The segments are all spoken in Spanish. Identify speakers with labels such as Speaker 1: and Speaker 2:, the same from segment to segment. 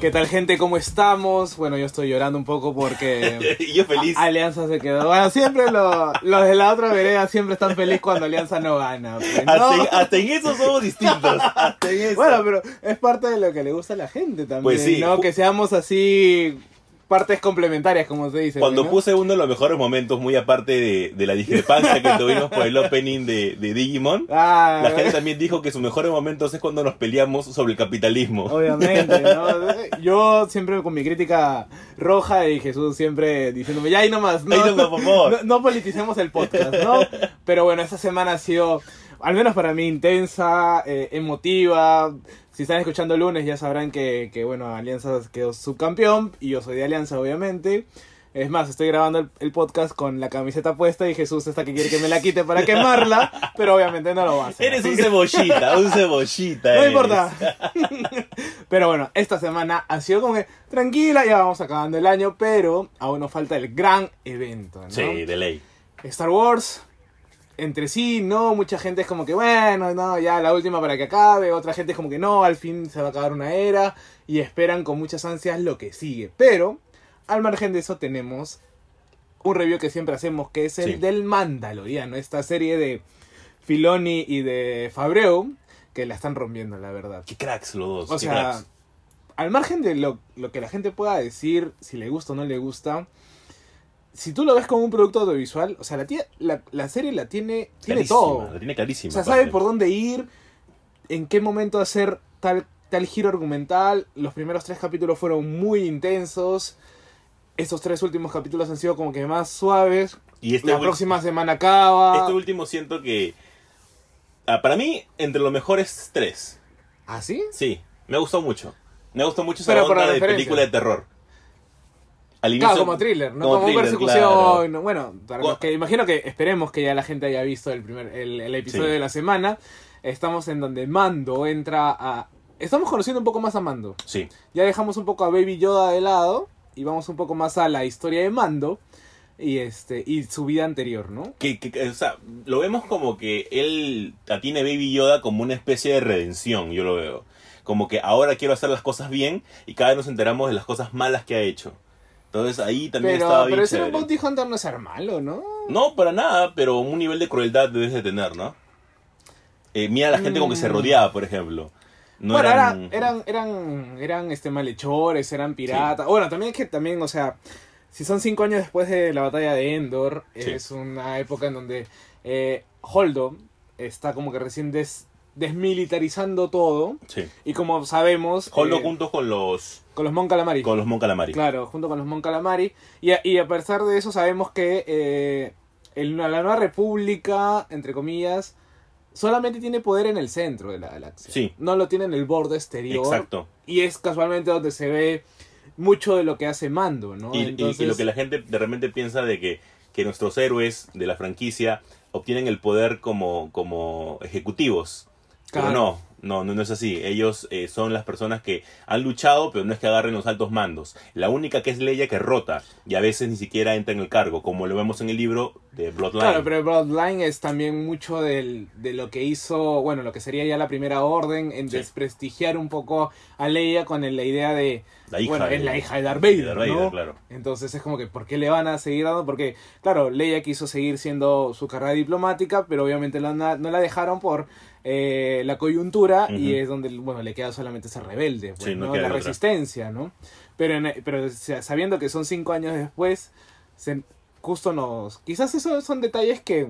Speaker 1: ¿Qué tal gente? ¿Cómo estamos? Bueno, yo estoy llorando un poco porque
Speaker 2: Y yo feliz.
Speaker 1: A- Alianza se quedó. Bueno, siempre lo- los de la otra vereda siempre están felices cuando Alianza no gana. pues, ¿no?
Speaker 2: Hasta, en, hasta en eso somos distintos. Hasta en eso.
Speaker 1: Bueno, pero es parte de lo que le gusta a la gente también,
Speaker 2: Pues sí.
Speaker 1: ¿no? Que seamos así partes complementarias, como se dice.
Speaker 2: Cuando
Speaker 1: ¿no?
Speaker 2: puse uno de los mejores momentos, muy aparte de, de la discrepancia que tuvimos por el opening de, de Digimon,
Speaker 1: Ah,
Speaker 2: la gente también dijo que sus mejores momentos es cuando nos peleamos sobre el capitalismo.
Speaker 1: Obviamente, ¿no? Yo siempre con mi crítica roja y Jesús siempre diciéndome, ya ahí nomás, no,
Speaker 2: Ahí nomás, por favor.
Speaker 1: no- no politicemos el podcast, ¿no? Pero bueno, esta semana ha sido, al menos para mí, intensa, eh, emotiva. Si están escuchando el lunes ya sabrán que, que, bueno, Alianza quedó subcampeón y yo soy de Alianza, obviamente. Es más, estoy grabando el, el podcast con la camiseta puesta y Jesús está que quiere que me la quite para quemarla, pero obviamente no lo va a hacer.
Speaker 2: Eres
Speaker 1: así
Speaker 2: un
Speaker 1: que-
Speaker 2: cebollita, un cebollita.
Speaker 1: no
Speaker 2: eres.
Speaker 1: importa. pero bueno, esta semana ha sido como que tranquila, ya vamos acabando el año, pero aún nos falta el gran evento, ¿no?
Speaker 2: Sí, de ley.
Speaker 1: Star Wars, entre sí, no, mucha gente es como que, bueno, no, ya la última para que acabe, otra gente es como que no, al fin se va a acabar una era, y esperan con muchas ansias lo que sigue. Pero, al margen de eso, tenemos un review que siempre hacemos, que es el
Speaker 2: Sí.
Speaker 1: del Mandaloriano, esta serie de Filoni y de Fabreu, que la están rompiendo, la verdad.
Speaker 2: Qué cracks los dos.
Speaker 1: O
Speaker 2: Pues qué
Speaker 1: sea,
Speaker 2: cracks.
Speaker 1: al margen de lo, lo que la gente pueda decir, si le gusta o no le gusta, si tú lo ves como un producto audiovisual, o sea, la, tía- la, la serie la tiene, tiene
Speaker 2: Clarísima,
Speaker 1: todo.
Speaker 2: la tiene
Speaker 1: O
Speaker 2: clarísima.
Speaker 1: sea, sabe
Speaker 2: aparte.
Speaker 1: por dónde ir, en qué momento hacer tal, tal giro argumental. Los primeros tres capítulos fueron muy intensos. Estos tres últimos capítulos han sido como que más suaves.
Speaker 2: Y este
Speaker 1: la
Speaker 2: ul-
Speaker 1: próxima semana acaba.
Speaker 2: Este último siento que. ah, para mí, entre los mejores tres.
Speaker 1: ¿Ah, sí?
Speaker 2: Sí, me gustó mucho. Me gustó mucho esa
Speaker 1: Pero por
Speaker 2: onda
Speaker 1: la
Speaker 2: de
Speaker 1: referencia.
Speaker 2: película de terror.
Speaker 1: Claro,
Speaker 2: Al inicio-
Speaker 1: como thriller, no
Speaker 2: como
Speaker 1: como,
Speaker 2: thriller,
Speaker 1: persecución.
Speaker 2: claro.
Speaker 1: no- Bueno, para
Speaker 2: Cu-
Speaker 1: los que imagino que esperemos que ya la gente haya visto el primer el, el episodio
Speaker 2: Sí.
Speaker 1: de la semana. Estamos en donde Mando entra a. Estamos conociendo un poco más a Mando.
Speaker 2: Sí,
Speaker 1: Ya dejamos un poco a Baby Yoda de lado y vamos un poco más a la historia de Mando y este y su vida anterior, ¿no?
Speaker 2: que, que- que, o sea, lo vemos como que él atiene a Baby Yoda como una especie de redención, yo lo veo. Como que ahora quiero hacer las cosas bien y cada vez nos enteramos de las cosas malas que ha hecho. Entonces ahí también
Speaker 1: Pero,
Speaker 2: estaba bien
Speaker 1: pero ser un
Speaker 2: chévere.
Speaker 1: bounty hunter no es ser malo, ¿no?
Speaker 2: No, para nada, pero un nivel de crueldad debes de tener, ¿no? Eh, mira a la gente con que se
Speaker 1: Mm.
Speaker 2: rodeaba, por ejemplo. No
Speaker 1: bueno, era-
Speaker 2: eran...
Speaker 1: eran, eran, eran, este malhechores, eran piratas. Bueno, también es que también, o sea, si son cinco años después de la batalla de Endor,
Speaker 2: Sí.
Speaker 1: es una época en donde eh, Holdo está como que recién des- desmilitarizando todo.
Speaker 2: Sí.
Speaker 1: Y como sabemos,
Speaker 2: Holdo
Speaker 1: eh,
Speaker 2: juntos con los,
Speaker 1: con los Mon Calamari.
Speaker 2: con los Mon Calamari.
Speaker 1: Claro, junto con los Mon Calamari. Y a, y a pesar de eso sabemos que eh, el- la Nueva República, entre comillas, solamente tiene poder en el centro de la galaxia.
Speaker 2: Sí.
Speaker 1: No lo tiene en el borde exterior.
Speaker 2: Exacto.
Speaker 1: Y es casualmente donde se ve mucho de lo que hace Mando, ¿no?
Speaker 2: Y, y- y
Speaker 1: Entonces,
Speaker 2: lo que la gente de repente piensa de que, que nuestros héroes de la franquicia obtienen el poder como, como ejecutivos.
Speaker 1: Claro.
Speaker 2: Pero no, no, no, no es así. Ellos eh, son las personas que han luchado, pero no es que agarren los altos mandos. La única que es Leia que rota y a veces ni siquiera entra en el cargo, como lo vemos en el libro de Bloodline.
Speaker 1: Claro, pero Bloodline es también mucho del- de lo que hizo, bueno, lo que sería ya la primera orden, en
Speaker 2: Sí.
Speaker 1: desprestigiar un poco a Leia con el- la idea de,
Speaker 2: La hija
Speaker 1: bueno,
Speaker 2: de-
Speaker 1: es la hija de Darth Vader,
Speaker 2: de Darth Vader,
Speaker 1: ¿no?
Speaker 2: claro.
Speaker 1: Entonces es como que, ¿por qué le van a seguir dando? Porque, claro, Leia quiso seguir siendo su carrera diplomática, pero obviamente la- no la dejaron por eh, la coyuntura y
Speaker 2: Ujú.
Speaker 1: es donde, bueno, le queda solamente ser rebelde, pues,
Speaker 2: Sí, no
Speaker 1: ¿no?
Speaker 2: queda
Speaker 1: la
Speaker 2: otra.
Speaker 1: resistencia, ¿no? Pero, en- pero sa- sabiendo que son cinco años después, se- justo nos... Quizás esos son detalles que,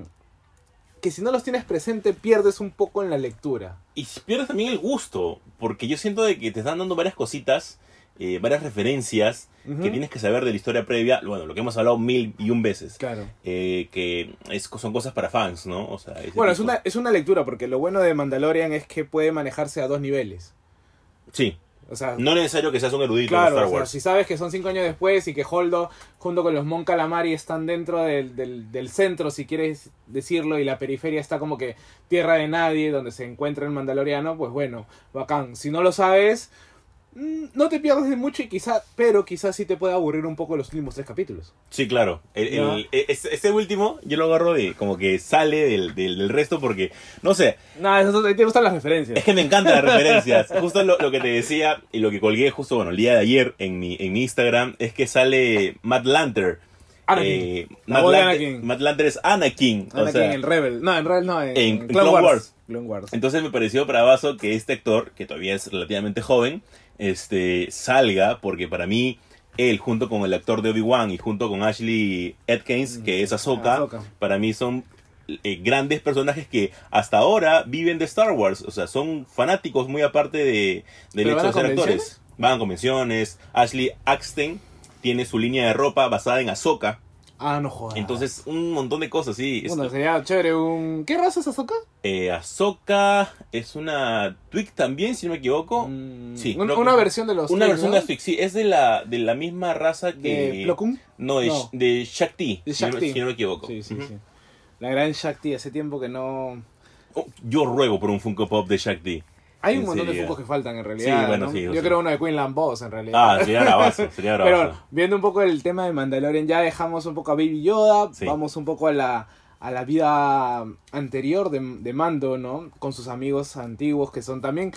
Speaker 1: que si no los tienes presente pierdes un poco en la lectura.
Speaker 2: Y pierdes también el gusto, porque yo siento de que te están dando varias cositas, eh, varias referencias que
Speaker 1: Ujú.
Speaker 2: tienes que saber de la historia previa. Bueno, lo que hemos hablado mil y un veces.
Speaker 1: Claro.
Speaker 2: eh, que es, son cosas para fans, ¿no? O sea, ese
Speaker 1: Bueno, es
Speaker 2: tipo-
Speaker 1: una, es una lectura, porque lo bueno de Mandalorian es que puede manejarse a dos niveles.
Speaker 2: Sí,
Speaker 1: O sea,
Speaker 2: no es necesario que seas un erudito
Speaker 1: claro,
Speaker 2: de
Speaker 1: o
Speaker 2: Star
Speaker 1: sea,
Speaker 2: Wars.
Speaker 1: si sabes que son cinco años después y que Holdo junto con los Mon Calamari están dentro del, del- del centro, si quieres decirlo, y la periferia está como que tierra de nadie, donde se encuentra el mandaloriano, pues bueno, bacán. Si no lo sabes, mm, no te pierdas de mucho y quizá, pero quizás sí te puede aburrir un poco los últimos tres capítulos.
Speaker 2: Sí, claro. El-
Speaker 1: Ya.
Speaker 2: el- e- ese ese último yo lo agarro de como que sale del, del- del resto porque, no sé,
Speaker 1: No, eso, ahí te gustan las referencias.
Speaker 2: es que me encantan las referencias. Justo lo, lo que te decía y lo que colgué justo, bueno, el día de ayer en mi, en mi Instagram es que sale Matt Lanter.
Speaker 1: Anakin.
Speaker 2: Eh,
Speaker 1: La
Speaker 2: Matt,
Speaker 1: voz de
Speaker 2: Lanter
Speaker 1: Anakin.
Speaker 2: Matt Lanter es Anakin. o
Speaker 1: Anakin
Speaker 2: sea,
Speaker 1: en Rebel. No, en Rebel no, en,
Speaker 2: en
Speaker 1: Clone,
Speaker 2: Clone
Speaker 1: Wars.
Speaker 2: Wars.
Speaker 1: Clone Wars.
Speaker 2: Entonces me pareció bravazo que este actor, que todavía es relativamente joven, este, salga, porque para mí, él junto con el actor de Obi-Wan y junto con Ashley Atkins, que es Ahsoka,
Speaker 1: Mm. Ahsoka.
Speaker 2: para mí son eh, grandes personajes que hasta ahora viven de Star Wars. O sea, son fanáticos muy aparte de, del
Speaker 1: ¿Pero
Speaker 2: hecho
Speaker 1: van
Speaker 2: de
Speaker 1: a
Speaker 2: ser actores.
Speaker 1: convenciones?
Speaker 2: Van a convenciones. Ashley Axton tiene su línea de ropa basada en Ahsoka.
Speaker 1: Ah, no jodas.
Speaker 2: Entonces, este un montón de cosas, sí. Es-
Speaker 1: Bueno, sería chévere un... ¿Qué raza es Azoka?
Speaker 2: eh, Ahsoka es una Twig también, si no me equivoco. sí,
Speaker 1: Mm, una,
Speaker 2: creo que-
Speaker 1: una versión de los...
Speaker 2: Una
Speaker 1: Kree,
Speaker 2: versión
Speaker 1: ¿no?
Speaker 2: de Twig, sí. Es de la, de la misma raza
Speaker 1: De
Speaker 2: que...
Speaker 1: Plo Koon.
Speaker 2: no, de,
Speaker 1: No.
Speaker 2: de Shakti,
Speaker 1: De
Speaker 2: si no me-
Speaker 1: Shakti.
Speaker 2: si no me equivoco.
Speaker 1: Sí, sí,
Speaker 2: Ujú.
Speaker 1: sí. La gran Shakti, hace tiempo que no...
Speaker 2: Oh, yo ruego por un Funko Pop de Shakti.
Speaker 1: Hay un
Speaker 2: En
Speaker 1: montón de
Speaker 2: serio.
Speaker 1: Funkos que faltan en realidad.
Speaker 2: Sí, bueno,
Speaker 1: ¿no?
Speaker 2: sí, o
Speaker 1: Yo
Speaker 2: sea.
Speaker 1: creo uno de Quinlan Boss en realidad.
Speaker 2: Ah, sería bravazo, sería
Speaker 1: Pero
Speaker 2: bravazo.
Speaker 1: viendo un poco el tema de Mandalorian, ya dejamos un poco a Baby Yoda,
Speaker 2: Sí.
Speaker 1: vamos un poco a la, a la vida anterior de, de Mando, ¿no? Con sus amigos antiguos que son también.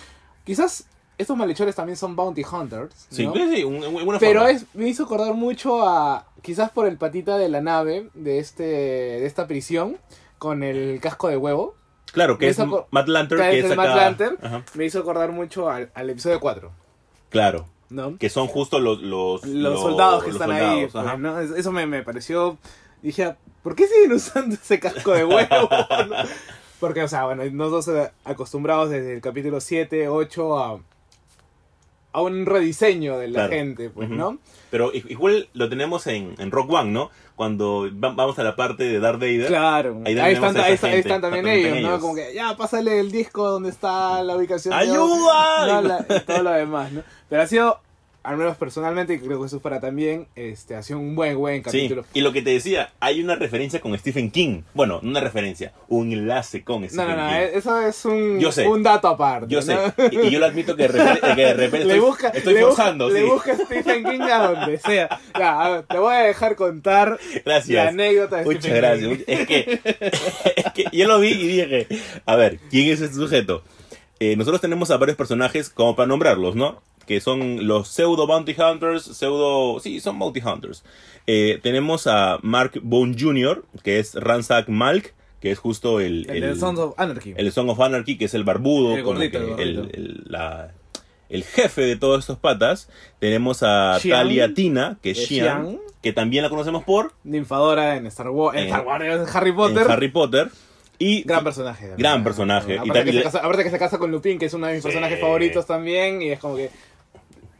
Speaker 1: Quizás estos malhechores también son bounty hunters.
Speaker 2: Sí,
Speaker 1: ¿no?
Speaker 2: sí, sí, un- un- una
Speaker 1: Pero
Speaker 2: forma.
Speaker 1: es, me hizo acordar mucho a. Quizás por el patita de la nave de, este, de esta prisión con el casco de huevo.
Speaker 2: Claro, que
Speaker 1: me
Speaker 2: es
Speaker 1: hizo acor-
Speaker 2: Matt Lanter,
Speaker 1: que
Speaker 2: que
Speaker 1: es
Speaker 2: es
Speaker 1: el Matt
Speaker 2: acá-
Speaker 1: Lanter.
Speaker 2: Ajá,
Speaker 1: Me hizo acordar mucho al, al episodio 4,
Speaker 2: Claro,
Speaker 1: ¿no?
Speaker 2: que son justo los... Los,
Speaker 1: los, soldados que
Speaker 2: los
Speaker 1: están ahí.
Speaker 2: soldados,
Speaker 1: pues,
Speaker 2: ajá.
Speaker 1: ¿no? Es- Eso me, me pareció. Dije, ¿por qué siguen usando ese casco de huevo? ¿no? Porque, o sea, bueno, nosotros acostumbrados desde el capítulo 7, 8 a, a un rediseño de la
Speaker 2: Claro.
Speaker 1: gente, pues,
Speaker 2: Ujú.
Speaker 1: ¿no?
Speaker 2: Pero i- igual lo tenemos en, en Rock One, ¿no? Cuando va- vamos a la parte de Darth Vader.
Speaker 1: Claro. Ahí,
Speaker 2: Ahí tenemos
Speaker 1: están,
Speaker 2: a esa
Speaker 1: ahí está- ahí
Speaker 2: gente,
Speaker 1: están también
Speaker 2: también
Speaker 1: ellos, ¿no?
Speaker 2: ellos.
Speaker 1: Como que, ya, pásale el disco donde está la ubicación. de- No,
Speaker 2: ¡Ayuda!
Speaker 1: la- y todo lo demás, ¿no? Pero ha sido, al menos personalmente, y creo que eso es para también, este, ha sido un buen, buen
Speaker 2: Sí,
Speaker 1: capítulo.
Speaker 2: y lo que te decía, hay una referencia con Stephen King. Bueno, no una referencia, un enlace con
Speaker 1: No,
Speaker 2: Stephen
Speaker 1: no, no,
Speaker 2: King.
Speaker 1: e- eso es un,
Speaker 2: Yo sé.
Speaker 1: un dato aparte.
Speaker 2: Yo sé,
Speaker 1: ¿no?
Speaker 2: y, y yo lo admito que de repente, que de repente
Speaker 1: Le
Speaker 2: estoy,
Speaker 1: busca,
Speaker 2: estoy
Speaker 1: le busca-
Speaker 2: forzando,
Speaker 1: le
Speaker 2: sí.
Speaker 1: busca Stephen King a donde sea. Ya, a ver, te voy a dejar contar la
Speaker 2: Gracias.
Speaker 1: anécdota de
Speaker 2: Muchas
Speaker 1: Stephen
Speaker 2: gracias.
Speaker 1: King.
Speaker 2: much- Es que, es que yo lo vi y dije, a ver, ¿quién es este sujeto? Eh, nosotros tenemos a varios personajes como para nombrarlos, ¿no? Que son los pseudo bounty hunters, pseudo... Sí, son bounty hunters. Eh, tenemos a Mark Bone Jr., que es Ransack Malk, que es justo el...
Speaker 1: El, de Sons of Anarchy.
Speaker 2: el Song of Anarchy, que es el barbudo,
Speaker 1: El
Speaker 2: como
Speaker 1: gordito,
Speaker 2: que
Speaker 1: el gordito.
Speaker 2: el- el- la- el jefe de todos estos patas. Tenemos a
Speaker 1: Xian.
Speaker 2: Talia Tina, que es
Speaker 1: Eh,
Speaker 2: Xian,
Speaker 1: Xian.
Speaker 2: que también la conocemos por
Speaker 1: Ninfadora en Star Wars, en
Speaker 2: Eh,
Speaker 1: Star Wars, en Harry
Speaker 2: en
Speaker 1: Potter.
Speaker 2: Harry Potter. Y
Speaker 1: Gran personaje. también.
Speaker 2: Gran personaje.
Speaker 1: Aparte,
Speaker 2: Y también
Speaker 1: que se
Speaker 2: le-
Speaker 1: casa, aparte que se casa con Lupin, que es uno de mis
Speaker 2: Sí.
Speaker 1: personajes favoritos también, y es como que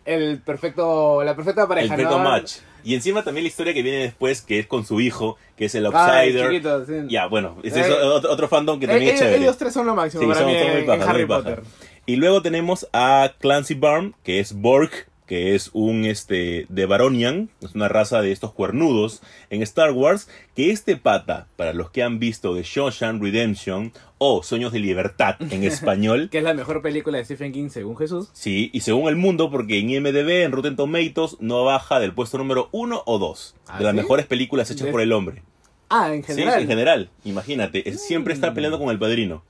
Speaker 1: el perfecto, la perfecta
Speaker 2: el
Speaker 1: pareja.
Speaker 2: Peto
Speaker 1: ¿no?
Speaker 2: Match. Y encima también la historia que viene después, que es con su hijo, que es el
Speaker 1: Ah, el
Speaker 2: Outsider.
Speaker 1: chiquito, sí.
Speaker 2: Ya, bueno, ese
Speaker 1: Eh,
Speaker 2: es otro, otro fandom que también
Speaker 1: Eh,
Speaker 2: es
Speaker 1: ellos,
Speaker 2: chévere.
Speaker 1: ellos tres son lo máximo
Speaker 2: Sí,
Speaker 1: para
Speaker 2: son-
Speaker 1: mí
Speaker 2: son muy
Speaker 1: en,
Speaker 2: pajas,
Speaker 1: en Harry
Speaker 2: muy pajas.
Speaker 1: Potter.
Speaker 2: Y luego tenemos a Clancy Barn, que es Borg, que es un este de Baronian, es una raza de estos cuernudos en Star Wars, que este pata, para los que han visto The Shawshank Redemption o Sueños de Libertad en español,
Speaker 1: Que es la mejor película de Stephen King según Jesús.
Speaker 2: sí, y según el mundo, porque en IMDb, en Rotten Tomatoes, no baja del puesto número uno o dos
Speaker 1: ¿Ah,
Speaker 2: de las
Speaker 1: sí?
Speaker 2: mejores películas hechas
Speaker 1: De-
Speaker 2: por el hombre.
Speaker 1: Ah, en
Speaker 2: Sí,
Speaker 1: general. Mm.
Speaker 2: en general, imagínate, es- siempre está peleando con el padrino.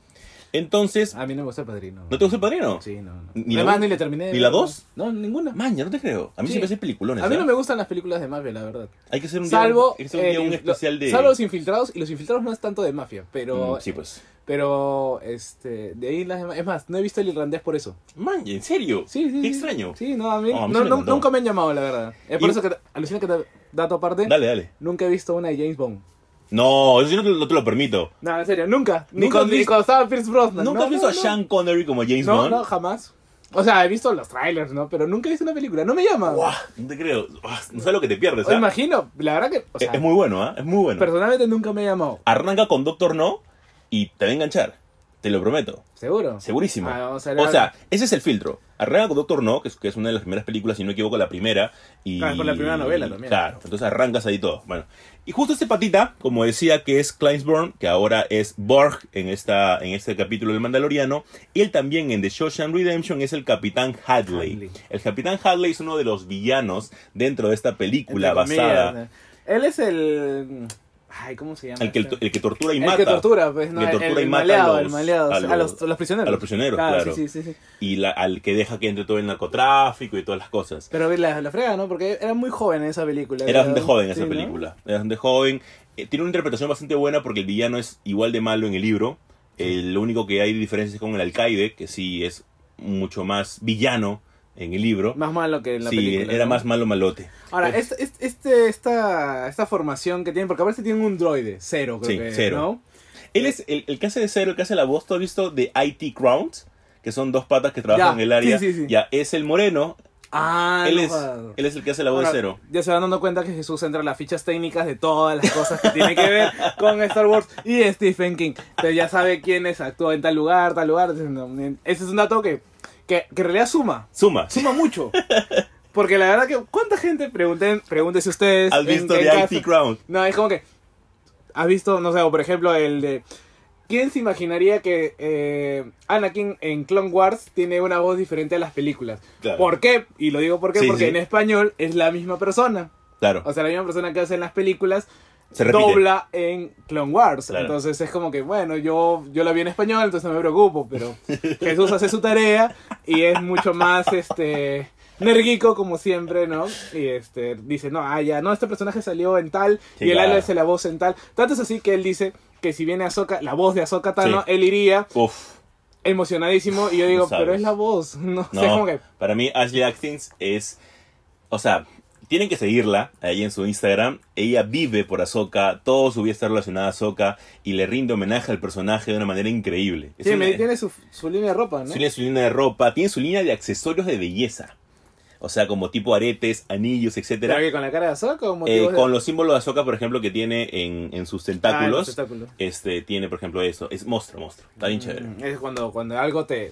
Speaker 2: Entonces,
Speaker 1: A mí no me gusta el padrino.
Speaker 2: ¿no te gusta el padrino?
Speaker 1: Sí, no. no.
Speaker 2: ¿Ni la
Speaker 1: Además,
Speaker 2: uno?
Speaker 1: ni le terminé. de
Speaker 2: ¿Ni la
Speaker 1: ver, ¿no?
Speaker 2: dos?
Speaker 1: No, ninguna.
Speaker 2: Maña, no te creo. A mí
Speaker 1: Sí.
Speaker 2: se me hacen peliculones.
Speaker 1: A mí
Speaker 2: ¿ah?
Speaker 1: no me gustan las películas de mafia, la verdad.
Speaker 2: Hay que hacer un día,
Speaker 1: Salvo,
Speaker 2: hay que hacer un, día
Speaker 1: eh,
Speaker 2: un
Speaker 1: lo-
Speaker 2: especial de.
Speaker 1: salvo los infiltrados, y los infiltrados no es tanto de mafia, pero, eh,
Speaker 2: Mm, sí, pues.
Speaker 1: pero este, de ahí las demás. Es más, no he visto el irlandés por eso.
Speaker 2: Maña, ¿en serio?
Speaker 1: Sí, sí.
Speaker 2: Qué
Speaker 1: sí.
Speaker 2: extraño.
Speaker 1: Sí, no, a mí,
Speaker 2: Oh, a mí
Speaker 1: no-
Speaker 2: sí me
Speaker 1: no-
Speaker 2: encantó.
Speaker 1: nunca me han llamado, la verdad. Es por
Speaker 2: Y-
Speaker 1: eso que, alucina que, te- dato aparte,
Speaker 2: Dale, dale.
Speaker 1: nunca he visto una de James Bond.
Speaker 2: No, eso yo no te, no te lo permito.
Speaker 1: No, en serio, nunca. Ni,
Speaker 2: ¿Nunca
Speaker 1: con,
Speaker 2: has
Speaker 1: ni
Speaker 2: visto-
Speaker 1: cuando estaba Pierce Brosnan.
Speaker 2: ¿Nunca
Speaker 1: No,
Speaker 2: has visto
Speaker 1: no,
Speaker 2: a
Speaker 1: no.
Speaker 2: Sean Connery como James
Speaker 1: No,
Speaker 2: Bond?
Speaker 1: no, jamás. O sea, he visto los trailers, ¿no? Pero nunca he visto una película. No me llama.
Speaker 2: Guau, no te creo. Guau, no sabes lo que te pierdes.
Speaker 1: O
Speaker 2: ¿ah?
Speaker 1: imagino, la verdad que. O
Speaker 2: Es-
Speaker 1: sea,
Speaker 2: e- es muy bueno, ¿ah? Es muy bueno.
Speaker 1: personalmente nunca me ha llamado.
Speaker 2: Arranca con Doctor No y te va a enganchar. Te lo prometo.
Speaker 1: ¿Seguro?
Speaker 2: Segurísimo.
Speaker 1: Ah, vamos a ver
Speaker 2: o
Speaker 1: ahora.
Speaker 2: sea, ese es el filtro. Arranca con Doctor No, que es, que es una de las primeras películas, si no me equivoco, la primera. Y,
Speaker 1: Claro, es por la primera novela también.
Speaker 2: Claro, entonces arrancas ahí todo. Bueno, y justo este patita, como decía, que es Kleinsborn, que ahora es Borg en, esta, en este capítulo del Mandaloriano, y él también en The Shawshank Redemption es el Capitán Hadley.
Speaker 1: Hadley.
Speaker 2: El Capitán Hadley es uno de los villanos dentro de esta película
Speaker 1: Entre comillas, eh.
Speaker 2: basada.
Speaker 1: ¿no? Él es el. Ay, ¿cómo se llama?
Speaker 2: El que,
Speaker 1: este?
Speaker 2: el que tortura y
Speaker 1: El
Speaker 2: mata.
Speaker 1: que tortura, pues, ¿no?
Speaker 2: El que
Speaker 1: el,
Speaker 2: tortura y
Speaker 1: el
Speaker 2: mata a
Speaker 1: maleado, el
Speaker 2: los-
Speaker 1: maleado,
Speaker 2: a
Speaker 1: a los,
Speaker 2: los-
Speaker 1: a los prisioneros.
Speaker 2: a los prisioneros, claro.
Speaker 1: Sí, sí, sí, sí.
Speaker 2: Y la- al que deja que entre todo el narcotráfico y todas las cosas.
Speaker 1: Pero la, la frega, ¿no? Porque era muy joven en esa película.
Speaker 2: Era
Speaker 1: ¿verdad?
Speaker 2: bastante joven
Speaker 1: Eh, Sí,
Speaker 2: esa
Speaker 1: ¿no?
Speaker 2: película. Era bastante joven. Eh, tiene una interpretación bastante buena porque el villano es igual de malo en el libro. Eh, lo único que hay diferencia es con el alcaide, que sí es mucho más villano en el libro.
Speaker 1: Más malo que en la
Speaker 2: sí,
Speaker 1: película.
Speaker 2: era
Speaker 1: ¿no?
Speaker 2: más malo malote.
Speaker 1: Ahora,
Speaker 2: Eh,
Speaker 1: este, este- este- esta, esta formación que tienen, porque parece que tienen un droide, cero, creo
Speaker 2: Sí,
Speaker 1: que,
Speaker 2: cero.
Speaker 1: ¿no?
Speaker 2: Él es el, el que hace de cero, el que hace la voz, ¿tú has visto? De IT Crowns, que son dos patas que trabajan
Speaker 1: Ya,
Speaker 2: en el área.
Speaker 1: sí, sí, sí.
Speaker 2: Ya, es el moreno.
Speaker 1: Ah,
Speaker 2: él,
Speaker 1: no
Speaker 2: es,
Speaker 1: jodas.
Speaker 2: él es el que hace la voz
Speaker 1: Ahora,
Speaker 2: de cero.
Speaker 1: Ya se van dando cuenta que Jesús entra en las fichas técnicas de todas las cosas que tiene que ver con Star Wars y Stephen King. Entonces ya sabe quiénes actúan en tal lugar, tal lugar. Ese es un dato que, que, que en realidad suma.
Speaker 2: Suma.
Speaker 1: suma mucho. Porque la verdad que, ¿cuánta gente? Pregunten, pregúntense ustedes.
Speaker 2: ¿Has
Speaker 1: en-
Speaker 2: visto
Speaker 1: en
Speaker 2: de
Speaker 1: casa.
Speaker 2: IT Crowns?
Speaker 1: No, es como que, ¿has visto, no sé, o por ejemplo el de... ¿Quién se imaginaría que eh, Anakin en Clone Wars tiene una voz diferente a las películas?
Speaker 2: Claro.
Speaker 1: ¿Por qué? Y lo digo porque,
Speaker 2: Sí,
Speaker 1: porque
Speaker 2: sí.
Speaker 1: en español es la misma persona.
Speaker 2: Claro.
Speaker 1: O sea, la misma persona que hace en las películas
Speaker 2: Se repite.
Speaker 1: dobla en Clone Wars.
Speaker 2: Claro.
Speaker 1: Entonces es como que, bueno, yo, yo la vi en español, entonces no me preocupo, pero Jesús hace su tarea y es mucho más este nerguico como siempre, ¿no? Y este dice, no, ah, ya, no, este personaje salió en tal
Speaker 2: Sí,
Speaker 1: y él
Speaker 2: claro.
Speaker 1: hace la voz en tal. Tanto es así que él dice que si viene Ahsoka, la voz de Ahsoka Tano,
Speaker 2: Sí.
Speaker 1: él iría
Speaker 2: Uf.
Speaker 1: emocionadísimo y yo digo,
Speaker 2: sabes.
Speaker 1: pero es la voz, ¿no? O sea,
Speaker 2: No,
Speaker 1: es como que,
Speaker 2: para mí Ashley Atkins es, o sea, tienen que seguirla ahí en su Instagram. Ella vive por Ahsoka, todo su vida está relacionada a Ahsoka y le rinde homenaje al personaje de una manera increíble. Es
Speaker 1: tiene,
Speaker 2: una-
Speaker 1: tiene su, su línea de ropa, ¿no?
Speaker 2: tiene su línea de ropa, tiene su línea de accesorios de belleza. O sea, como tipo aretes, anillos,
Speaker 1: ¿Pero
Speaker 2: etcétera.
Speaker 1: que con la cara de Ahsoka o
Speaker 2: Eh,
Speaker 1: motivos de-
Speaker 2: con los símbolos de Ahsoka, por ejemplo, que tiene en, en sus
Speaker 1: Ah, los
Speaker 2: tentáculos.
Speaker 1: tentáculos.
Speaker 2: este, tiene, por ejemplo, eso. Es monstruo, monstruo. Está bien chévere.
Speaker 1: Mm, Es cuando, cuando algo te...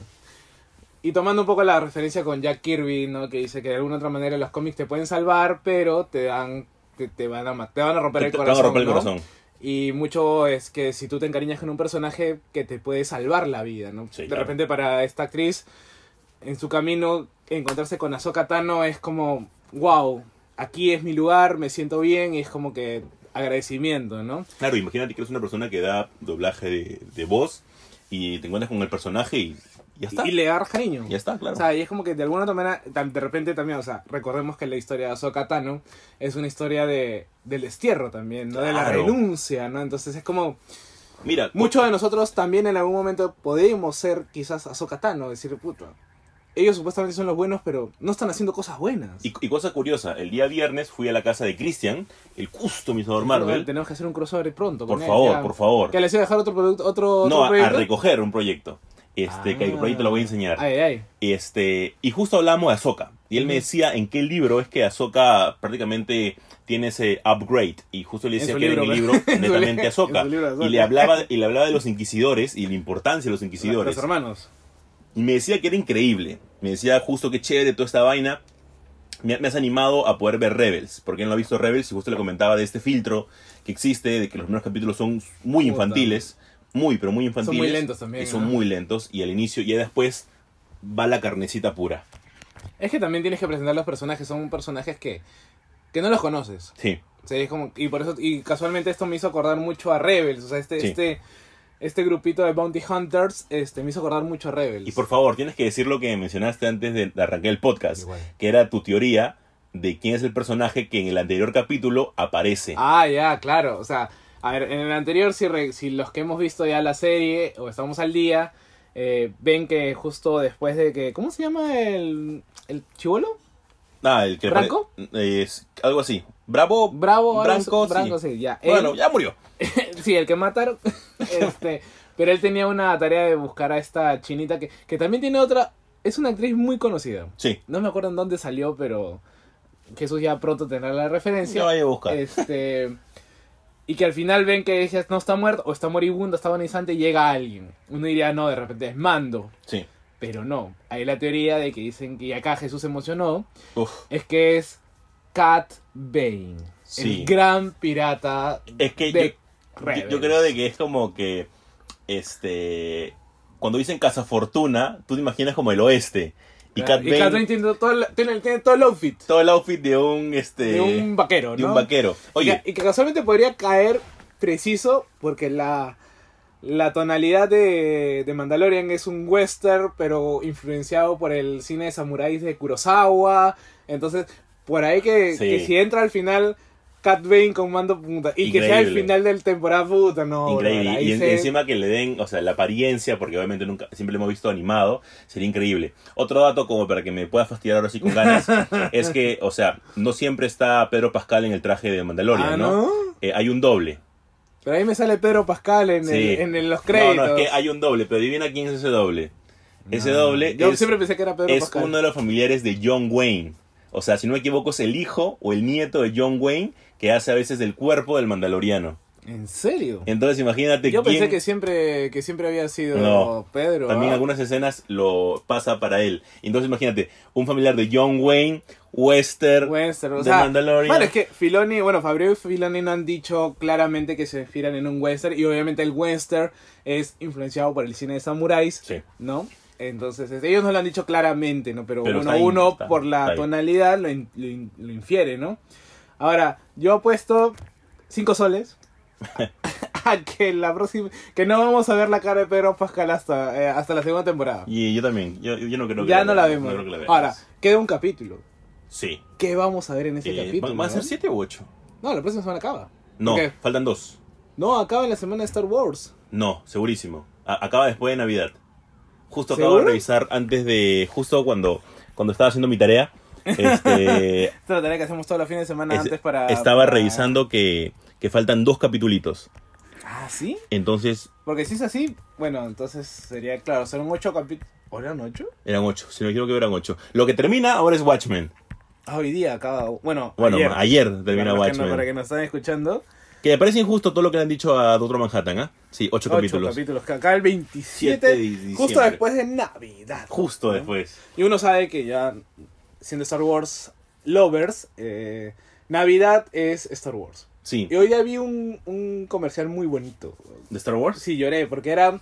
Speaker 1: Y tomando un poco la referencia con Jack Kirby, ¿no? Que dice que de alguna otra manera los cómics te pueden salvar, pero te dan... Te, te van, a, ma- te van a romper el
Speaker 2: Te- te
Speaker 1: corazón.
Speaker 2: van a romper el
Speaker 1: ¿no?
Speaker 2: corazón.
Speaker 1: Y mucho es que si tú te encariñas con un personaje que te puede salvar la vida, ¿no?
Speaker 2: Sí,
Speaker 1: de
Speaker 2: claro.
Speaker 1: repente para esta actriz, en su camino, encontrarse con Ahsoka Tano es como, wow, aquí es mi lugar, me siento bien y es como que agradecimiento, ¿no?
Speaker 2: Claro, imagínate que eres una persona que da doblaje de, de voz y te encuentras con el personaje y ya está.
Speaker 1: Y le agarras cariño.
Speaker 2: ya está, claro.
Speaker 1: O sea, y es como que de alguna otra manera, tam- de repente también, o sea, recordemos que la historia de Ahsoka Tano es una historia de, del destierro también, ¿no? De la
Speaker 2: Claro.
Speaker 1: renuncia, ¿no? Entonces es como,
Speaker 2: Mira,
Speaker 1: muchos de nosotros también en algún momento podemos ser quizás Ahsoka Tano, decir, puta, ellos supuestamente son los buenos, pero no están haciendo cosas buenas.
Speaker 2: y, y cosa curiosa, el día viernes fui a la casa de Christian, el customizador Marvel.
Speaker 1: Tenemos que hacer un crossover pronto.
Speaker 2: Por
Speaker 1: con él,
Speaker 2: favor,
Speaker 1: ya.
Speaker 2: por favor.
Speaker 1: Que les iba a dejar otro producto, otro, otro
Speaker 2: No, a, a
Speaker 1: proyecto.
Speaker 2: recoger un proyecto. Este, que el
Speaker 1: Ah.
Speaker 2: proyecto lo voy a enseñar.
Speaker 1: Ay, ay.
Speaker 2: Este, y justo hablamos de Ahsoka. Y él me
Speaker 1: Ujú.
Speaker 2: decía en qué libro es que Ahsoka prácticamente tiene ese upgrade. Y justo le
Speaker 1: En
Speaker 2: decía
Speaker 1: su
Speaker 2: que era en el
Speaker 1: libro,
Speaker 2: libro
Speaker 1: en su
Speaker 2: netamente
Speaker 1: li-
Speaker 2: Ahsoka.
Speaker 1: en su libro de Ahsoka.
Speaker 2: Y le hablaba, y le hablaba de los inquisidores y la importancia de los inquisidores.
Speaker 1: Los hermanos.
Speaker 2: Y me decía que era increíble. Me decía justo que chévere toda esta vaina. Me, me has animado a poder ver Rebels. Porque no ha visto Rebels y justo le comentaba de este filtro que existe, de que los primeros capítulos son muy
Speaker 1: Puta.
Speaker 2: infantiles. Muy, pero muy infantiles.
Speaker 1: muy lentos también,
Speaker 2: Y son
Speaker 1: ¿no?
Speaker 2: muy lentos. Y al inicio, y ya después va la carnecita pura.
Speaker 1: Es que también tienes que presentar los personajes, son personajes que, que no los conoces.
Speaker 2: Sí,
Speaker 1: Sí, es como, y por eso, y casualmente esto me hizo acordar mucho a Rebels, o sea, este,
Speaker 2: Sí.
Speaker 1: este, este grupito de Bounty Hunters, este, me hizo acordar mucho a Rebels.
Speaker 2: y por favor, tienes que decir lo que mencionaste antes de, de arrancar el podcast,
Speaker 1: Igual.
Speaker 2: que era tu teoría de quién es el personaje que en el anterior capítulo aparece.
Speaker 1: Ah, ya, claro, o sea, a ver, en el anterior, si, re- si los que hemos visto ya la serie, o estamos al día, eh, ven que justo después de que, ¿cómo se llama el, el chivolo?
Speaker 2: Ah, el que
Speaker 1: ¿Branco?
Speaker 2: Es algo así. Bravo.
Speaker 1: Bravo, algo así-
Speaker 2: Branco, sí.
Speaker 1: Branco, sí, ya. él-
Speaker 2: Bueno, ya murió.
Speaker 1: Sí, el que mataron. Este, pero él tenía una tarea de buscar a esta chinita que, que también tiene otra. Es una actriz muy conocida.
Speaker 2: Sí.
Speaker 1: No me acuerdo en dónde salió, pero Jesús ya pronto tendrá la referencia.
Speaker 2: Ya vaya a buscar.
Speaker 1: Este. Y que al final ven que ella no está muerta o está moribundo, está agonizante y llega alguien. Uno diría, no, de repente es Mando.
Speaker 2: Sí.
Speaker 1: Pero no. Hay la teoría de que dicen que y acá Jesús se emocionó.
Speaker 2: Uf.
Speaker 1: Es que es Cat Bane.
Speaker 2: Sí.
Speaker 1: El gran pirata
Speaker 2: Es que
Speaker 1: de
Speaker 2: yo,
Speaker 1: Rebels.
Speaker 2: yo creo de que es como que, este, cuando dicen Casa Fortuna, tú te imaginas como el oeste. Y
Speaker 1: Claro,
Speaker 2: Cat
Speaker 1: Ah, y Cat Bane
Speaker 2: Bane,
Speaker 1: tiene todo, el- tiene, tiene todo el outfit
Speaker 2: todo el outfit de un, este,
Speaker 1: de un vaquero, ¿no?
Speaker 2: de un vaquero. Oye,
Speaker 1: Y que- y que casualmente podría caer preciso porque la, la tonalidad de, de Mandalorian es un western, pero influenciado por el cine de samuráis de Kurosawa. Entonces, por ahí que,
Speaker 2: Sí.
Speaker 1: que si entra al final Cat Bane con mando puta y que sea el
Speaker 2: Increíble.
Speaker 1: final del temporada puta, no. brother,
Speaker 2: Increíble.
Speaker 1: ahí
Speaker 2: Y, en-
Speaker 1: se-
Speaker 2: encima que le den, o sea, la apariencia, porque obviamente nunca, siempre lo hemos visto animado, sería increíble. Otro dato, como para que me pueda fastidiar ahora sí con ganas, es que, o sea, no siempre está Pedro Pascal en el traje de Mandalorian,
Speaker 1: Ah,
Speaker 2: ¿no?
Speaker 1: ¿no?
Speaker 2: Eh, hay un doble.
Speaker 1: Pero ahí me sale Pedro Pascal en,
Speaker 2: Sí.
Speaker 1: el- en el- los créditos.
Speaker 2: No, no, es que hay un doble, pero adivina quién es ese doble. Ese doble
Speaker 1: Yo
Speaker 2: es,
Speaker 1: siempre pensé que era Pedro
Speaker 2: es
Speaker 1: Pascal.
Speaker 2: uno de los familiares de John Wayne. O sea, si no me equivoco, es el hijo o el nieto de John Wayne que hace a veces el cuerpo del mandaloriano.
Speaker 1: ¿En serio?
Speaker 2: Entonces imagínate
Speaker 1: Yo pensé
Speaker 2: quién-
Speaker 1: que siempre, que siempre había sido
Speaker 2: No.
Speaker 1: Pedro.
Speaker 2: También
Speaker 1: ¿ah?
Speaker 2: algunas escenas lo pasa para él. Entonces imagínate, un familiar de John Wayne, Wester,
Speaker 1: Western, o
Speaker 2: de
Speaker 1: sea,
Speaker 2: Mandalorian.
Speaker 1: bueno, es que Filoni, bueno, Fabio y Filoni no han dicho claramente que se inspiran en un western y obviamente el western es influenciado por el cine de samuráis,
Speaker 2: Sí.
Speaker 1: ¿no? Entonces, este, ellos no lo han dicho claramente, ¿no? Pero,
Speaker 2: Pero
Speaker 1: bueno,
Speaker 2: está ahí,
Speaker 1: uno
Speaker 2: está-
Speaker 1: por la
Speaker 2: está ahí.
Speaker 1: tonalidad lo, in- lo in- lo infiere, ¿no? Ahora, yo apuesto cinco soles a que la próxima que no vamos a ver la cara de Pedro Pascal hasta eh, hasta la segunda temporada.
Speaker 2: Y yo también, yo, yo no creo que
Speaker 1: ya no la
Speaker 2: veas,
Speaker 1: vemos.
Speaker 2: creo que la veas.
Speaker 1: Ahora, queda un capítulo.
Speaker 2: Sí.
Speaker 1: ¿Qué vamos a ver en ese
Speaker 2: Eh,
Speaker 1: capítulo?
Speaker 2: ¿Van van a
Speaker 1: no?
Speaker 2: ser 7 u 8?
Speaker 1: No, la próxima semana acaba.
Speaker 2: No,
Speaker 1: Ok.
Speaker 2: faltan dos.
Speaker 1: No, acaba en la semana de Star Wars.
Speaker 2: No, segurísimo. A- acaba después de Navidad. Justo acabo
Speaker 1: ¿Seguro?
Speaker 2: de revisar antes de. Justo cuando, cuando estaba haciendo mi tarea. Este,
Speaker 1: Esta es la tarea que hacemos todos los fines de semana
Speaker 2: es-
Speaker 1: antes para.
Speaker 2: estaba
Speaker 1: para-
Speaker 2: revisando que, que faltan dos capitulitos.
Speaker 1: Ah, ¿sí?
Speaker 2: Entonces
Speaker 1: Porque si es así, bueno, entonces sería, claro, serán ocho capítulos. ¿O eran ocho?
Speaker 2: eran ocho. Si no quiero que eran ocho. Lo que termina ahora es Watchmen.
Speaker 1: Ah, hoy día acaba. Bueno,
Speaker 2: Bueno, ayer,
Speaker 1: para
Speaker 2: termina
Speaker 1: los que no-
Speaker 2: Watchmen.
Speaker 1: para que
Speaker 2: que...
Speaker 1: nos están escuchando,
Speaker 2: me parece injusto todo lo que le han dicho a Doctor Manhattan, ¿ah? Sí, ocho,
Speaker 1: ocho
Speaker 2: capítulos.
Speaker 1: capítulos. que acaba el 27,
Speaker 2: Siete de diciembre.
Speaker 1: justo después de Navidad.
Speaker 2: Justo
Speaker 1: ¿no?
Speaker 2: después.
Speaker 1: Y uno sabe que ya, siendo Star Wars lovers, eh, Navidad es Star Wars.
Speaker 2: Sí.
Speaker 1: Y hoy día vi un, un comercial muy bonito.
Speaker 2: ¿De Star Wars?
Speaker 1: Sí, lloré, porque eran,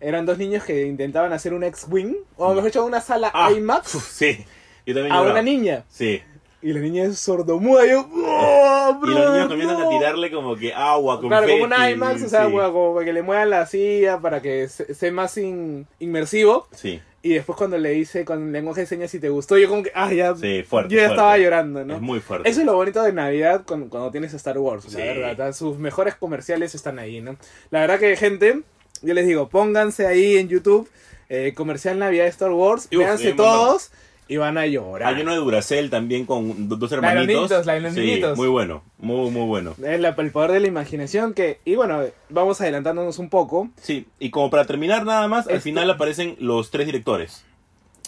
Speaker 1: eran dos niños que intentaban hacer un ex-wing, o mejor dicho, una sala
Speaker 2: Ah,
Speaker 1: IMAX
Speaker 2: Sí. Yo también
Speaker 1: a
Speaker 2: lloraba.
Speaker 1: una niña.
Speaker 2: Sí.
Speaker 1: Y la niña es sordomuda, y yo, ¡Oh,
Speaker 2: Y los niños
Speaker 1: brother,
Speaker 2: comienzan
Speaker 1: no!
Speaker 2: a tirarle como que agua, con
Speaker 1: Claro, como un IMAX, o sea, huevo, como para que le muevan la silla, para que se- sea más in- inmersivo.
Speaker 2: Sí.
Speaker 1: Y después cuando le hice con lenguaje de señas si te gustó, yo como que, ah, ya,
Speaker 2: Sí, fuerte,
Speaker 1: yo ya
Speaker 2: fuerte.
Speaker 1: estaba llorando, ¿no?
Speaker 2: Es muy fuerte.
Speaker 1: Eso es lo bonito de Navidad cuando, cuando tienes Star Wars, la
Speaker 2: Sí.
Speaker 1: verdad. Sus mejores comerciales están ahí, ¿no? La verdad que, gente, yo les digo, pónganse ahí en YouTube, eh, comercial Navidad de Star Wars,
Speaker 2: Uf,
Speaker 1: véanse
Speaker 2: hay un montón.
Speaker 1: todos y van a llorar.
Speaker 2: Hay uno de Duracell también con do- dos
Speaker 1: de los
Speaker 2: hermanitos.
Speaker 1: niñitos, la de los
Speaker 2: Sí,
Speaker 1: niñitos.
Speaker 2: muy bueno, muy, muy bueno.
Speaker 1: Es la- el poder de la imaginación que... Y bueno, vamos adelantándonos un poco.
Speaker 2: Sí, y como para terminar nada más, al
Speaker 1: Este-
Speaker 2: final aparecen los tres directores.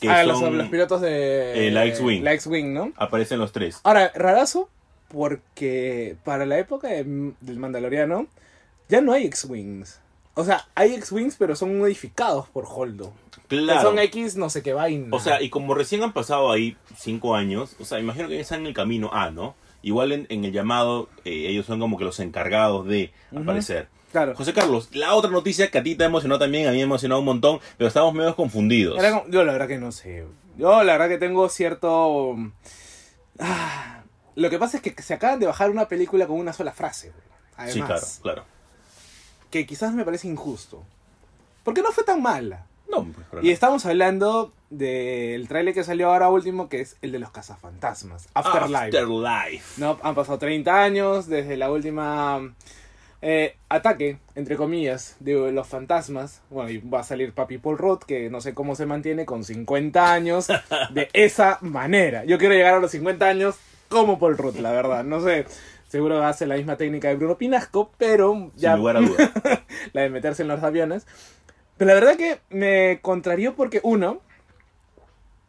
Speaker 2: Que
Speaker 1: a Ah, los,
Speaker 2: son,
Speaker 1: los pilotos de...
Speaker 2: eh, la X-Wing.
Speaker 1: La X-Wing, ¿no?
Speaker 2: aparecen los tres.
Speaker 1: Ahora, rarazo, porque para la época de- del Mandaloriano ya no hay X-Wings. O sea, hay X-Wings, pero son modificados por Holdo.
Speaker 2: Claro.
Speaker 1: Son X no sé qué vaina.
Speaker 2: O sea, y como recién han pasado ahí cinco años, o sea, imagino que ya están en el camino A, ¿no? Igual en, en el llamado, eh, ellos son como que los encargados de
Speaker 1: Ujú.
Speaker 2: aparecer.
Speaker 1: claro.
Speaker 2: José Carlos, la otra noticia que a ti te emocionó también, a mí me emocionó un montón, pero estamos medio confundidos.
Speaker 1: Era como- yo la verdad que no sé. Yo la verdad que tengo cierto... Ah, lo que pasa es que se acaban de bajar una película con una sola frase. Además,
Speaker 2: sí, claro, claro.
Speaker 1: que quizás me parece injusto. Porque no fue tan mala.
Speaker 2: No, pues, para
Speaker 1: Y
Speaker 2: nada.
Speaker 1: estamos hablando del tráiler que salió ahora último, que es el de los cazafantasmas,
Speaker 2: Ah,
Speaker 1: Afterlife.
Speaker 2: Afterlife.
Speaker 1: No, han pasado 30 años desde la última eh, ataque, entre comillas, de los fantasmas. Bueno, y va a salir Papi Paul Roth, que no sé cómo se mantiene con 50 años de esa manera. Yo quiero llegar a los 50 años como Paul Roth, la verdad. No sé, seguro hace la misma técnica de Bruno Pinasco, pero ya
Speaker 2: Sin lugar a dudas.
Speaker 1: la de meterse en los aviones. Pero la verdad que me contrarió porque uno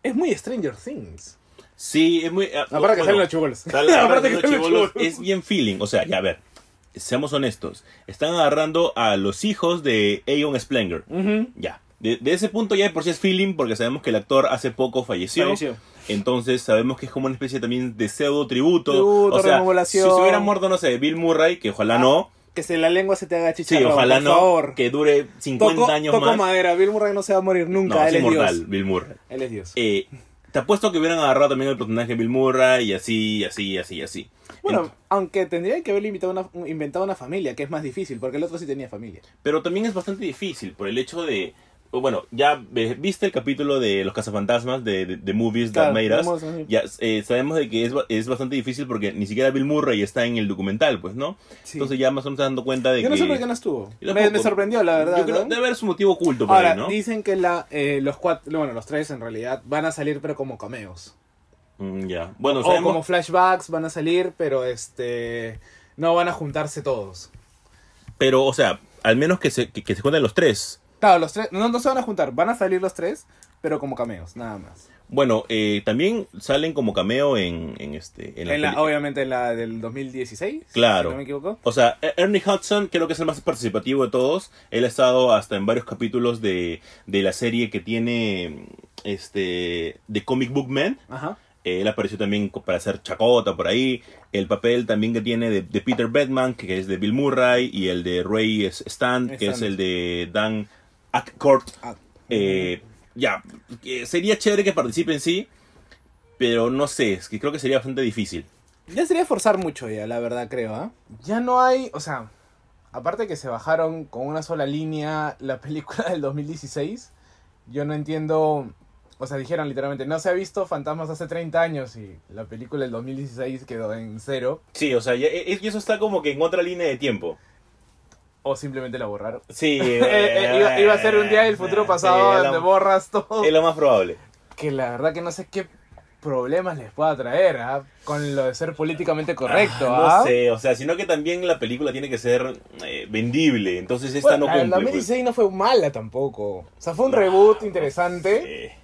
Speaker 1: es muy Stranger Things.
Speaker 2: Sí, es muy. ah,
Speaker 1: Aparte que
Speaker 2: bueno,
Speaker 1: salen los chubolos.
Speaker 2: sale- aparte
Speaker 1: Aparte
Speaker 2: que
Speaker 1: que
Speaker 2: los
Speaker 1: salen los
Speaker 2: chibolos,
Speaker 1: chibolos.
Speaker 2: Es bien feeling. O sea, ya a ver. seamos honestos, están agarrando a los hijos de Aeon Splendor.
Speaker 1: Ujú.
Speaker 2: Ya. De, de ese punto ya de por sí es feeling, porque sabemos que el actor hace poco falleció.
Speaker 1: Falleció.
Speaker 2: Entonces sabemos que es como una especie también de pseudo tributo.
Speaker 1: Tributo,
Speaker 2: o sea, si
Speaker 1: remodelación.
Speaker 2: se hubiera muerto, no sé, Bill Murray, que ojalá no.
Speaker 1: Que se la lengua se te haga
Speaker 2: Sí,
Speaker 1: chicharrón,
Speaker 2: ojalá
Speaker 1: por
Speaker 2: no.
Speaker 1: favor.
Speaker 2: Que dure 50
Speaker 1: Toco-
Speaker 2: años
Speaker 1: toco
Speaker 2: más.
Speaker 1: madera, Bill Murray no se va a morir nunca,
Speaker 2: no, es
Speaker 1: él es
Speaker 2: inmortal,
Speaker 1: Dios.
Speaker 2: Bill Murray.
Speaker 1: Él es Dios.
Speaker 2: Eh, te apuesto que hubieran agarrado también el personaje de Bill Murray y así, y así, y así, y así.
Speaker 1: Bueno,
Speaker 2: Ent-
Speaker 1: aunque tendría que haber invitado una, inventado una familia, que es más difícil, porque el otro sí tenía familia.
Speaker 2: Pero también es bastante difícil por el hecho de. Bueno, ya eh, viste el capítulo de Los Cazafantasmas de, de, de Movies
Speaker 1: Claro,
Speaker 2: That Made Us.
Speaker 1: vamos a ver.
Speaker 2: Ya eh, sabemos de que es, ba- es bastante difícil porque ni siquiera Bill Murray está en el documental, pues, ¿no?
Speaker 1: Sí.
Speaker 2: Entonces ya más o menos te dando cuenta de
Speaker 1: Yo
Speaker 2: que.
Speaker 1: no sé por qué no estuvo.
Speaker 2: Yo
Speaker 1: Me,
Speaker 2: tampoco.
Speaker 1: me sorprendió, la verdad.
Speaker 2: Yo creo-
Speaker 1: ¿no?
Speaker 2: debe haber su motivo oculto por
Speaker 1: Ahora,
Speaker 2: ahí, ¿no?
Speaker 1: dicen que la, eh, los cuatro, bueno, los tres en realidad van a salir, pero como cameos.
Speaker 2: Mm, ya. Bueno,
Speaker 1: o como
Speaker 2: sabemos.
Speaker 1: flashbacks van a salir, pero este. No van a juntarse todos.
Speaker 2: Pero, o sea, al menos que se, que, que se cuenten los tres.
Speaker 1: Claro, los tres. No, no se van a juntar, van a salir los tres, pero como cameos, nada más.
Speaker 2: Bueno, eh, también salen como cameo en, en este. En la
Speaker 1: En la-
Speaker 2: peli-
Speaker 1: obviamente en la del 2016.
Speaker 2: Claro.
Speaker 1: Si no me equivoco.
Speaker 2: O sea, Er- Ernie Hudson creo que es el más participativo de todos. Él ha estado hasta en varios capítulos de, de la serie que tiene este de Comic Book Man.
Speaker 1: Ajá.
Speaker 2: Eh, Él apareció también co- para hacer chacota por ahí. El papel también que tiene de, de Peter Batman, que es de Bill Murray, y el de Ray S- Stant, que es
Speaker 1: Stant.
Speaker 2: el de Dan Aykroyd.
Speaker 1: Ah.
Speaker 2: Eh, ya, eh, sería chévere que participen, sí, pero no sé, es que creo que sería bastante difícil.
Speaker 1: Ya sería forzar mucho ya, la verdad creo, ¿ah? Ya no hay, o sea, aparte que se bajaron con una sola línea la película del 2016, yo no entiendo, o sea, dijeron literalmente, no se ha visto Fantasmas hace 30 años y la película del 2016 quedó en cero,
Speaker 2: Sí, o sea, ya- e- y eso está como que en otra línea de tiempo.
Speaker 1: o simplemente la borraron.
Speaker 2: Sí,
Speaker 1: Eh, eh, iba, iba a ser un día del futuro pasado
Speaker 2: sí, es lo-
Speaker 1: donde borras todo.
Speaker 2: Es lo más probable.
Speaker 1: Que la verdad que no sé qué problemas les pueda traer, ¿ah? Con lo de ser políticamente correcto,
Speaker 2: Ah,
Speaker 1: ¿ah?
Speaker 2: No sé, o sea, sino que también la película tiene que ser eh, vendible, entonces esta
Speaker 1: Bueno,
Speaker 2: no
Speaker 1: la-
Speaker 2: cumple.
Speaker 1: la
Speaker 2: pues.
Speaker 1: 2016 no fue mala tampoco. O sea, fue un
Speaker 2: No,
Speaker 1: reboot interesante.
Speaker 2: Eh,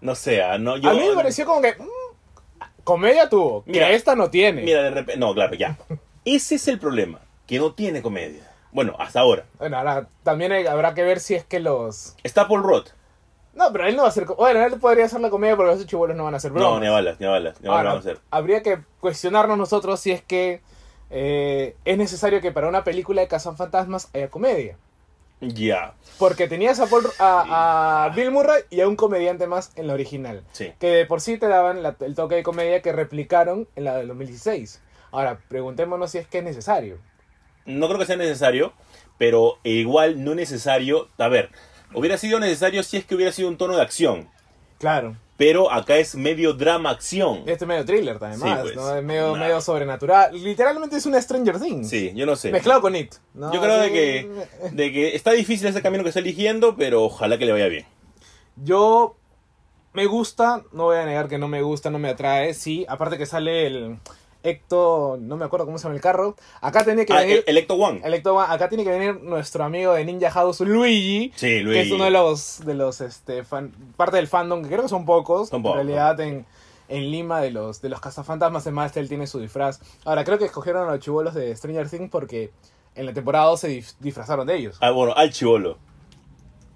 Speaker 2: no sé, ah, no, yo...
Speaker 1: A mí me pareció como que. mm, comedia tuvo,
Speaker 2: Mira,
Speaker 1: que esta no tiene.
Speaker 2: Mira, de repente... No, claro, ya. Ese es el problema, que no tiene comedia. Bueno, hasta ahora.
Speaker 1: Bueno, ahora también hay- habrá que ver si es que los.
Speaker 2: Está Paul Roth.
Speaker 1: No, pero él no va a hacer. co- Bueno, él podría hacer la comedia porque esos chibolos no van a hacer
Speaker 2: No,
Speaker 1: bromas. Ah,
Speaker 2: ni a balas, ni a balas, ni a balas
Speaker 1: Ahora,
Speaker 2: van a hacer.
Speaker 1: Habría que cuestionarnos nosotros si es que eh, es necesario que para una película de Fantasmas haya comedia.
Speaker 2: Ya.
Speaker 1: Porque tenías a, Paul- a- a Bill Murray y a un comediante más en la original.
Speaker 2: Sí.
Speaker 1: que de por sí te daban la- el toque de comedia que replicaron en la del 2016. Ahora, preguntémonos si es que es necesario.
Speaker 2: No creo que sea necesario, pero igual no necesario. A ver, hubiera sido necesario si es que hubiera sido un tono de acción.
Speaker 1: Claro.
Speaker 2: Pero acá es medio drama-acción.
Speaker 1: Este es medio thriller, además,
Speaker 2: Sí, pues.
Speaker 1: ¿no? Es medio,
Speaker 2: Nah.
Speaker 1: medio sobrenatural. Literalmente es una Stranger Things.
Speaker 2: Sí, yo no sé.
Speaker 1: Mezclado con It. ¿no?
Speaker 2: Yo creo de
Speaker 1: Sí.
Speaker 2: que, de que está difícil ese camino que está eligiendo, pero ojalá que le vaya bien.
Speaker 1: Yo... Me gusta, no voy a negar que no me gusta, no me atrae. Sí, aparte que sale el... Ecto... No me acuerdo cómo se llama el carro. Acá tenía que
Speaker 2: Ah,
Speaker 1: venir...
Speaker 2: el- Electo One.
Speaker 1: el Ecto- acá tiene que venir nuestro amigo de Ninja House, Luigi.
Speaker 2: Sí, Luis.
Speaker 1: que es uno de los de los este fan- parte del fandom que creo que son pocos
Speaker 2: Son
Speaker 1: en
Speaker 2: pocos.
Speaker 1: realidad en, en Lima de los de los cazafantasmas en Master él tiene su disfraz ahora creo que escogieron a los chibolos de Stranger Things porque en la temporada 2 se dif- disfrazaron de ellos
Speaker 2: Ah, bueno, al chivolo.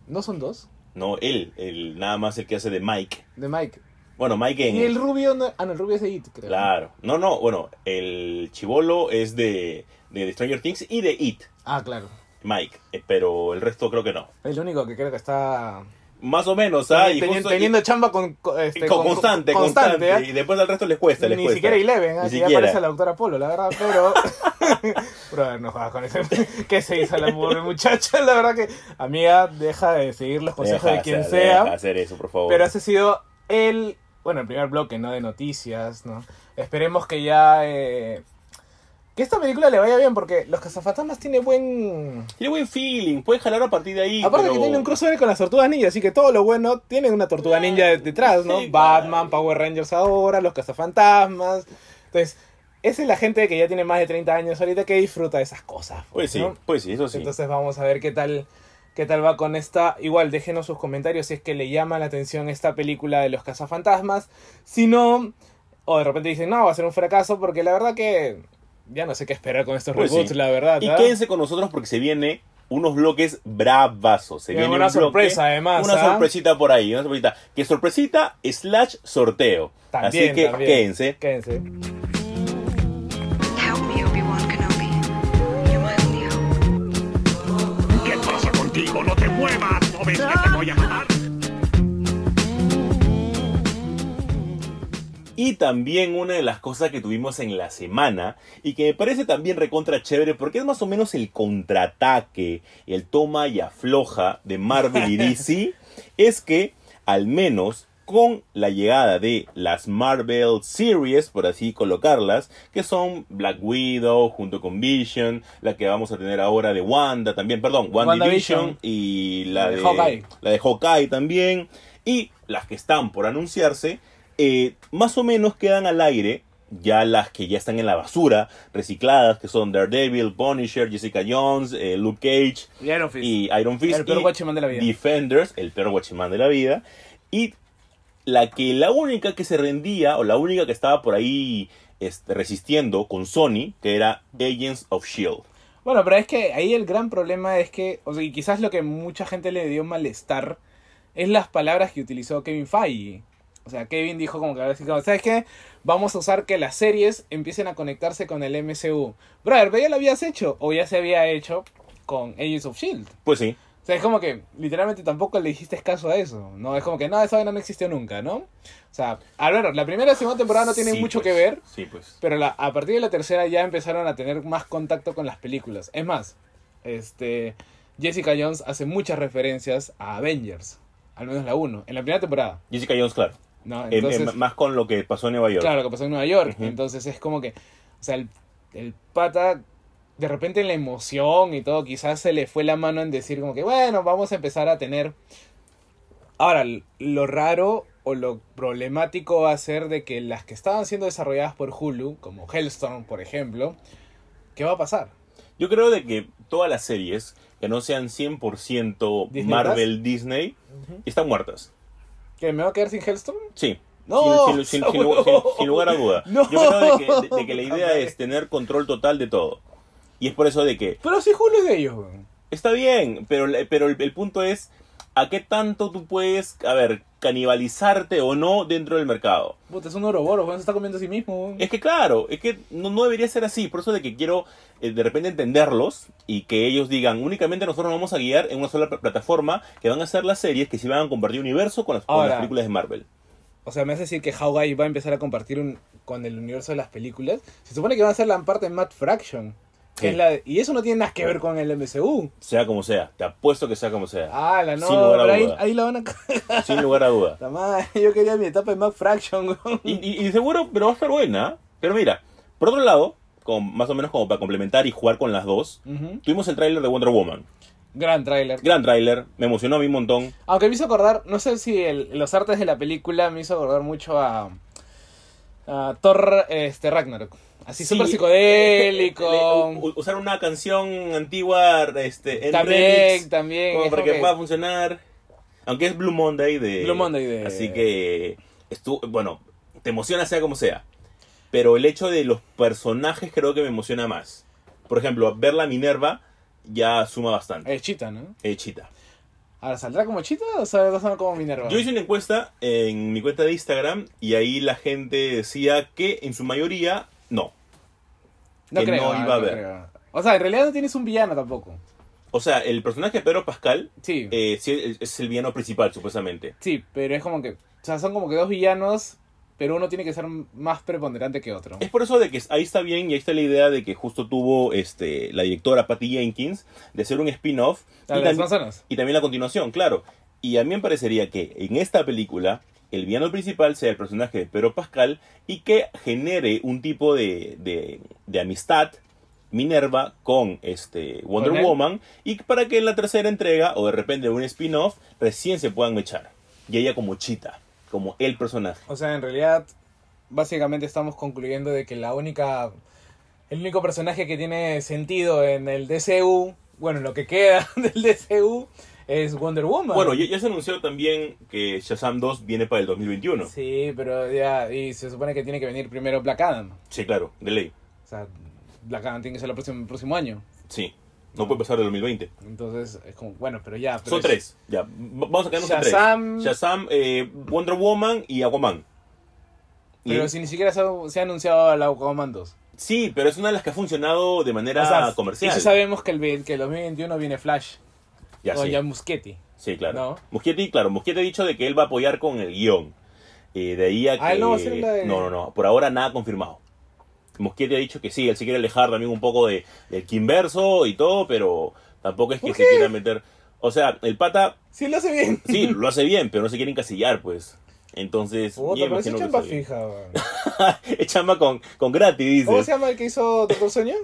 Speaker 1: no son dos
Speaker 2: No, él, el, nada más el que hace de Mike.
Speaker 1: de Mike
Speaker 2: Bueno, Mike en.
Speaker 1: y el rubio no- ah no el rubio es de It creo
Speaker 2: Claro. No, no, bueno, el chivolo es de, de Stranger Things y de It,
Speaker 1: ah claro
Speaker 2: Mike. eh, Pero el resto creo que no.
Speaker 1: el único que creo que está
Speaker 2: Más o menos, ¿ah? Y
Speaker 1: teni-
Speaker 2: justo-
Speaker 1: teniendo chamba con, con-
Speaker 2: y-
Speaker 1: este,
Speaker 2: con-
Speaker 1: con-
Speaker 2: constante, constante.
Speaker 1: ¿ah?
Speaker 2: Y después al resto les cuesta, les
Speaker 1: Ni
Speaker 2: cuesta.
Speaker 1: siquiera Eleven, ¿ah?
Speaker 2: Ni
Speaker 1: que ya
Speaker 2: siquiera.
Speaker 1: aparece la doctora Polo, la verdad, pero. Brother, no jodas con eso. ¿Qué se hizo la pobre muchacha? La verdad que, amiga, deja de seguir los consejos
Speaker 2: Deja
Speaker 1: de quien
Speaker 2: hacer-
Speaker 1: sea.
Speaker 2: deja hacer eso, por favor.
Speaker 1: Pero ese ha sido el. Bueno, el primer bloque, ¿no? De noticias, ¿no? Esperemos que ya. eh, que esta película le vaya bien, porque Los Cazafantasmas tiene buen.
Speaker 2: Tiene buen feeling, puedes jalar a partir de ahí.
Speaker 1: Aparte
Speaker 2: pero-
Speaker 1: que tiene un crossover con las tortugas ninja, así que todo lo bueno tiene una tortuga ninja de- detrás, ¿no?
Speaker 2: Sí,
Speaker 1: Batman,
Speaker 2: claro.
Speaker 1: Power Rangers ahora, los cazafantasmas. Entonces, esa es la gente que ya tiene más de 30 años ahorita que disfruta de esas cosas.
Speaker 2: Pues sí,
Speaker 1: ¿no?
Speaker 2: pues sí, eso sí.
Speaker 1: Entonces vamos a ver qué tal, qué tal va con esta. Igual, déjenos sus comentarios si es que le llama la atención esta película de los cazafantasmas. Si no, o de repente dicen, no, va a ser un fracaso, porque la verdad que ya no sé qué esperar con estos
Speaker 2: Pues
Speaker 1: reboots,
Speaker 2: sí.
Speaker 1: la verdad.
Speaker 2: Y
Speaker 1: ¿ah?
Speaker 2: quédense con nosotros porque se viene unos bloques bravazos. Se
Speaker 1: Y
Speaker 2: viene
Speaker 1: una
Speaker 2: un bloque-
Speaker 1: sorpresa, además,
Speaker 2: Una
Speaker 1: ¿ah?
Speaker 2: sorpresita por ahí, una sorpresita. Que sorpresita slash sorteo.
Speaker 1: También,
Speaker 2: Así que
Speaker 1: también.
Speaker 2: quédense.
Speaker 1: Quédense.
Speaker 3: Help me, Obi-Wan Kenobi. You're my only hope.
Speaker 4: ¿Qué pasa contigo? ¡No te muevas! ¿No ves que te voy a matar?
Speaker 2: Y también una de las cosas que tuvimos en la semana y que me parece también recontra chévere porque es más o menos el contraataque, el toma y afloja de Marvel y DC, es que al menos con la llegada de las Marvel Series, por así colocarlas, que son Black Widow junto con Vision, la que vamos a tener ahora de Wanda también, perdón, WandaVision
Speaker 1: WandaVision.
Speaker 2: y la
Speaker 1: De
Speaker 2: de,
Speaker 1: Hawkeye.
Speaker 2: la de Hawkeye también, y las que están por anunciarse, eh, más o menos quedan al aire ya las que ya están en la basura, recicladas, que son Daredevil, Punisher, Jessica Jones, eh, Luke Cage
Speaker 1: Y Iron Fist.
Speaker 2: y Iron Fist.
Speaker 1: El peor
Speaker 2: y
Speaker 1: guachimán de la vida.
Speaker 2: Defenders, el peor guachimán de la vida. Y la que la única que se rendía, o la única que estaba por ahí este, resistiendo con Sony, que era Agents of Shield.
Speaker 1: Bueno, pero es que ahí el gran problema es que, o sea, y quizás lo que mucha gente le dio malestar es las palabras que utilizó Kevin Feige. O sea, Kevin dijo como que, así como, ¿sabes qué? Vamos a usar que las series empiecen a conectarse con el MCU. Brother, pero ya lo habías hecho, o ya se había hecho con Agents of Shield.
Speaker 2: Pues sí,
Speaker 1: E O sea, es como que literalmente tampoco le dijiste caso a eso, ¿no? Es como que, no, esa vaina no existió nunca, ¿no? O sea, al menos la primera y segunda temporada no tienen
Speaker 2: Sí,
Speaker 1: mucho
Speaker 2: pues.
Speaker 1: que ver,
Speaker 2: Sí, pues.
Speaker 1: pero la- a partir de la tercera ya empezaron a tener más contacto con las películas. Es más, este, Jessica Jones hace muchas referencias a Avengers, al menos la 1, en la primera temporada.
Speaker 2: Jessica Jones, claro.
Speaker 1: ¿no?
Speaker 2: Em- em,
Speaker 1: Entonces,
Speaker 2: más con lo que pasó en Nueva York.
Speaker 1: claro, lo que pasó en Nueva York.
Speaker 2: Ujú.
Speaker 1: Entonces es como que, o sea, el, el pata, de repente la emoción y todo, quizás se le fue la mano en decir como que, bueno, vamos a empezar a tener... Ahora, l- lo raro o lo problemático va a ser de que las que estaban siendo desarrolladas por Hulu, como Hellstone, por ejemplo, ¿qué va a pasar?
Speaker 2: Yo creo de que todas las series que no sean 100%
Speaker 1: ¿Disney
Speaker 2: Marvel, Disney, están muerstone.
Speaker 1: ¿Que me va a quedar sin Hellstone?
Speaker 2: Sí.
Speaker 1: No,
Speaker 2: sin, sin- sin- sin-
Speaker 1: huevón.
Speaker 2: sin- sin lugar a duda.
Speaker 1: No.
Speaker 2: Yo creo de que, de- de que la idea
Speaker 1: Madre.
Speaker 2: es tener control total de todo. Y es por eso de que
Speaker 1: Pero si Hulu es de ellos, weón.
Speaker 2: está bien, pero, la- pero el, el punto es a qué tanto tú puedes, a ver, canibalizarte o no dentro del mercado.
Speaker 1: Puta, es un oroboros, weón, se está comiendo a sí mismo. weón.
Speaker 2: Es que claro, es que no, no debería ser así. Por eso de que quiero eh, de repente entenderlos y que ellos digan, únicamente nosotros nos vamos a guiar en una sola pl- plataforma que van a ser las series que sí van a compartir universo con las, con
Speaker 1: Ahora.
Speaker 2: las películas de Marvel.
Speaker 1: O sea, me hace decir que Hawkeye va a empezar a compartir un- con el universo de las películas. Se supone que van a hacer la parte de Matt Fraction. que
Speaker 2: Sí.
Speaker 1: es la de- y eso no tiene nada que ver con el MCU.
Speaker 2: Sea como sea, te apuesto que sea como sea.
Speaker 1: Ah, la no,
Speaker 2: Sin lugar a
Speaker 1: pero ahí,
Speaker 2: duda.
Speaker 1: ahí la van a... c-
Speaker 2: Sin lugar a duda.
Speaker 1: La madre, yo quería mi etapa de Matt Fraction, weón.
Speaker 2: Y, y- y seguro, pero va a estar buena. ¿eh? Pero mira, por otro lado, como- más o menos como para complementar y jugar con las dos,
Speaker 1: Ujú.
Speaker 2: tuvimos el tráiler de Wonder Woman.
Speaker 1: Gran tráiler.
Speaker 2: Gran tráiler, me emocionó a mí un montón.
Speaker 1: Aunque me hizo acordar, no sé si el- los artes de la película me hizo acordar mucho a, a Thor este, Ragnarok. Así súper
Speaker 2: Sí,
Speaker 1: psicodélico.
Speaker 2: u- Usar una canción antigua este, en
Speaker 1: también,
Speaker 2: remix,
Speaker 1: también.
Speaker 2: como
Speaker 1: es
Speaker 2: para
Speaker 1: como
Speaker 2: que
Speaker 1: que-
Speaker 2: pueda funcionar. Aunque es Blue Monday de.
Speaker 1: Blue Monday de-
Speaker 2: Así que. estu- bueno, te emociona sea como sea. Pero el hecho de los personajes creo que me emociona más. Por ejemplo, ver la Minerva ya suma bastante.
Speaker 1: Es chita, ¿no?
Speaker 2: Eh, Chita.
Speaker 1: Ahora, ¿saldrá como chita o saldrá solo como Minerva?
Speaker 2: Yo hice una encuesta en mi cuenta de Instagram y ahí la gente decía que en su mayoría no.
Speaker 1: no
Speaker 2: que
Speaker 1: creo.
Speaker 2: no
Speaker 1: ah,
Speaker 2: iba a ver.
Speaker 1: creo. O sea, en realidad no tienes un villano tampoco.
Speaker 2: O sea, el personaje de Pedro Pascal
Speaker 1: Sí.
Speaker 2: eh, sí, es- es el villano principal, supuestamente.
Speaker 1: Sí, pero es como que. O sea, son como que dos villanos, pero uno tiene que ser más preponderante que otro.
Speaker 2: Es por eso de que ahí está bien y ahí está la idea de que justo tuvo este, la directora Patty Jenkins de hacer un spin-off y,
Speaker 1: Dale, las
Speaker 2: tambi-
Speaker 1: manzanas.
Speaker 2: y también la continuación, claro. Y a mí me parecería que en esta película el villano principal sea el personaje de Pedro Pascal y que genere un tipo de, de- de amistad Minerva con este Wonder
Speaker 1: ¿Con él?
Speaker 2: Woman y para que en la tercera entrega o de repente un spin-off recién se puedan echar. Y ella como chita, como el personaje.
Speaker 1: O sea, en realidad, básicamente estamos concluyendo de que la única. El único personaje que tiene sentido en el DCU, bueno, lo que queda del DCU, es Wonder Woman.
Speaker 2: Bueno, ya, ya se anunció también que Shazam 2 viene para el 2021. Sí,
Speaker 1: Sí, pero ya. Y se supone que tiene que venir primero Black Adam.
Speaker 2: claro, de ley.
Speaker 1: O sea, la cagan, tiene que ser el próximo, el próximo año.
Speaker 2: Sí. No puede pasar el 2020.
Speaker 1: Entonces, es como, bueno, pero ya. pero
Speaker 2: Son
Speaker 1: es-
Speaker 2: tres. Ya. v- Vamos a quedarnos en
Speaker 1: Shazam.
Speaker 2: tres. Shazam, eh, Wonder Woman y Aquaman. Y-
Speaker 1: Pero si ni siquiera se ha, se ha anunciado la Aquaman 2.
Speaker 2: Sí, pero es una de las que ha funcionado de manera
Speaker 1: O sea,
Speaker 2: comercial.
Speaker 1: Y sí sabemos que el, ve- que el 2021 viene Flash.
Speaker 2: Ya,
Speaker 1: o
Speaker 2: sí.
Speaker 1: ya Muschetti.
Speaker 2: Sí, claro.
Speaker 1: ¿No?
Speaker 2: Muschietti, claro, Muschietti ha dicho de que él va a apoyar con el guión. Eh, de ahí a que...
Speaker 1: Ah, él no va a hacer la de-
Speaker 2: No, no, no. Por ahora nada confirmado. Muschietti ha dicho que sí, él se quiere alejar también un poco de, del Kimverso y todo, pero tampoco es que se quiera meter... O sea, el pata,
Speaker 1: Sí, lo hace bien.
Speaker 2: sí, lo hace bien, pero no se quiere encasillar, pues. Entonces,
Speaker 1: Puta,
Speaker 2: ya
Speaker 1: pero esa
Speaker 2: imagino que
Speaker 1: chamba
Speaker 2: está bien.
Speaker 1: fija, weón.
Speaker 2: Es chamba con, con gratis, dices.
Speaker 1: ¿Cómo se llama el que hizo Doctor Sueño?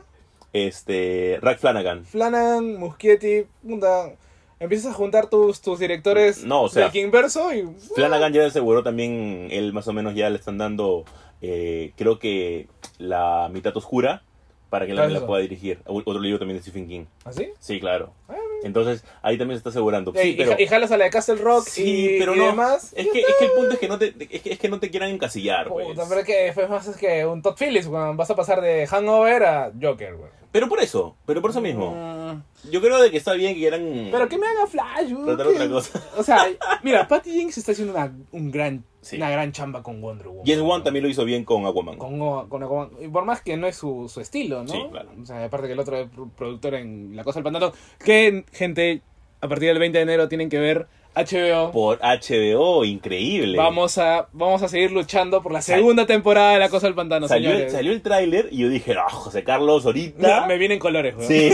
Speaker 2: Este, Rack Flanagan.
Speaker 1: Flanagan, Muschietti, punta. Empiezas a juntar tus, tus directores
Speaker 2: No, o sea,
Speaker 1: del Kingverso y. uh,
Speaker 2: Flanagan ya aseguró también, él más o menos ya le están dando, eh, creo que la mitad oscura para que la,
Speaker 1: Claro,
Speaker 2: la
Speaker 1: eso.
Speaker 2: pueda dirigir. O- Otro libro también de Stephen King.
Speaker 1: ¿Así?
Speaker 2: Sí, claro.
Speaker 1: Ah,
Speaker 2: Entonces ahí también se está asegurando.
Speaker 1: Y-
Speaker 2: Sí,
Speaker 1: y,
Speaker 2: pero,
Speaker 1: y jalas a la de Castle Rock
Speaker 2: sí,
Speaker 1: y,
Speaker 2: pero
Speaker 1: y
Speaker 2: no.
Speaker 1: demás.
Speaker 2: Es que, es que el punto es que no te, es que, es que no te quieran encasillar. pues.
Speaker 1: Puta, pero que después más es que un Todd Phillips, weón. Vas a pasar de Hangover a Joker, weón.
Speaker 2: Pero por eso, pero por eso mismo.
Speaker 1: Mm.
Speaker 2: Yo creo de que está bien que quieran...
Speaker 1: Pero que me haga Flash, weón.
Speaker 2: Tratar
Speaker 1: que-
Speaker 2: otra cosa.
Speaker 1: O sea, mira, Patty Jenkins está haciendo una, un gran,
Speaker 2: Sí.
Speaker 1: una gran chamba con Wonder Woman.
Speaker 2: James Wan también lo hizo bien con Aquaman.
Speaker 1: Con, Go- con Aquaman. Y por más que no es su, su estilo, ¿no?
Speaker 2: Sí, claro.
Speaker 1: O sea, aparte que el otro es pro- productor en La Cosa del Pantano. Que, gente, a partir del 20 de enero tienen que ver HBO.
Speaker 2: Por HBO, increíble.
Speaker 1: Vamos a, vamos a seguir luchando por la segunda temporada de La Cosa del Pantano,
Speaker 2: salió, el-
Speaker 1: señores.
Speaker 2: salió el tráiler y yo dije, ah, José Carlos, ahorita.
Speaker 1: No, me vienen colores, weón.
Speaker 2: Sí.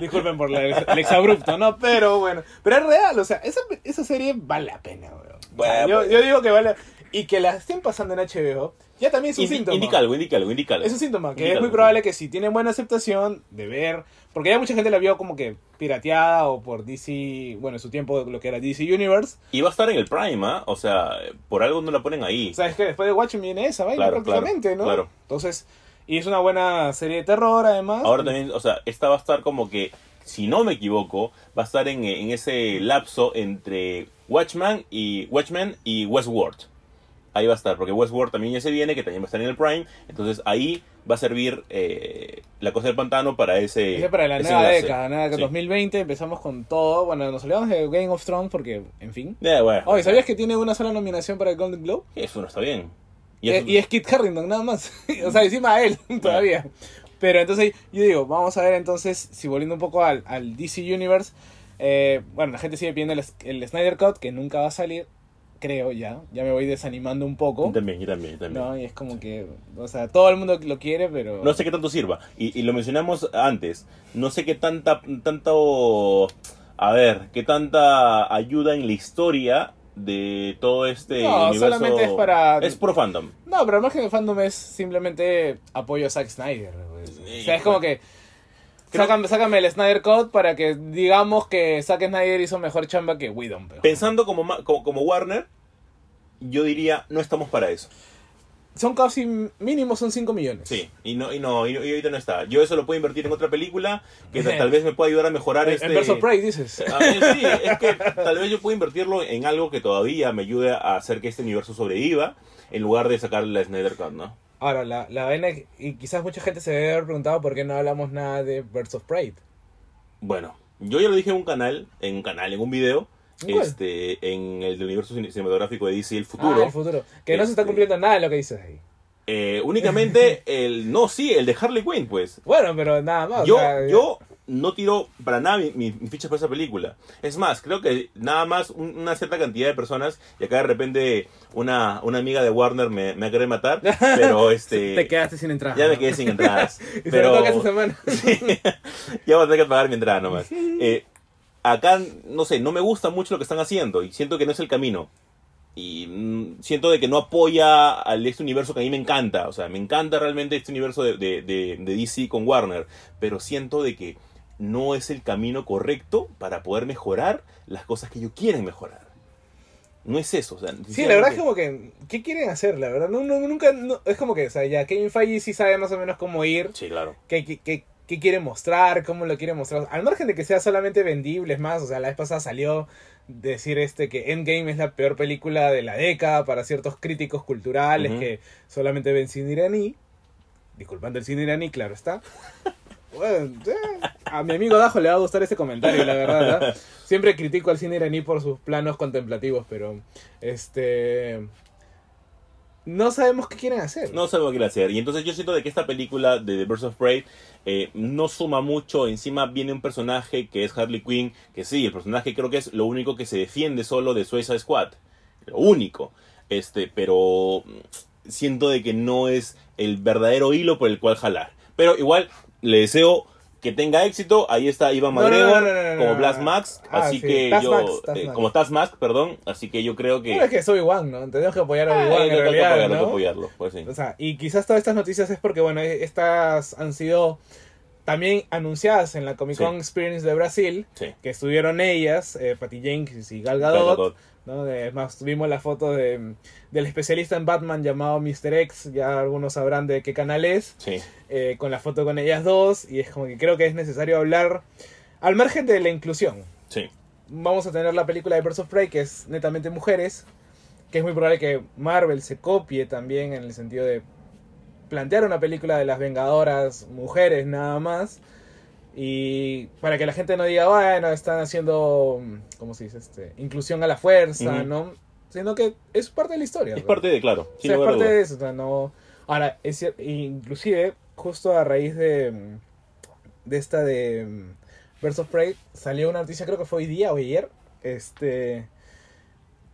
Speaker 1: Disculpen por la, el exabrupto, ¿no? Pero bueno. Pero es real, o sea, esa, esa serie vale la pena, weón. O sea,
Speaker 2: Bueno, pues.
Speaker 1: yo, yo digo que vale. Y que la estén pasando en HBO, ya también es un
Speaker 2: Indi-
Speaker 1: síntoma.
Speaker 2: indica algo, indica algo, indica algo.
Speaker 1: Es un síntoma, que
Speaker 2: Indica
Speaker 1: es muy
Speaker 2: algo.
Speaker 1: probable que si tienen buena aceptación de ver, porque ya mucha gente la vio como que pirateada o por DC, bueno, en su tiempo lo que era DC Universe.
Speaker 2: Y va a estar en el Prime, ¿ah? O sea, por algo no la ponen ahí.
Speaker 1: O sea, es que después de Watchmen viene esa vaina
Speaker 2: Claro,
Speaker 1: prácticamente,
Speaker 2: claro,
Speaker 1: ¿no?
Speaker 2: claro.
Speaker 1: Entonces, y es una buena serie de terror además.
Speaker 2: Ahora también, o sea, esta va a estar como que, si no me equivoco, va a estar en, eh, en ese lapso entre Watchman y Watchmen y Westworld. Ahí va a estar, porque Westworld también ya se viene, que también va a estar en el Prime. Entonces ahí va a servir eh, la cosa del pantano para ese.
Speaker 1: Ese para la
Speaker 2: ese
Speaker 1: nueva
Speaker 2: enlace.
Speaker 1: década, nada que
Speaker 2: Sí.
Speaker 1: 2020 empezamos con todo. Bueno, nos olvidamos de Game of Thrones porque, en fin.
Speaker 2: Eh, bueno.
Speaker 1: Oye, ¿sabías que tiene una sola nominación para el Golden Globe?
Speaker 2: Eso no está bien.
Speaker 1: Eh, Y,
Speaker 2: eso-
Speaker 1: es Kit Harrington, nada más. o sea, encima a él todavía. Pero entonces yo digo, vamos a ver entonces, si volviendo un poco al, al DC Universe, eh, bueno, la gente sigue pidiendo el, el Snyder Cut, que nunca va a salir, creo ya. Ya me voy desanimando un poco.
Speaker 2: Yo también, yo también, yo también.
Speaker 1: ¿no? Y es como que, o sea, todo el mundo lo quiere, pero...
Speaker 2: No sé qué tanto sirva. Y, y lo mencionamos antes. No sé qué tanta, tanto, a ver, qué tanta ayuda en la historia de todo este
Speaker 1: No,
Speaker 2: universo.
Speaker 1: solamente es para-
Speaker 2: Es pro fandom.
Speaker 1: No, pero más que el fandom es simplemente apoyo a Zack Snyder. pues.
Speaker 2: Sí,
Speaker 1: o sea, es como que.
Speaker 2: Creo-
Speaker 1: Sácame, sácame el Snyder Code para que digamos que Zack Snyder hizo mejor chamba que Whedon. pero-
Speaker 2: Pensando como, ma- como, como Warner, yo diría, no estamos para eso.
Speaker 1: Son casi mínimo, son 5 millones.
Speaker 2: Sí, y no, y no, y, y ahorita no está. Yo eso lo puedo invertir en otra película que ta- tal vez me pueda ayudar a mejorar
Speaker 1: En,
Speaker 2: este...
Speaker 1: en Birds of Prey dices.
Speaker 2: A ver, sí, es que tal vez yo pueda invertirlo en algo que todavía me ayude a hacer que este universo sobreviva en lugar de sacar la Snyder Cut, ¿no?
Speaker 1: Ahora, la, la vaina, y quizás mucha gente se debe haber preguntado por qué no hablamos nada de Birds of Prey.
Speaker 2: Bueno, yo ya lo dije en un canal, en un canal, en un video,
Speaker 1: ¿En cuál?
Speaker 2: este, en el del universo cine- cinematográfico de DC, el
Speaker 1: Ah,
Speaker 2: futuro.
Speaker 1: el futuro. Que no se está
Speaker 2: Este-
Speaker 1: cumpliendo nada de lo que dices ahí.
Speaker 2: Eh, únicamente el, no, sí, el de Harley Quinn, pues.
Speaker 1: Bueno, pero nada más. o
Speaker 2: Yo,
Speaker 1: sea,
Speaker 2: yo no tiro para nada mi- mi- mis fichas para esa película. Es más, creo que nada más un- una cierta cantidad de personas, y acá de repente una, una amiga de Warner me, me quiere matar, pero este...
Speaker 1: Te quedaste sin entrar.
Speaker 2: Ya me quedé sin entradas.
Speaker 1: Y
Speaker 2: pero...
Speaker 1: pero... se me toca esta semana.
Speaker 2: Sí. ya voy a tener que pagar mi entrada nomás. Eh, acá, no sé, no me gusta mucho lo que están haciendo y siento que no es el camino. Y mm, siento de que no apoya al este universo que a mí me encanta. O sea, me encanta realmente este universo de, de- de- de DC con Warner. Pero siento de que no es el camino correcto para poder mejorar las cosas que ellos quieren mejorar. No es eso. o sea,
Speaker 1: Sí, la verdad es como que, ¿qué quieren hacer? La verdad, no, no- nunca, no- es como que, o sea, ya Kevin Feige sí sabe más o menos cómo ir,
Speaker 2: Sí, claro.
Speaker 1: qué, qué, qué- qué quiere mostrar, cómo lo quiere mostrar. Al margen de que sea solamente vendible, es más, o sea, la vez pasada salió decir este que Endgame es la peor película de la década para ciertos críticos culturales
Speaker 2: Ujú.
Speaker 1: que solamente ven cine iraní. disculpando el cine iraní, claro está. Bueno, eh, a mi amigo Dajo le va a gustar ese comentario, la verdad. ¿ah? Siempre critico al cine iraní por sus planos contemplativos, pero este no sabemos qué quieren hacer.
Speaker 2: No sabemos qué hacer. Y entonces yo siento de que esta película de The Birds of Prey eh, no suma mucho. Encima viene un personaje que es Harley Quinn, que sí, el personaje creo que es lo único que se defiende solo de Suicide Squad. Lo único. Este, pero mm, siento de que no es el verdadero hilo por el cual jalar. Pero igual le deseo que tenga éxito. Ahí está Iván
Speaker 1: No, no, no,
Speaker 2: Madrego
Speaker 1: no, no, no,
Speaker 2: como
Speaker 1: no.
Speaker 2: Blast Max.
Speaker 1: Ah,
Speaker 2: así
Speaker 1: sí,
Speaker 2: que
Speaker 1: Taz
Speaker 2: yo.
Speaker 1: Max, Taz
Speaker 2: eh,
Speaker 1: Max.
Speaker 2: como Taz Max, perdón. Así que yo creo que.
Speaker 1: Bueno, es que es Obi-Wan, ¿no? Tenemos que apoyar a
Speaker 2: Ah,
Speaker 1: Obi-Wan
Speaker 2: hay
Speaker 1: en
Speaker 2: que
Speaker 1: realidad,
Speaker 2: apoyarlo, hay que
Speaker 1: ¿no?
Speaker 2: apoyarlo, pues sí.
Speaker 1: O sea, y quizás todas estas noticias es porque, bueno, e-, estas han sido también anunciadas en la Comic Con
Speaker 2: Sí.
Speaker 1: Experience de Brasil,
Speaker 2: Sí.
Speaker 1: que estuvieron ellas, eh, Patty Jenkins y Gal Gadot,
Speaker 2: Gal Gadot.
Speaker 1: ¿no? De- es más, tuvimos la foto de, del especialista en Batman llamado Mr. X, ya algunos sabrán de qué canal es,
Speaker 2: Sí.
Speaker 1: eh, con la foto con ellas dos, y es como que creo que es necesario hablar al margen de la inclusión.
Speaker 2: Sí.
Speaker 1: Vamos a tener la película de Birds of Prey, que es netamente mujeres, que es muy probable que Marvel se copie también en el sentido de plantear una película de las Vengadoras mujeres nada más. Y para que la gente no diga, bueno, están haciendo, ¿cómo se dice? Este, inclusión a la fuerza,
Speaker 2: Ujú.
Speaker 1: ¿no? Sino que es parte de la historia.
Speaker 2: Es
Speaker 1: ¿no?
Speaker 2: parte de, claro.
Speaker 1: O
Speaker 2: sin
Speaker 1: sea, es
Speaker 2: lugar a
Speaker 1: parte de
Speaker 2: dudas.
Speaker 1: eso. o sea, no... Ahora, es cier- inclusive, justo a raíz de, mm, de esta de mm, Birds of Prey, salió una noticia, creo que fue hoy día o ayer, este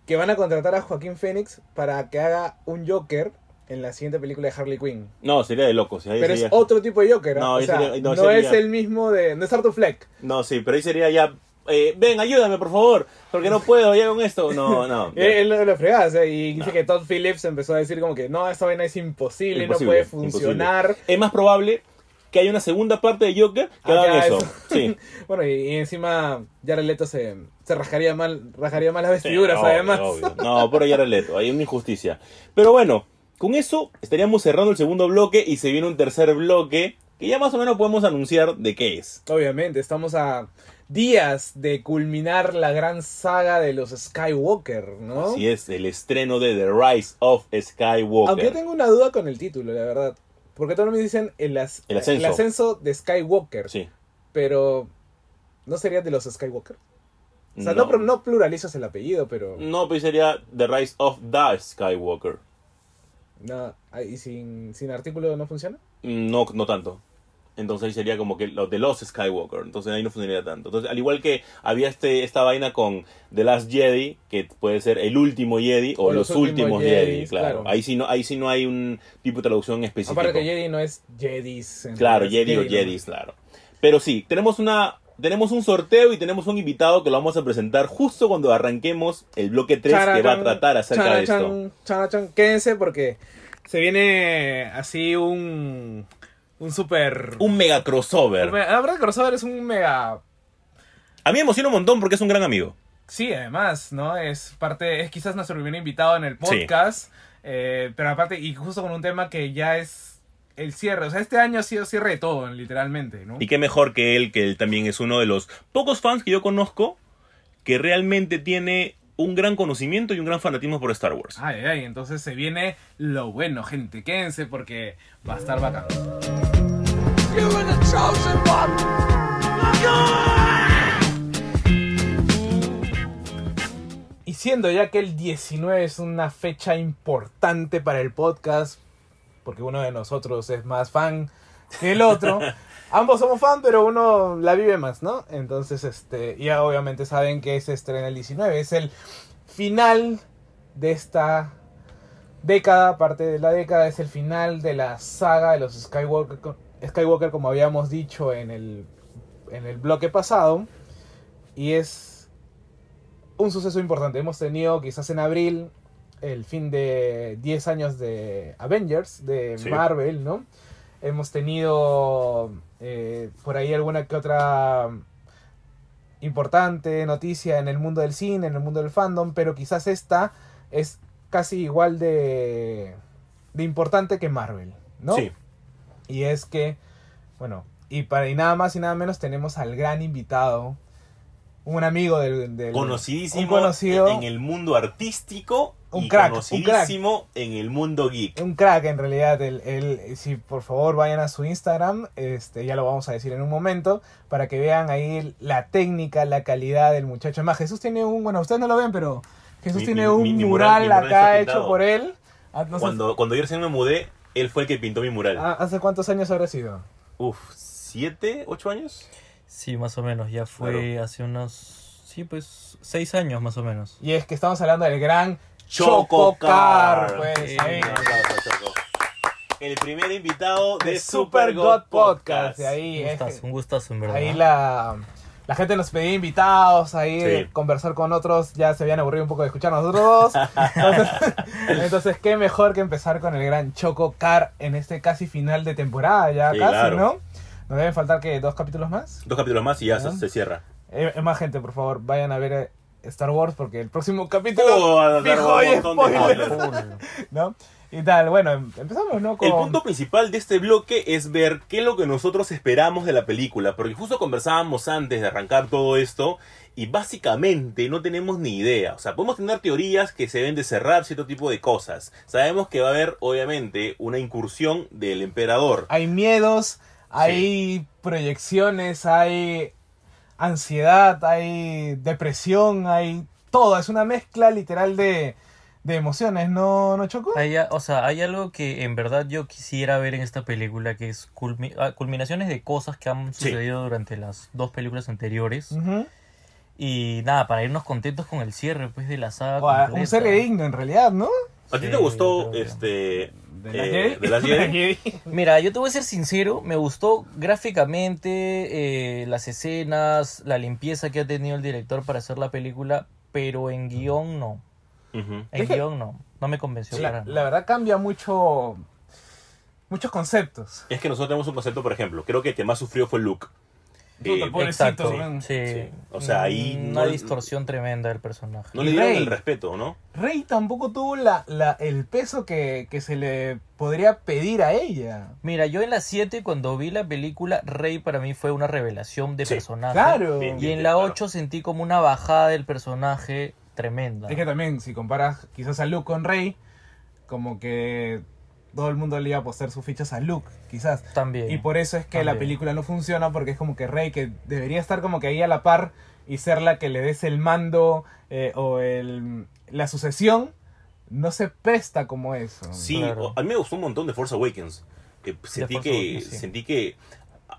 Speaker 1: que van a contratar a Joaquín Phoenix para que haga un Joker en la siguiente película de Harley Quinn.
Speaker 2: No, sería de locos. ahí
Speaker 1: Pero es
Speaker 2: sería-
Speaker 1: otro tipo de Joker,
Speaker 2: No,
Speaker 1: ¿no? O
Speaker 2: ahí
Speaker 1: sea,
Speaker 2: sería- no,
Speaker 1: no
Speaker 2: sería-
Speaker 1: es el mismo de... No es Arthur Fleck.
Speaker 2: No, sí, pero ahí sería ya. eh, ven, ayúdame, por favor, porque no puedo ya con esto. No, no.
Speaker 1: Él, Eh, él lo, lo fregaba, o sea, y dice que Todd Phillips empezó a decir como que no, esta vaina es imposible, no
Speaker 2: Imposible,
Speaker 1: puede
Speaker 2: imposible.
Speaker 1: funcionar.
Speaker 2: Es más probable que haya una segunda parte de Joker que
Speaker 1: Ah,
Speaker 2: hagan
Speaker 1: ya,
Speaker 2: eso.
Speaker 1: eso.
Speaker 2: Sí.
Speaker 1: Bueno, y, y encima Jared Leto se, se rascaría mal, rajaría mal las
Speaker 2: Sí,
Speaker 1: vestiduras,
Speaker 2: obvio,
Speaker 1: además.
Speaker 2: obvio. No, por ya leto, hay una injusticia. Pero bueno, con eso estaríamos cerrando el segundo bloque y se viene un tercer bloque que ya más o menos podemos anunciar de qué es.
Speaker 1: Obviamente, estamos a días de culminar la gran saga de los Skywalker, ¿no?
Speaker 2: Si es el estreno de The Rise of Skywalker.
Speaker 1: Aunque yo tengo una duda con el título, la verdad. Porque todos me dicen el, as-
Speaker 2: El ascenso.
Speaker 1: de Skywalker,
Speaker 2: Sí.
Speaker 1: pero no sería de los Skywalker. O sea, no. pro- no pluralizas el apellido, pero
Speaker 2: No, pues sería The Rise of the Skywalker.
Speaker 1: no, ah, ¿y sin, sin artículo no funciona?
Speaker 2: Mm, No, no tanto. Entonces ahí sería como que los de los Skywalker. Entonces ahí no funcionaría tanto. Entonces, al igual que había este, esta vaina con The Last Jedi, que puede ser el último Jedi o, los, últimos, Jedi.
Speaker 1: Jedis,
Speaker 2: claro.
Speaker 1: claro.
Speaker 2: Ahí, sí no, ahí sí no hay un tipo de traducción específico.
Speaker 1: Aparte que Jedi no es Jedis. en
Speaker 2: Claro,
Speaker 1: realidad,
Speaker 2: Jedi, o
Speaker 1: ¿no?
Speaker 2: Jedi, claro. Pero sí, tenemos una. Tenemos un sorteo y tenemos un invitado que lo vamos a presentar justo cuando arranquemos el bloque 3 que va a tratar acerca de esto.
Speaker 1: Chanachan, chanachan. Quédense porque se viene así un. Un super.
Speaker 2: Un mega crossover.
Speaker 1: un mega- La verdad, que crossover es un mega.
Speaker 2: A mí me emociona un montón porque es un gran amigo.
Speaker 1: Sí, además, ¿no? Es parte. Es quizás nuestro primer invitado en el podcast. eh, pero aparte, y justo con un tema que ya es el cierre. O sea, este año ha sido cierre de todo, literalmente, ¿no?
Speaker 2: Y qué mejor que él, que él también es uno de los pocos fans que yo conozco que realmente tiene un gran conocimiento y un gran fanatismo por Star Wars.
Speaker 1: Ay, ay, ay, entonces se viene lo bueno, gente. Quédense porque va a estar bacán.
Speaker 4: You are the chosen one.
Speaker 1: Y siendo ya que el 19 es una fecha importante para el podcast, porque uno de nosotros es más fan que el otro. Ambos somos fan, pero uno la vive más, ¿no? Entonces, este, ya obviamente saben que se estrena el 19, es el final de esta década, parte de la década, es el final de la saga de los Skywalker, co- Skywalker como habíamos dicho en el, en el bloque pasado, y es un suceso importante. Hemos tenido quizás en abril el fin de 10 años de Avengers, de
Speaker 2: Sí.
Speaker 1: Marvel, ¿no? Hemos tenido eh, por ahí alguna que otra importante noticia en el mundo del cine, en el mundo del fandom, pero quizás esta es casi igual de, de importante que Marvel, ¿no?
Speaker 2: Sí,
Speaker 1: Y es que, bueno, y para y nada más y nada menos tenemos al gran invitado, un amigo del... del-
Speaker 2: conocidísimo
Speaker 1: un conocido,
Speaker 2: en el mundo artístico y
Speaker 1: Un Eh, crack, un crack.
Speaker 2: conocidísimo en el mundo geek.
Speaker 1: Un crack en realidad, el, el- si por favor vayan a su Instagram, este, ya lo vamos a decir en un momento, para que vean ahí la técnica, la calidad del muchacho. Además, Jesús tiene un, bueno, ustedes no lo ven, pero Jesús
Speaker 2: Mi-
Speaker 1: tiene
Speaker 2: mi-
Speaker 1: un
Speaker 2: mi- mi mural-
Speaker 1: mural,
Speaker 2: mi mural
Speaker 1: acá
Speaker 2: está
Speaker 1: hecho
Speaker 2: pintado.
Speaker 1: por él. Ah, no sé-
Speaker 2: Cuando, cuando yo recién me mudé, él fue el que pintó mi mural.
Speaker 1: ah, ¿Hace cuántos años habrá sido?
Speaker 2: Uf, ¿siete? ¿Ocho años?
Speaker 5: Sí, más o menos. Ya fue
Speaker 2: Claro.
Speaker 5: hace unos. Sí, pues. Seis años más o menos.
Speaker 1: Y es que estamos hablando del gran
Speaker 2: Chococar.
Speaker 1: Chococar, pues,
Speaker 5: Sí,
Speaker 1: ahí.
Speaker 2: Un aplauso, Choco. El primer invitado de,
Speaker 1: de
Speaker 2: Super God Podcast.
Speaker 1: de ahí,
Speaker 5: Un
Speaker 1: es que-
Speaker 5: gustazo, un gustazo en verdad.
Speaker 1: Ahí la, la gente nos pedía invitados, ahí
Speaker 2: Sí.
Speaker 1: de conversar con otros, ya se habían aburrido un poco de escuchar nosotros. Entonces, entonces, qué mejor que empezar con el gran Choco Car en este casi final de temporada, ya
Speaker 2: Sí,
Speaker 1: casi,
Speaker 2: claro.
Speaker 1: ¿no? Nos deben faltar que dos capítulos más.
Speaker 2: Dos capítulos más y ya se,
Speaker 1: Ajá.
Speaker 2: se cierra.
Speaker 1: Eh, eh, más gente, por favor, vayan a ver eh, Star Wars porque el próximo capítulo
Speaker 2: Oh, a dar
Speaker 1: fijo
Speaker 2: un
Speaker 1: hay
Speaker 2: montón de
Speaker 5: Ah,
Speaker 1: spoilers,
Speaker 2: spoilers.
Speaker 1: ¿no? Y tal, bueno, em- empezamos, ¿no? Con...
Speaker 2: El punto principal de este bloque es ver qué es lo que nosotros esperamos de la película, porque justo conversábamos antes de arrancar todo esto y básicamente no tenemos ni idea. O sea, podemos tener teorías que se deben de cerrar cierto tipo de cosas. Sabemos que va a haber, obviamente, una incursión del emperador.
Speaker 1: hay miedos, hay proyecciones, hay ansiedad, hay depresión, hay todo. Es una mezcla literal de, de emociones, ¿no, no Choco?
Speaker 5: Hay a- o sea, hay algo que en verdad yo quisiera ver en esta película, que es culmi- ah, culminaciones de cosas que han
Speaker 2: Sí.
Speaker 5: sucedido durante las dos películas anteriores.
Speaker 1: Ujú.
Speaker 5: Y nada, para irnos contentos con el cierre pues de la saga.
Speaker 1: O a- Un
Speaker 5: completa.
Speaker 1: ser digno en realidad, ¿no?
Speaker 2: ¿A ti te
Speaker 5: Sí, yo
Speaker 2: gustó
Speaker 5: creo que-
Speaker 2: este... eh, de
Speaker 1: la
Speaker 2: las Jedi?
Speaker 5: Mira, yo te voy a ser sincero, me gustó gráficamente eh, las escenas, la limpieza que ha tenido el director para hacer la película, pero
Speaker 1: Mm.
Speaker 5: en guión no.
Speaker 2: Ujú.
Speaker 5: En
Speaker 1: Es que-
Speaker 5: guión no. No me convenció para
Speaker 1: La,
Speaker 5: nada.
Speaker 1: la verdad cambia mucho, muchos conceptos.
Speaker 2: Es que nosotros tenemos un concepto, por ejemplo, creo que el que más sufrió fue Luke.
Speaker 1: Puta,
Speaker 2: Eh,
Speaker 5: pues,
Speaker 1: pobre-
Speaker 5: Exacto.
Speaker 1: Pobrecito, man.
Speaker 5: Sí.
Speaker 2: Sí. O sea, ahí
Speaker 5: Mm,
Speaker 2: no-
Speaker 5: Una distorsión tremenda del personaje.
Speaker 2: no le dieron
Speaker 1: Rey.
Speaker 2: el respeto, ¿no?
Speaker 1: Rey tampoco tuvo la, la- el peso que, que se le podría pedir a ella.
Speaker 5: Mira, yo en la 7 cuando vi la película Rey para mí fue una revelación de
Speaker 2: Sí,
Speaker 5: personaje.
Speaker 1: Claro.
Speaker 2: Bien,
Speaker 5: Y
Speaker 2: bien.
Speaker 5: en la
Speaker 2: claro.
Speaker 5: 8 sentí como una bajada del personaje tremenda.
Speaker 1: Es que también, si comparas quizás a Luke con Rey, como que todo el mundo le iba a postear sus fichas a Luke, quizás.
Speaker 5: También.
Speaker 1: Y por eso es que la
Speaker 5: También.
Speaker 1: película no funciona, porque es como que Rey, que debería estar como que ahí a la par y ser la que le des el mando eh, o el, la sucesión, no se presta como eso.
Speaker 2: Sí,
Speaker 5: Claro.
Speaker 2: o- a mí me gustó un montón de Force Awakens. Eh, sentí,
Speaker 5: Force
Speaker 2: que,
Speaker 5: Awakens, sí.
Speaker 2: sentí que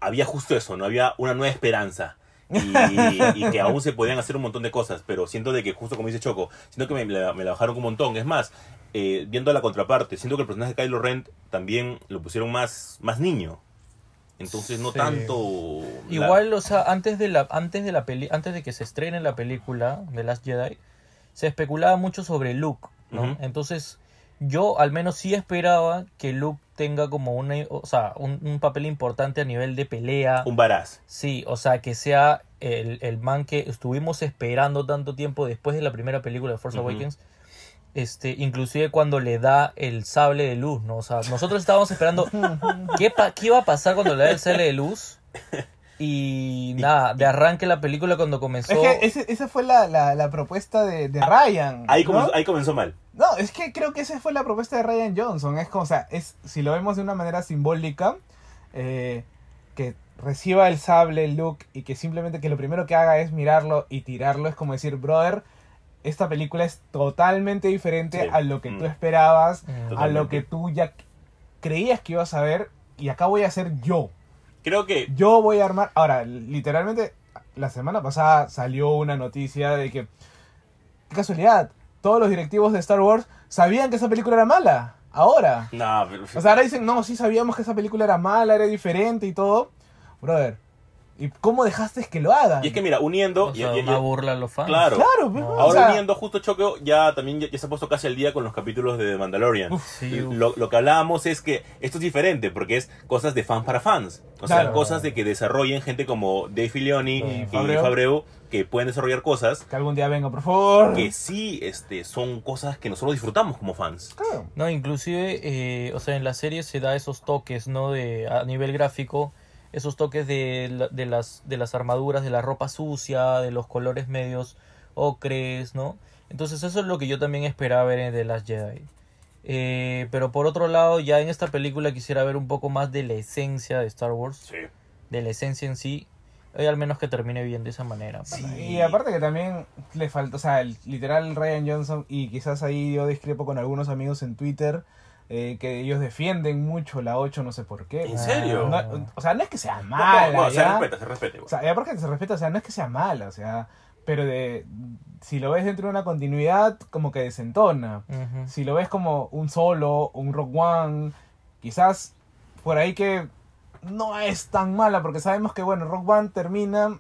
Speaker 2: había justo eso, no había una nueva esperanza. Y, y que aún se podían hacer un montón de cosas, pero siento de que justo como dice Choco, siento que me, la- me la bajaron un montón. Es más, eh, viendo la contraparte, siento que el personaje de Kylo Ren también lo pusieron más, más niño. Entonces no
Speaker 5: Sí.
Speaker 2: tanto... la-
Speaker 5: Igual, o sea, antes de la antes de la peli antes de que se estrene la película de Last Jedi, se especulaba mucho sobre Luke, ¿no?
Speaker 2: Ujú.
Speaker 5: Entonces, yo al menos sí esperaba que Luke tenga como una, o sea, un, un papel importante a nivel de pelea.
Speaker 2: un varaz.
Speaker 5: Sí, o sea, que sea el, el man que estuvimos esperando tanto tiempo después de la primera película de Force
Speaker 2: Ujú.
Speaker 5: Awakens. Este, inclusive cuando le da el sable de luz, ¿no? O sea, nosotros estábamos esperando qué, pa- qué iba a pasar cuando le da el sable de luz. Y nada, de arranque la película cuando comenzó.
Speaker 1: Es que ese- esa fue la, la- la propuesta de, de Ryan.
Speaker 2: Ah, Ahí
Speaker 1: ¿no?
Speaker 2: comenzó, ahí comenzó mal.
Speaker 1: No, es que creo que esa fue la propuesta de Ryan Johnson. Es como, o sea, es, si lo vemos de una manera simbólica, eh, que reciba el sable Luke y que simplemente que lo primero que haga es mirarlo y tirarlo, es como decir, brother, esta película es totalmente diferente
Speaker 2: Sí.
Speaker 1: a lo que
Speaker 2: Mm.
Speaker 1: tú esperabas,
Speaker 5: Mm.
Speaker 1: a lo que tú ya creías que ibas a ver, y acá voy a ser yo.
Speaker 2: Creo que
Speaker 1: Yo voy a armar. Ahora, literalmente, la semana pasada salió una noticia de que. Qué casualidad. Todos los directivos de Star Wars sabían que esa película era mala. Ahora.
Speaker 2: No, pero-
Speaker 1: O sea, ahora dicen, no, sí sabíamos que esa película era mala, era diferente y todo. Brother, ¿y cómo dejaste que lo hagan?
Speaker 2: y es que mira, uniendo.
Speaker 5: o
Speaker 2: y-
Speaker 5: sea,
Speaker 2: y- y-
Speaker 5: una burla a los fans.
Speaker 2: claro.
Speaker 1: Claro, pues, o
Speaker 2: Ahora
Speaker 1: sea,
Speaker 2: uniendo justo Choco, ya también ya, ya se ha puesto casi al día con los capítulos de The Mandalorian.
Speaker 5: Sí, uf.
Speaker 2: Lo, lo que hablábamos es que esto es diferente porque es cosas de fans para fans. O sea,
Speaker 1: Claro.
Speaker 2: cosas de que desarrollen gente como Dave Filioni
Speaker 1: Sí,
Speaker 2: y
Speaker 1: Fabreu.
Speaker 2: Fabreu. que pueden desarrollar cosas
Speaker 1: Que algún día venga, por favor.
Speaker 2: que sí este, son cosas que nosotros disfrutamos como fans.
Speaker 1: Claro.
Speaker 5: No, inclusive, eh, o sea, en la serie se da esos toques, ¿no? De, a nivel gráfico, esos toques de, la- de, las, de las armaduras, de la ropa sucia, de los colores medios ocres, ¿no? Entonces eso es lo que yo también esperaba ver en The Last Jedi. Eh, pero por otro lado, ya en esta película quisiera ver un poco más de la esencia de Star Wars,
Speaker 2: Sí.
Speaker 5: de la esencia en sí. Eh, al menos que termine bien de esa manera. para mí.
Speaker 1: Y aparte que también le faltó, o sea, el, literal Ryan Johnson, y quizás ahí yo discrepo con algunos amigos en Twitter, eh, que ellos defienden mucho la 8, no sé por qué.
Speaker 2: ¿En serio?
Speaker 1: No, o sea, no es que sea
Speaker 2: No,
Speaker 1: mala.
Speaker 2: no, no, se
Speaker 1: ¿ya?
Speaker 2: respeta, se respeta. igual.
Speaker 1: O sea, y aparte que se respeta, o sea, no es que sea mala, o sea, pero de si lo ves dentro de una continuidad, como que desentona.
Speaker 5: Ujú.
Speaker 1: Si lo ves como un solo, un rock one, quizás por ahí que no es tan mala, porque sabemos que, bueno, rock one termina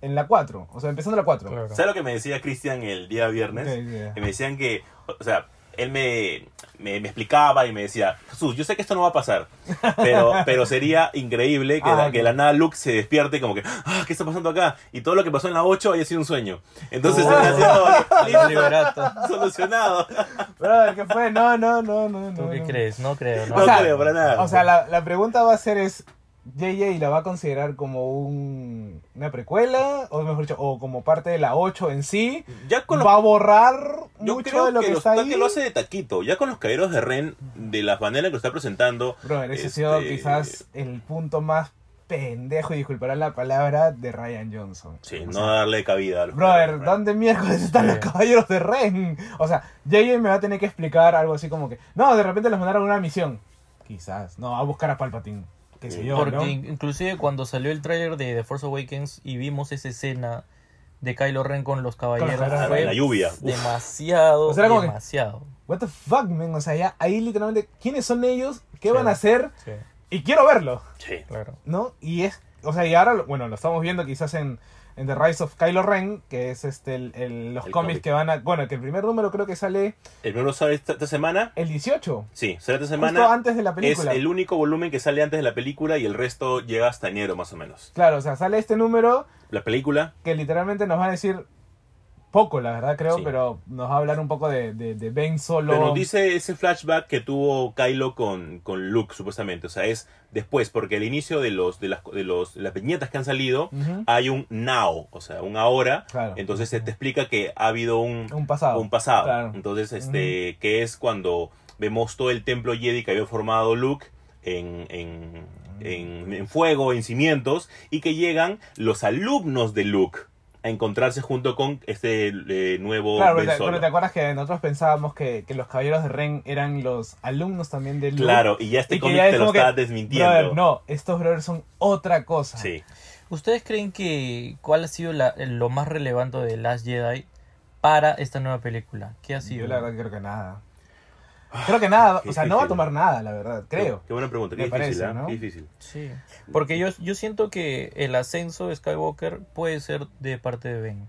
Speaker 1: en la 4, o sea, empezando la 4.
Speaker 5: Claro.
Speaker 2: ¿Sabes lo que me decía Cristian el día viernes?
Speaker 1: Ok, ya.
Speaker 2: Que me decían que, o sea, él me, me, me explicaba y me decía, Jesús, yo sé que esto no va a pasar, pero, pero sería increíble que,
Speaker 1: Ah,
Speaker 2: la-
Speaker 1: ok.
Speaker 2: que de la nada Luke se despierte como que, ah, ¿qué está pasando acá? Y todo lo que pasó en la 8 haya sido un sueño. Entonces,
Speaker 5: Oh.
Speaker 2: se me hacía,
Speaker 5: El
Speaker 2: listo,
Speaker 5: liberato.
Speaker 2: solucionado.
Speaker 1: Brother, ¿qué fue? No, no, no, no, no.
Speaker 5: ¿Tú qué
Speaker 1: no.
Speaker 5: crees? No creo. No,
Speaker 2: No
Speaker 1: O sea,
Speaker 2: creo, para nada.
Speaker 1: O sea, la, la pregunta va a ser es, JJ la va a considerar como un, una precuela, o mejor dicho, o como parte de la 8 en sí.
Speaker 2: ya con los
Speaker 1: Va a borrar
Speaker 2: Yo
Speaker 1: mucho
Speaker 2: creo
Speaker 1: de lo que,
Speaker 2: los
Speaker 1: está ahí.
Speaker 2: tanques lo hace de taquito. Ya con los caballeros de Ren, de las maneras que lo está presentando.
Speaker 1: Brother, ese ha
Speaker 2: este,
Speaker 1: sido quizás el punto más pendejo, y disculparán la palabra, de Ryan Johnson.
Speaker 2: Sí,
Speaker 1: O
Speaker 2: no
Speaker 1: sea,
Speaker 2: darle cabida a los
Speaker 1: Brother,
Speaker 2: caballeros de Ren.
Speaker 1: ¿dónde miércoles están los
Speaker 5: Sí.
Speaker 1: caballeros de Ren? O sea, JJ me va a tener que explicar algo así como que, no, de repente los mandaron a una misión. Quizás, no, a buscar a Palpatine. Qué sé yo,
Speaker 5: Porque
Speaker 1: ¿no?
Speaker 5: in- inclusive cuando salió el tráiler de The Force Awakens y vimos esa escena de Kylo Ren con los caballeros,
Speaker 1: Con los caballeros.
Speaker 5: fue
Speaker 2: En la lluvia. Uf.
Speaker 5: demasiado,
Speaker 1: O sea, era como que-
Speaker 5: demasiado.
Speaker 1: What the fuck, man? O sea, ya ahí literalmente, ¿quiénes son ellos? ¿Qué
Speaker 5: Sí.
Speaker 1: van a hacer?
Speaker 5: Sí,
Speaker 1: Y quiero verlo,
Speaker 2: Sí.
Speaker 5: claro.
Speaker 1: ¿no? Y es, o sea, y ahora, lo- bueno, lo estamos viendo quizás en, en The Rise of Kylo Ren, que es este, el- el- los
Speaker 2: El
Speaker 1: cómics
Speaker 2: cómic.
Speaker 1: que van a, bueno, que el primer número creo que sale
Speaker 2: El primero sale esta, esta semana.
Speaker 1: el 18,
Speaker 2: Sí, sale esta
Speaker 1: justo
Speaker 2: semana.
Speaker 1: antes de la
Speaker 2: Es
Speaker 1: película.
Speaker 2: el único volumen que sale antes de la película y el resto llega hasta enero más o menos.
Speaker 1: Claro, o sea, sale este número
Speaker 2: La película,
Speaker 1: que literalmente nos va a decir poco, la verdad creo,
Speaker 2: Sí.
Speaker 1: pero nos va a hablar un poco de, de, de Ben Solo.
Speaker 2: pero nos dice ese flashback que tuvo Kylo con, con Luke supuestamente. O sea, es después, porque al inicio de los de las, de los, de las viñetas que han salido
Speaker 1: Ujú.
Speaker 2: hay un now, o sea, un ahora.
Speaker 1: Claro.
Speaker 2: Entonces te, te explica que ha habido un,
Speaker 1: un pasado.
Speaker 2: un pasado.
Speaker 1: Claro.
Speaker 2: Entonces, este, que es cuando vemos todo el templo Jedi que había formado Luke en, en, en- en fuego, en cimientos, y que llegan los alumnos de Luke a encontrarse junto con este eh, nuevo
Speaker 1: Claro,
Speaker 2: Ben
Speaker 1: pero te,
Speaker 2: Solo.
Speaker 1: pero te acuerdas que nosotros pensábamos que, que los caballeros de Ren eran los alumnos también de Luke.
Speaker 2: Claro, y ya este
Speaker 1: Y que
Speaker 2: cómic
Speaker 1: ya es
Speaker 2: te lo
Speaker 1: como
Speaker 2: está
Speaker 1: que,
Speaker 2: desmintiendo.
Speaker 1: Brother, no, estos brothers son otra cosa.
Speaker 2: Sí.
Speaker 5: ¿Ustedes creen que cuál ha sido la- lo más relevante de Last Jedi para esta nueva película? ¿Qué ha
Speaker 1: Sí,
Speaker 5: sido?
Speaker 1: yo la verdad creo que nada. Creo que nada,
Speaker 2: qué
Speaker 1: o sea, no va a
Speaker 2: difícil.
Speaker 1: tomar nada, la verdad, creo.
Speaker 2: Qué, buena pregunta, qué
Speaker 1: Me
Speaker 2: difícil,
Speaker 1: parece,
Speaker 2: ¿ah?
Speaker 1: ¿no?
Speaker 2: Qué difícil.
Speaker 5: Sí. Porque yo, yo siento que el ascenso de Skywalker puede ser de parte de Ben.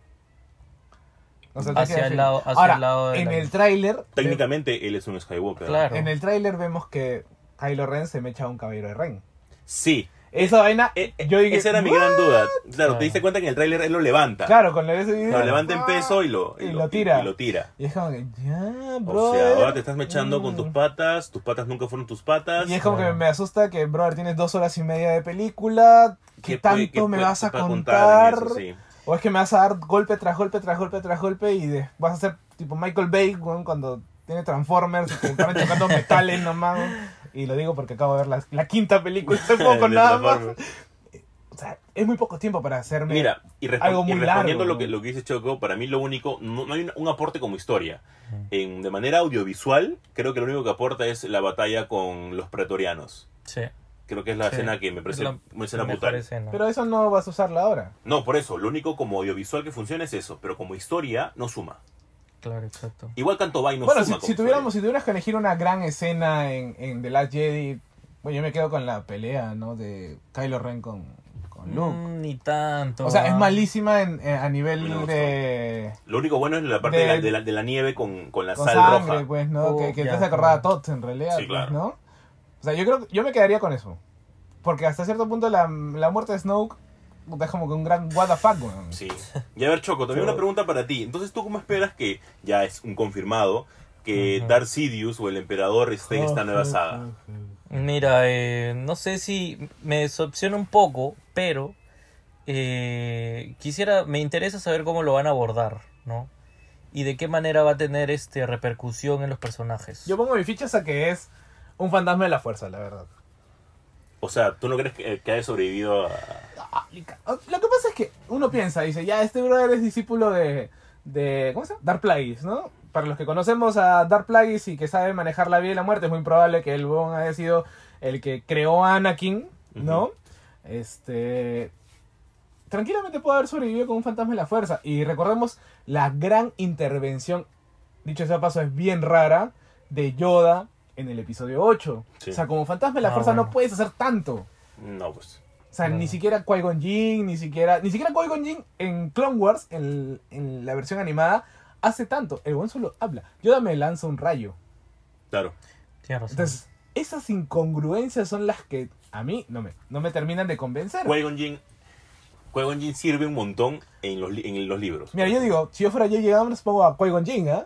Speaker 1: O sea,
Speaker 5: Hacia
Speaker 1: te queda
Speaker 5: el
Speaker 1: fin.
Speaker 5: lado- hacia
Speaker 1: Ahora,
Speaker 5: el lado de
Speaker 1: en
Speaker 5: la-
Speaker 1: el tráiler,
Speaker 2: Técnicamente él es un Skywalker.
Speaker 5: Claro.
Speaker 1: en el tráiler vemos que Kylo Ren se me echa a un caballero de Ren.
Speaker 2: Sí.
Speaker 1: Esa vaina,
Speaker 2: Eh, eh,
Speaker 1: yo dije,
Speaker 2: esa era mi gran duda. Claro,
Speaker 5: Ah.
Speaker 2: te diste cuenta que en el tráiler él lo levanta.
Speaker 1: Claro, con la de ese video.
Speaker 2: Lo levanta en peso y lo,
Speaker 1: Y lo tira.
Speaker 2: y lo tira.
Speaker 1: Y es como que, ya, bro.
Speaker 2: O sea, ahora te estás mechando con tus patas, tus patas nunca fueron tus patas.
Speaker 1: Y es como que
Speaker 5: Claro.
Speaker 1: me asusta que, brother, tienes dos horas y media de película. ¿Qué, tanto
Speaker 2: puede- qué
Speaker 1: me
Speaker 2: puede-
Speaker 1: vas
Speaker 2: se
Speaker 1: a
Speaker 2: puede
Speaker 1: contar?
Speaker 2: en eso? Sí.
Speaker 1: O es que me vas a dar golpe tras golpe tras golpe tras golpe y de- vas a ser tipo Michael Bay weón, cuando tiene Transformers y te paran chocando metales nomás. weón. Y lo digo porque acabo de ver la, la quinta película hace poco
Speaker 2: De
Speaker 1: nada más.
Speaker 2: plataforma.
Speaker 1: O sea, es muy poco tiempo para hacerme.
Speaker 2: Mira, y, respo-
Speaker 1: Algo
Speaker 2: y
Speaker 1: muy
Speaker 2: respondiendo
Speaker 1: largo,
Speaker 2: lo, que,
Speaker 1: ¿no?
Speaker 2: lo que dice Choco, para mí lo único, no, no hay un, un aporte como historia.
Speaker 1: Mm.
Speaker 2: En- de manera audiovisual, creo que lo único que aporta es la batalla con los pretorianos.
Speaker 5: Sí.
Speaker 2: Creo que es la
Speaker 5: Sí.
Speaker 2: escena que me parece
Speaker 5: Es la
Speaker 2: una escena
Speaker 5: mejor
Speaker 2: brutal.
Speaker 5: escena.
Speaker 1: Pero eso no vas a usarla ahora.
Speaker 2: No, por eso, lo único como audiovisual que funciona es eso, pero como historia no suma.
Speaker 5: Claro, exacto.
Speaker 2: Igual tanto va y no
Speaker 1: bueno, si,
Speaker 2: suma. como
Speaker 1: si tuviéramos,
Speaker 2: historia.
Speaker 1: si tuvieras que elegir una gran escena en, en The Last Jedi, bueno, yo me quedo con la pelea, ¿no? De Kylo Ren con, con Luke.
Speaker 5: Mm, ni tanto.
Speaker 1: O sea, es
Speaker 5: ah.
Speaker 1: malísima en- en- a
Speaker 2: A mí no me
Speaker 1: nivel
Speaker 2: gustó.
Speaker 1: de...
Speaker 2: Lo único bueno es la parte de,
Speaker 1: De-
Speaker 2: la, de la- de la nieve con, con la
Speaker 1: Con
Speaker 2: sal
Speaker 1: sangre,
Speaker 2: roja.
Speaker 1: pues, ¿no?
Speaker 5: Oh,
Speaker 1: que que
Speaker 5: ya,
Speaker 1: te hace acordar a
Speaker 5: claro.
Speaker 1: Tots, en realidad,
Speaker 2: Sí,
Speaker 1: pues,
Speaker 2: claro.
Speaker 1: ¿no? O sea, yo creo yo me quedaría con eso. Porque hasta cierto punto la, la muerte de Snoke puta, es como que un gran what the fuck, weón.
Speaker 2: Sí. Y a ver, Choco, también una pregunta para ti. Entonces, ¿tú cómo esperas que, ya es un confirmado, que
Speaker 5: Ujú.
Speaker 2: Darth Sidious o el Emperador esté en esta nueva saga?
Speaker 5: Mira, eh, no sé si me decepciona un poco, pero eh, quisiera, me interesa saber cómo lo van a abordar, ¿no? y de qué manera va a tener este repercusión en los personajes.
Speaker 1: Yo pongo mis fichas a que es un fantasma de la fuerza, la verdad.
Speaker 2: O sea, ¿tú no crees que, que haya sobrevivido a...
Speaker 1: Lo que pasa es que uno piensa, dice, ya, este brother es discípulo de, de ¿cómo se llama? Dark Plagueis, ¿no? Para los que conocemos a Dark Plagueis y que sabe manejar la vida y la muerte, es muy probable que el huevón haya sido el que creó a Anakin, ¿no? Este... Tranquilamente puede haber sobrevivido con un fantasma de la fuerza. Y recordemos la gran intervención, dicho sea de paso, es bien rara, de Yoda en el episodio 8.
Speaker 2: Sí.
Speaker 1: O sea, como fantasma de la
Speaker 5: Ah,
Speaker 1: fuerza no
Speaker 5: bueno.
Speaker 1: puedes hacer tanto.
Speaker 2: No, pues...
Speaker 1: O sea, ni
Speaker 5: Claro.
Speaker 1: siquiera Qui-Gon Jinn, ni siquiera... Ni siquiera Qui-Gon Jinn en Clone Wars, en, en la versión animada, hace tanto. El buen solo habla. Yoda me lanza un rayo.
Speaker 2: Claro.
Speaker 5: Tienes razón.
Speaker 1: Entonces, esas incongruencias son las que a mí no me, no me terminan de convencer.
Speaker 2: Qui-Gon Jinn- Qui-Gon Jinn sirve un montón en los, li- en los libros.
Speaker 1: Mira, yo digo, si yo fuera yo llegamos, pongo a Qui-Gon Jinn, ¿ah?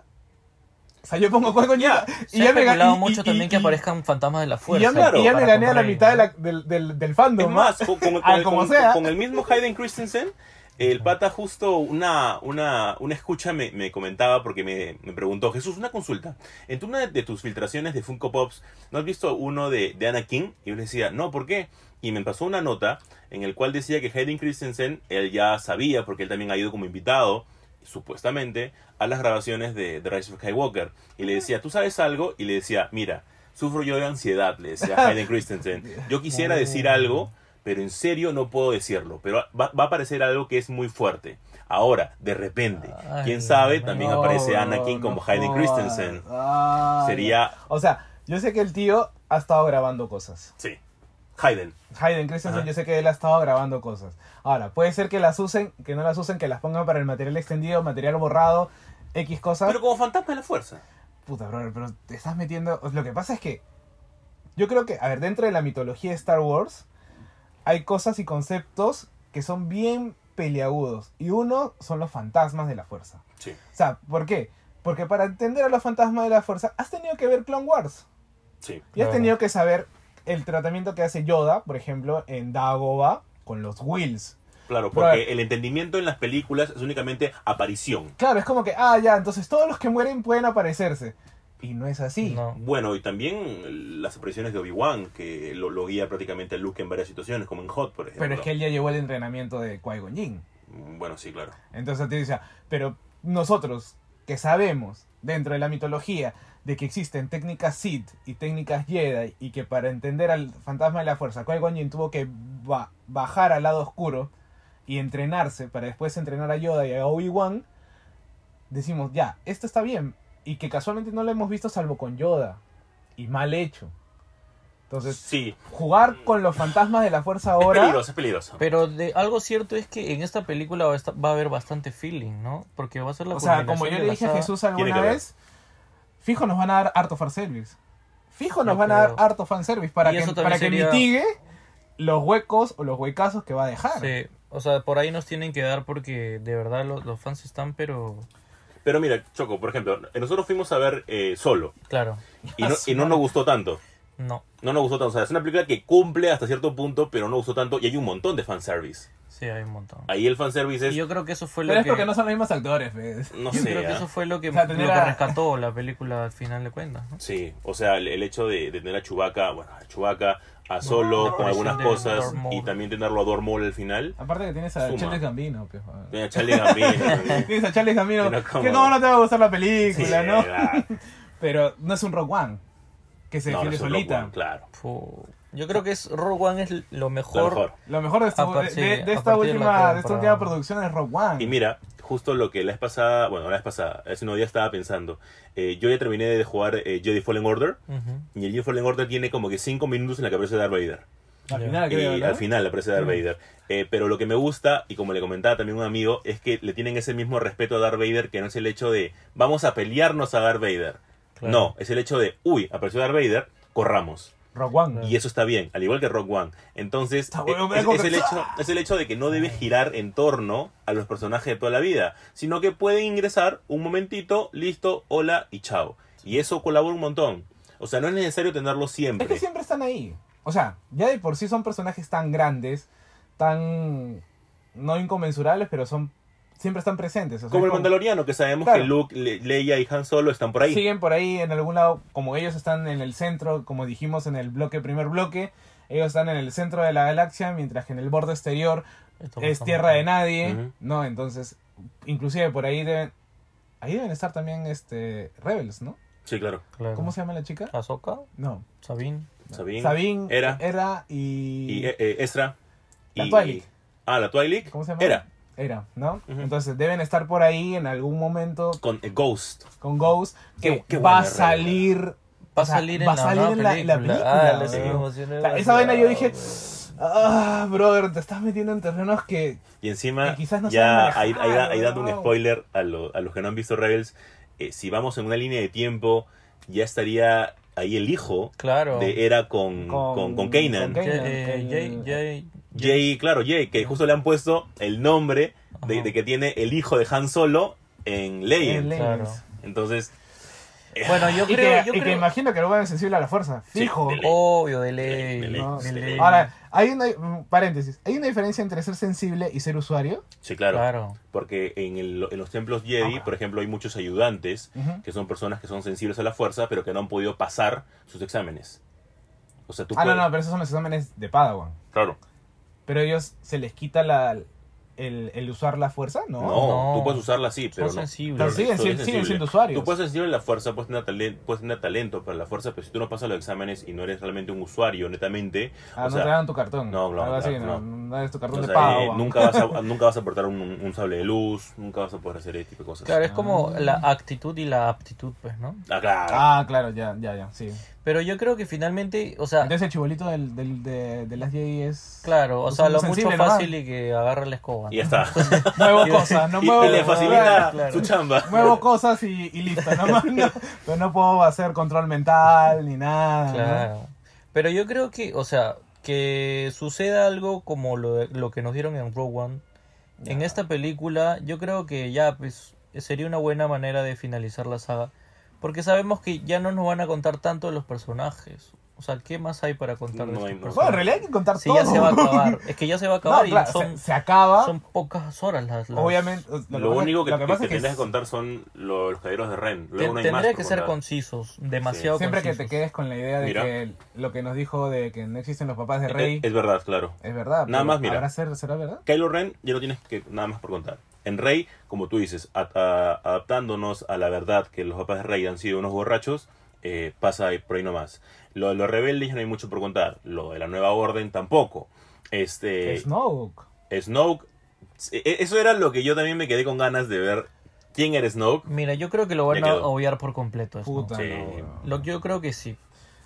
Speaker 1: O sea, yo pongo a Qui-Gon Jinn.
Speaker 5: Se ha
Speaker 1: me ga-
Speaker 5: especulado
Speaker 1: y-
Speaker 5: mucho
Speaker 1: y-
Speaker 5: también
Speaker 1: y-
Speaker 5: que aparezcan fantasmas de la
Speaker 1: Y ya
Speaker 5: fuerza.
Speaker 1: me, y ya me
Speaker 5: para
Speaker 1: gané a la
Speaker 5: Conrad.
Speaker 1: mitad de la- del, del, del fandom.
Speaker 2: Es más, con, con- con
Speaker 1: Ah,
Speaker 2: el,
Speaker 1: como
Speaker 2: con-
Speaker 1: sea.
Speaker 2: con el mismo Hayden Christensen, el pata justo una, una, una escucha me, me comentaba porque me, me preguntó, Jesús, una consulta. En tu- una de, de tus filtraciones de Funko Pops, ¿no has visto uno de, de Anakin? Y yo le decía, no, ¿por qué? Y me pasó una nota en el cual decía que Hayden Christensen, él ya sabía, porque él también ha ido como invitado, supuestamente, a las grabaciones de The Rise of Skywalker. Y le decía, ¿tú sabes algo? Y le decía, mira, sufro yo de ansiedad, le decía Hayden Christensen. Yo quisiera decir algo, pero en serio no puedo decirlo. Pero va, va a aparecer algo que es muy fuerte. Ahora, de repente, quién
Speaker 5: Ay,
Speaker 2: sabe,
Speaker 5: no,
Speaker 2: también aparece
Speaker 1: No, no
Speaker 2: Anakin
Speaker 1: Ah,
Speaker 2: como Hayden
Speaker 1: jodas.
Speaker 2: Christensen.
Speaker 1: Ay,
Speaker 2: Sería,
Speaker 1: O sea, yo sé que el tío ha estado grabando cosas.
Speaker 2: sí, Hayden.
Speaker 1: Hayden Christensen,
Speaker 2: Ajá.
Speaker 1: yo sé que él ha estado grabando cosas. Ahora, puede ser que las usen, que no las usen, que las pongan para el material extendido, material borrado, X cosas.
Speaker 2: Pero como fantasma de la fuerza.
Speaker 1: Puta, brother, pero te estás metiendo. Lo que pasa es que. Yo creo que, a ver, dentro de la mitología de Star Wars, hay cosas y conceptos que son bien peleagudos. Y uno son los fantasmas de la fuerza.
Speaker 2: Sí.
Speaker 1: O sea, ¿por qué? Porque para entender a los fantasmas de la fuerza, has tenido que ver Clone Wars.
Speaker 2: Sí.
Speaker 1: Y has
Speaker 5: Claro.
Speaker 1: tenido que saber el tratamiento que hace Yoda, por ejemplo, en Dagobah con los Wills.
Speaker 2: Claro, porque
Speaker 1: Right.
Speaker 2: el entendimiento en las películas es únicamente aparición.
Speaker 1: Claro, es como que, ah, ya, entonces todos los que mueren pueden aparecerse. Y no es así.
Speaker 5: No.
Speaker 2: Bueno, y también las apariciones de Obi-Wan, que lo, lo guía prácticamente a Luke en varias situaciones, como en Hot, por ejemplo.
Speaker 1: Pero es que él ya llevó el entrenamiento de Qui-Gon Jinn.
Speaker 2: Bueno, sí, claro.
Speaker 1: Entonces te dice, pero nosotros que sabemos dentro de la mitología de que existen técnicas Sith y técnicas Jedi y que para entender al fantasma de la fuerza, Qui-Gon Jinn tuvo que ba- bajar al lado oscuro y entrenarse para después entrenar a Yoda y a Obi-Wan, decimos, ya, esto está bien y que casualmente no lo hemos visto salvo con Yoda y mal hecho. Entonces,
Speaker 2: Sí,
Speaker 1: jugar con los fantasmas de la fuerza Pues, ahora...
Speaker 2: es peligroso, es peligroso.
Speaker 5: Pero de algo cierto es que en esta película va a, esta- va a haber bastante feeling, ¿no? Porque va a ser la
Speaker 1: O sea,
Speaker 5: culminación
Speaker 1: como yo
Speaker 5: de
Speaker 1: le
Speaker 5: la
Speaker 1: dije a
Speaker 5: saga.
Speaker 1: Jesús
Speaker 2: Tiene
Speaker 1: alguna
Speaker 2: que ver.
Speaker 1: vez, fijo nos van a dar harto fanservice. Fijo nos
Speaker 5: No
Speaker 1: van a dar
Speaker 5: creo.
Speaker 1: harto fanservice para,
Speaker 5: Y
Speaker 1: que,
Speaker 5: eso también
Speaker 1: para que
Speaker 5: sería-
Speaker 1: mitigue los huecos o los huecazos que va a dejar.
Speaker 5: Sí, o sea, por ahí nos tienen que dar porque de verdad los, los fans están, pero...
Speaker 2: Pero mira, Choco, por ejemplo, nosotros fuimos a ver eh, solo
Speaker 5: Claro,
Speaker 2: y no, y no nos gustó tanto.
Speaker 5: no,
Speaker 2: No nos gustó tanto. O sea, es una película que cumple hasta cierto punto, pero no gustó tanto y hay un montón de fanservice.
Speaker 5: sí, hay un montón.
Speaker 2: Ahí el fanservice
Speaker 5: Y
Speaker 2: es.
Speaker 5: yo creo que eso fue lo
Speaker 1: Pero es
Speaker 5: que...
Speaker 1: porque no son los mismos actores. pues.
Speaker 2: No
Speaker 5: yo
Speaker 2: sé.
Speaker 5: creo que
Speaker 2: ¿ah?
Speaker 5: eso fue lo que,
Speaker 1: O sea,
Speaker 5: lo
Speaker 1: tener
Speaker 5: que
Speaker 1: a-
Speaker 5: rescató la película al final de cuentas, ¿no?
Speaker 2: Sí, o sea, el, el hecho de, de tener a Chubaca, bueno, a Chubaca, a solo, con algunas
Speaker 5: de
Speaker 2: cosas
Speaker 5: Darth Maul.
Speaker 2: y también tenerlo a Dormol al final.
Speaker 1: Aparte que tienes a
Speaker 2: Suma.
Speaker 1: Charles Gambino. pues, joder.
Speaker 2: Tenía a Charlie Gambino también.
Speaker 1: Tienes a Charles Gambino.
Speaker 2: Pero cómo-
Speaker 1: Que cómo no te va a gustar la
Speaker 2: Sí,
Speaker 1: película, ¿no?
Speaker 2: ¿verdad?
Speaker 1: Pero no es un Rock One que se
Speaker 2: No, no
Speaker 1: defiende
Speaker 2: es un
Speaker 1: solita.
Speaker 2: Rogue One, claro.
Speaker 5: Fu- Yo creo que es Rogue One es lo
Speaker 2: Lo
Speaker 5: mejor.
Speaker 2: mejor.
Speaker 1: Lo mejor de, esta-
Speaker 5: A partir-
Speaker 1: de- de
Speaker 5: a
Speaker 1: esta,
Speaker 5: partir de
Speaker 1: última,
Speaker 5: la
Speaker 1: de esta
Speaker 5: temporada.
Speaker 1: última producción es Rock One.
Speaker 2: Y mira, justo lo que la vez pasada, bueno, la vez pasada, hace unos días estaba pensando, eh, yo ya terminé de jugar eh, Jedi Fallen Order,
Speaker 5: Ujú.
Speaker 2: y el Jedi Fallen Order tiene como que 5 minutos en la que aparece Darth Vader.
Speaker 1: al
Speaker 5: Ya.
Speaker 1: final, Ah, creo,
Speaker 2: y
Speaker 1: ¿no? Mm.
Speaker 2: al final aparece Darth Vader. Eh, pero lo que me gusta, y como le comentaba también un amigo, es que le tienen ese mismo respeto a Darth Vader, que no es el hecho de, vamos a pelearnos a Darth Vader.
Speaker 5: Claro.
Speaker 2: No, es el hecho de, uy, apareció Darth Vader, corramos.
Speaker 1: Rock One.
Speaker 2: Y eso está bien, al igual que Rock One. Entonces,
Speaker 1: Está
Speaker 2: eh,
Speaker 1: bueno, me
Speaker 2: es,
Speaker 1: da
Speaker 2: es el
Speaker 1: confianza.
Speaker 2: hecho, es el hecho de que no debe girar en torno a los personajes de toda la vida, sino que pueden ingresar un momentito, listo, hola y chao. Y eso colabora un montón. O sea, no es necesario tenerlo
Speaker 1: Es
Speaker 2: siempre.
Speaker 1: que siempre están ahí. O sea, ya de por sí son personajes tan grandes, tan no inconmensurables, pero son siempre están presentes. o sea,
Speaker 2: Como el
Speaker 1: es
Speaker 2: Mandaloriano, que sabemos
Speaker 1: Claro.
Speaker 2: que Luke, Le- Leia y Han Solo están por ahí.
Speaker 1: Siguen por ahí en algún lado, como ellos están en el centro, como dijimos en el bloque, primer bloque, ellos están en el centro de la galaxia, mientras que en el borde exterior
Speaker 5: Esto
Speaker 1: es
Speaker 5: está
Speaker 1: tierra de
Speaker 5: muy-
Speaker 1: nadie,
Speaker 2: Ujú.
Speaker 1: ¿no? Entonces, inclusive por ahí deben... Ahí deben estar también este Rebels, ¿no?
Speaker 2: Sí, claro. Ah,
Speaker 5: Claro.
Speaker 1: ¿Cómo se llama la chica?
Speaker 5: Ahsoka,
Speaker 1: No.
Speaker 5: Sabine.
Speaker 2: Sabine,
Speaker 1: Ah, Sabine,
Speaker 2: Era.
Speaker 1: y...
Speaker 2: y eh, eh, Ezra.
Speaker 1: La
Speaker 2: y-
Speaker 1: Twilight.
Speaker 2: Ah, la Twilight.
Speaker 1: ¿Cómo se llama?
Speaker 2: Era.
Speaker 1: Era, ¿no?
Speaker 2: Ujú.
Speaker 1: Entonces deben estar por ahí en algún momento
Speaker 2: Con eh, Ghost.
Speaker 1: con Ghost que
Speaker 2: Qué- qué
Speaker 1: va a
Speaker 2: buena
Speaker 1: salir...
Speaker 5: Va
Speaker 1: o
Speaker 5: a
Speaker 1: sea,
Speaker 5: salir en,
Speaker 1: va a
Speaker 5: la,
Speaker 1: salir
Speaker 5: nueva
Speaker 1: en la- la película,
Speaker 5: Ah, la
Speaker 1: weón.
Speaker 5: seguimos.
Speaker 1: O sea, esa vaina yo dije, ah, brother, te estás metiendo en terrenos que...
Speaker 2: Y encima,
Speaker 1: Que quizás no saben
Speaker 2: ya
Speaker 1: manejar,
Speaker 2: ahí, ahí da- ahí dando un
Speaker 1: weón.
Speaker 2: spoiler a, lo- a los que no han visto Rebels. eh, si vamos en una línea de tiempo, ya estaría ahí el hijo
Speaker 5: Claro.
Speaker 2: de Era con, con, con,
Speaker 1: con Kanan.
Speaker 2: Kanan.
Speaker 5: Jay- eh, Jay- Jay-
Speaker 2: Jay, claro, Jay, que justo le han puesto el nombre de,
Speaker 5: Ajá.
Speaker 2: de que tiene el hijo de Han Solo en Leia.
Speaker 1: En Leia.
Speaker 5: Claro.
Speaker 2: Entonces,
Speaker 5: Bueno, yo
Speaker 1: Y,
Speaker 5: creo.
Speaker 1: que,
Speaker 5: yo
Speaker 1: y que
Speaker 5: creo-
Speaker 1: imagino que lo van a sensible a la fuerza.
Speaker 2: Sí,
Speaker 1: Fijo.
Speaker 2: de ley.
Speaker 5: Obvio, de ley.
Speaker 2: De ley,
Speaker 1: No,
Speaker 2: de
Speaker 5: de
Speaker 2: ley.
Speaker 5: ley.
Speaker 1: Ahora, hay una, mm, paréntesis, ¿hay una diferencia entre ser sensible y ser usuario?
Speaker 2: sí, claro.
Speaker 5: Claro.
Speaker 2: Porque en, el- en los templos Jedi,
Speaker 1: Ah.
Speaker 2: por ejemplo, hay muchos ayudantes
Speaker 1: Ujú.
Speaker 2: que son personas que son sensibles a la fuerza, pero que no han podido pasar sus exámenes. O sea, tú
Speaker 1: Ah, no,
Speaker 2: puedes-
Speaker 1: no, pero esos son los exámenes de Padawan.
Speaker 2: Claro.
Speaker 1: Pero ellos se les quita la, el, el usar la fuerza, ¿no?
Speaker 2: No,
Speaker 5: No.
Speaker 2: tú puedes usarla así, pero
Speaker 5: Son
Speaker 2: no.
Speaker 5: sensibles.
Speaker 1: Pero
Speaker 2: no,
Speaker 1: siguen, siendo-
Speaker 2: tú eres
Speaker 1: siguen
Speaker 2: sensible.
Speaker 1: siendo usuarios.
Speaker 2: Tú puedes sensible a la fuerza, puedes tener, talento, puedes tener talento para la fuerza, pero si tú no pasas los exámenes y no eres realmente un usuario, netamente,
Speaker 1: Ah,
Speaker 2: o
Speaker 1: no
Speaker 2: sea,
Speaker 1: te dan tu cartón.
Speaker 2: no, no,
Speaker 1: Algo así, no,
Speaker 2: no,
Speaker 1: no es tu cartón
Speaker 2: o
Speaker 1: de
Speaker 2: sea, eh,
Speaker 1: Padawan.
Speaker 2: nunca, vas a, nunca vas a portar un, un sable de luz, nunca vas a poder hacer este tipo de cosas.
Speaker 5: Claro, es como
Speaker 1: Ah.
Speaker 5: la actitud y la aptitud, pues, ¿no?
Speaker 2: Ah, claro.
Speaker 1: Ah, claro, ya, ya, ya, sí.
Speaker 5: Pero yo creo que finalmente, o sea,
Speaker 1: Entonces el chibolito del, del, de, de las Jedi es...
Speaker 5: claro, o
Speaker 1: es
Speaker 5: sea,
Speaker 1: un
Speaker 5: lo mucho
Speaker 1: sensible nomás.
Speaker 5: fácil y que agarra la escoba.
Speaker 2: Y ya está.
Speaker 1: Muevo cosas, no
Speaker 2: y,
Speaker 1: muevo...
Speaker 2: y le facilita
Speaker 5: claro.
Speaker 2: su chamba.
Speaker 1: Muevo cosas y, y listo, no, más, no, pero no puedo hacer control mental ni nada. ¿no?
Speaker 5: Claro. Pero yo creo que, o sea, que suceda algo como lo, lo que nos dieron en Rogue One. En esta película, yo creo que ya pues, sería una buena manera de finalizar la saga. Porque sabemos que ya no nos van a contar tanto de los personajes. O sea, ¿qué más hay para contar de
Speaker 2: No
Speaker 5: estos
Speaker 2: hay más.
Speaker 1: Bueno, en
Speaker 5: personajes?
Speaker 1: realidad hay que contar
Speaker 5: Sí,
Speaker 1: todo.
Speaker 5: ya se va a acabar. Es que ya se va a
Speaker 1: No,
Speaker 5: acabar y
Speaker 1: claro,
Speaker 5: son,
Speaker 1: se, se acaba.
Speaker 5: son pocas horas las. las-
Speaker 1: obviamente. Lo, que
Speaker 2: Lo,
Speaker 1: pasa-
Speaker 2: único que,
Speaker 1: lo
Speaker 2: que,
Speaker 1: pasa
Speaker 2: que
Speaker 1: es que
Speaker 2: tendrás que contar son lo- los caballeros de Ren.
Speaker 5: Ten-
Speaker 2: Luego no hay más
Speaker 5: tendría
Speaker 2: por
Speaker 5: que ser
Speaker 2: contar.
Speaker 5: concisos, demasiado
Speaker 1: siempre que
Speaker 5: concisos.
Speaker 1: te quedes con la idea de
Speaker 2: Mira.
Speaker 1: que lo que nos dijo de que no existen los papás de Rey
Speaker 2: Es, es verdad, claro.
Speaker 1: es verdad.
Speaker 2: Nada
Speaker 1: pero
Speaker 2: más, mira.
Speaker 1: ¿habrá ser- ¿Será verdad?
Speaker 2: Kylo Ren ya no tienes que nada más por contar. En Rey, como tú dices, a- a- adaptándonos a la verdad que los papás de Rey han sido unos borrachos, eh, pasa ahí- por ahí nomás. Lo de los rebeldes ya no hay mucho por contar. Lo de la nueva orden tampoco. Este,
Speaker 1: Snoke.
Speaker 2: Snoke. e- e- Eso era lo que yo también me quedé con ganas de ver. ¿Quién era Snoke?
Speaker 5: Mira, yo creo que lo
Speaker 2: Ya
Speaker 5: van a
Speaker 2: quedó.
Speaker 5: obviar por completo. eso, ¿no?
Speaker 1: Puta.
Speaker 2: Sí.
Speaker 1: no, no.
Speaker 5: Lo, yo creo que sí.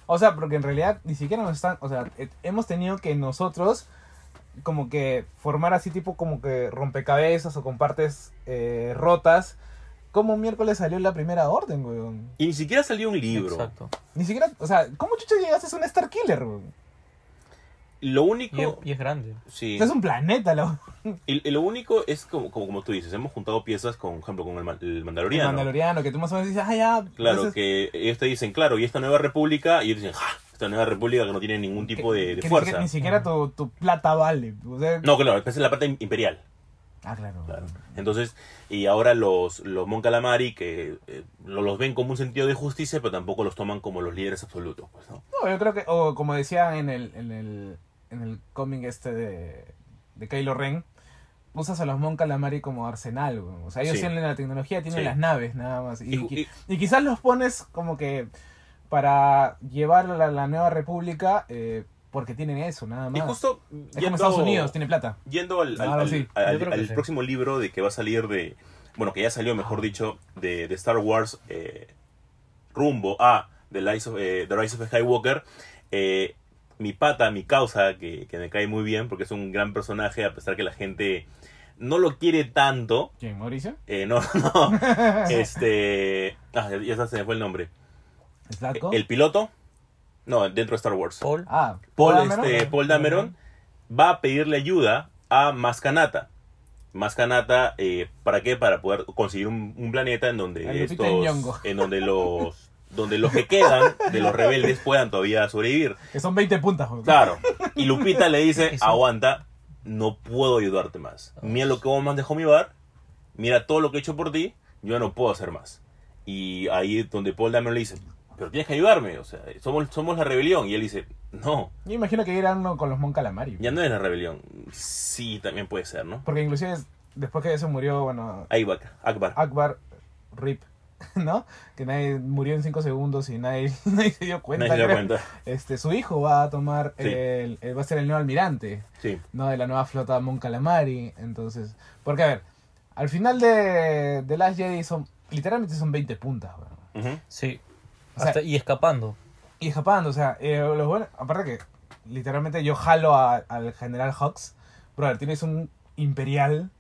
Speaker 1: O sea, porque en realidad ni siquiera nos están. O sea, eh, hemos tenido que nosotros. Como que formar así, tipo como que rompecabezas o con partes eh, rotas. Como un miércoles salió la primera orden, weón.
Speaker 2: Y ni siquiera salió un libro.
Speaker 5: Exacto.
Speaker 1: Ni siquiera. O sea, ¿cómo chucha llegaste a un Star Killer, weón?
Speaker 2: Lo
Speaker 5: Y es,
Speaker 2: único.
Speaker 5: y es grande.
Speaker 2: Sí.
Speaker 1: O sea, es un planeta, la
Speaker 2: Y, y lo único es como, como, como tú dices, hemos juntado piezas con, por ejemplo, con el, ma- el
Speaker 1: El
Speaker 2: Mandaloriano.
Speaker 1: Mandaloriano, que tú más o menos dices, ah, ya.
Speaker 2: Claro,
Speaker 1: entonces,
Speaker 2: que ellos te dicen, claro, y esta nueva república, y ellos dicen, ¡ja! Esta nueva república que no tiene ningún tipo de, de
Speaker 1: que ni
Speaker 2: fuerza.
Speaker 1: siquiera- Ni siquiera tu, tu plata vale. o sea-
Speaker 2: No, claro, esa es la parte imperial.
Speaker 1: Ah, claro.
Speaker 2: claro. Entonces, y ahora los, los Mon Calamari, que eh, lo- los ven como un sentido de justicia, pero tampoco los toman como los líderes absolutos, pues, ¿no?
Speaker 1: No, yo creo que, o como decía en el, en el, en el cómic este de, de Kylo Ren, usas a los Mon Calamari como arsenal. güey. O sea, ellos
Speaker 2: Sí.
Speaker 1: tienen la tecnología, tienen
Speaker 2: Sí.
Speaker 1: las naves nada más. Y,
Speaker 2: Y-
Speaker 1: qui- y quizás los pones como que para llevar a la, la nueva república eh, porque tienen eso, nada más.
Speaker 2: Y justo
Speaker 1: es como Estados Unidos, tiene plata.
Speaker 2: yendo al, al-
Speaker 1: Claro,
Speaker 2: al-
Speaker 1: sí.
Speaker 2: al-
Speaker 5: Yo creo que
Speaker 2: al
Speaker 5: Ah, sí.
Speaker 2: próximo libro de que va a salir de, bueno, que ya salió, mejor dicho, de, de Star Wars eh, rumbo a The, Rise of, eh, The Rise of Skywalker, eh, mi pata, mi causa, que, que me cae muy bien porque es un gran personaje, a pesar que la gente no lo quiere tanto,
Speaker 1: ¿Quién, Mauricio?
Speaker 2: eh, no, no, este, ah, ya está, se me fue el nombre,
Speaker 1: ¿Slatko?
Speaker 2: el piloto, no, dentro de Star Wars.
Speaker 5: Paul.
Speaker 1: Ah,
Speaker 2: Paul,
Speaker 1: Dameron.
Speaker 2: este, Paul Dameron va a pedirle ayuda a Mascanata. Mascanata, eh, ¿para qué? Para poder conseguir un, un planeta en
Speaker 1: A
Speaker 2: donde
Speaker 1: Lupita Nyong'o.
Speaker 2: estos, en donde los, donde los que quedan de los rebeldes puedan todavía sobrevivir.
Speaker 1: Que Eh, son 20 puntas, güey.
Speaker 2: Claro. Y Lupita le dice,
Speaker 5: Eso.
Speaker 2: aguanta, no puedo ayudarte más. Mira lo que vos me has dejado mi bar, mira todo lo que he hecho por ti, yo no puedo hacer más. Y ahí es donde Paul Dameron le dice, pero tienes que ayudarme, o sea, somos, somos la rebelión. Y él dice, no,
Speaker 1: Yo imagino que irán ¿no? con los Mon Calamari.
Speaker 2: ya no es la rebelión. Sí, también puede ser, ¿no?
Speaker 1: Porque inclusive es- después que se murió, bueno,
Speaker 2: Ahí va, Akbar.
Speaker 1: Akbar Rip, ¿no? Que nadie murió en 5 segundos y nadie, nadie se dio cuenta.
Speaker 2: Nadie se dio
Speaker 1: creo.
Speaker 2: cuenta.
Speaker 1: Este, su hijo va a tomar,
Speaker 2: Sí.
Speaker 1: el, el- va a ser el nuevo almirante,
Speaker 2: Sí.
Speaker 1: ¿no? De la nueva flota Mon Calamari. Entonces, porque a ver, al final de, de Last Jedi son, literalmente son 20 puntas, weón.
Speaker 2: Ujú.
Speaker 5: Sí.
Speaker 1: O sea-
Speaker 5: Hasta- y escapando.
Speaker 1: Y escapando, o sea, eh, los buenos- aparte que literalmente yo jalo a- al general Hawks, brother, tienes un imperial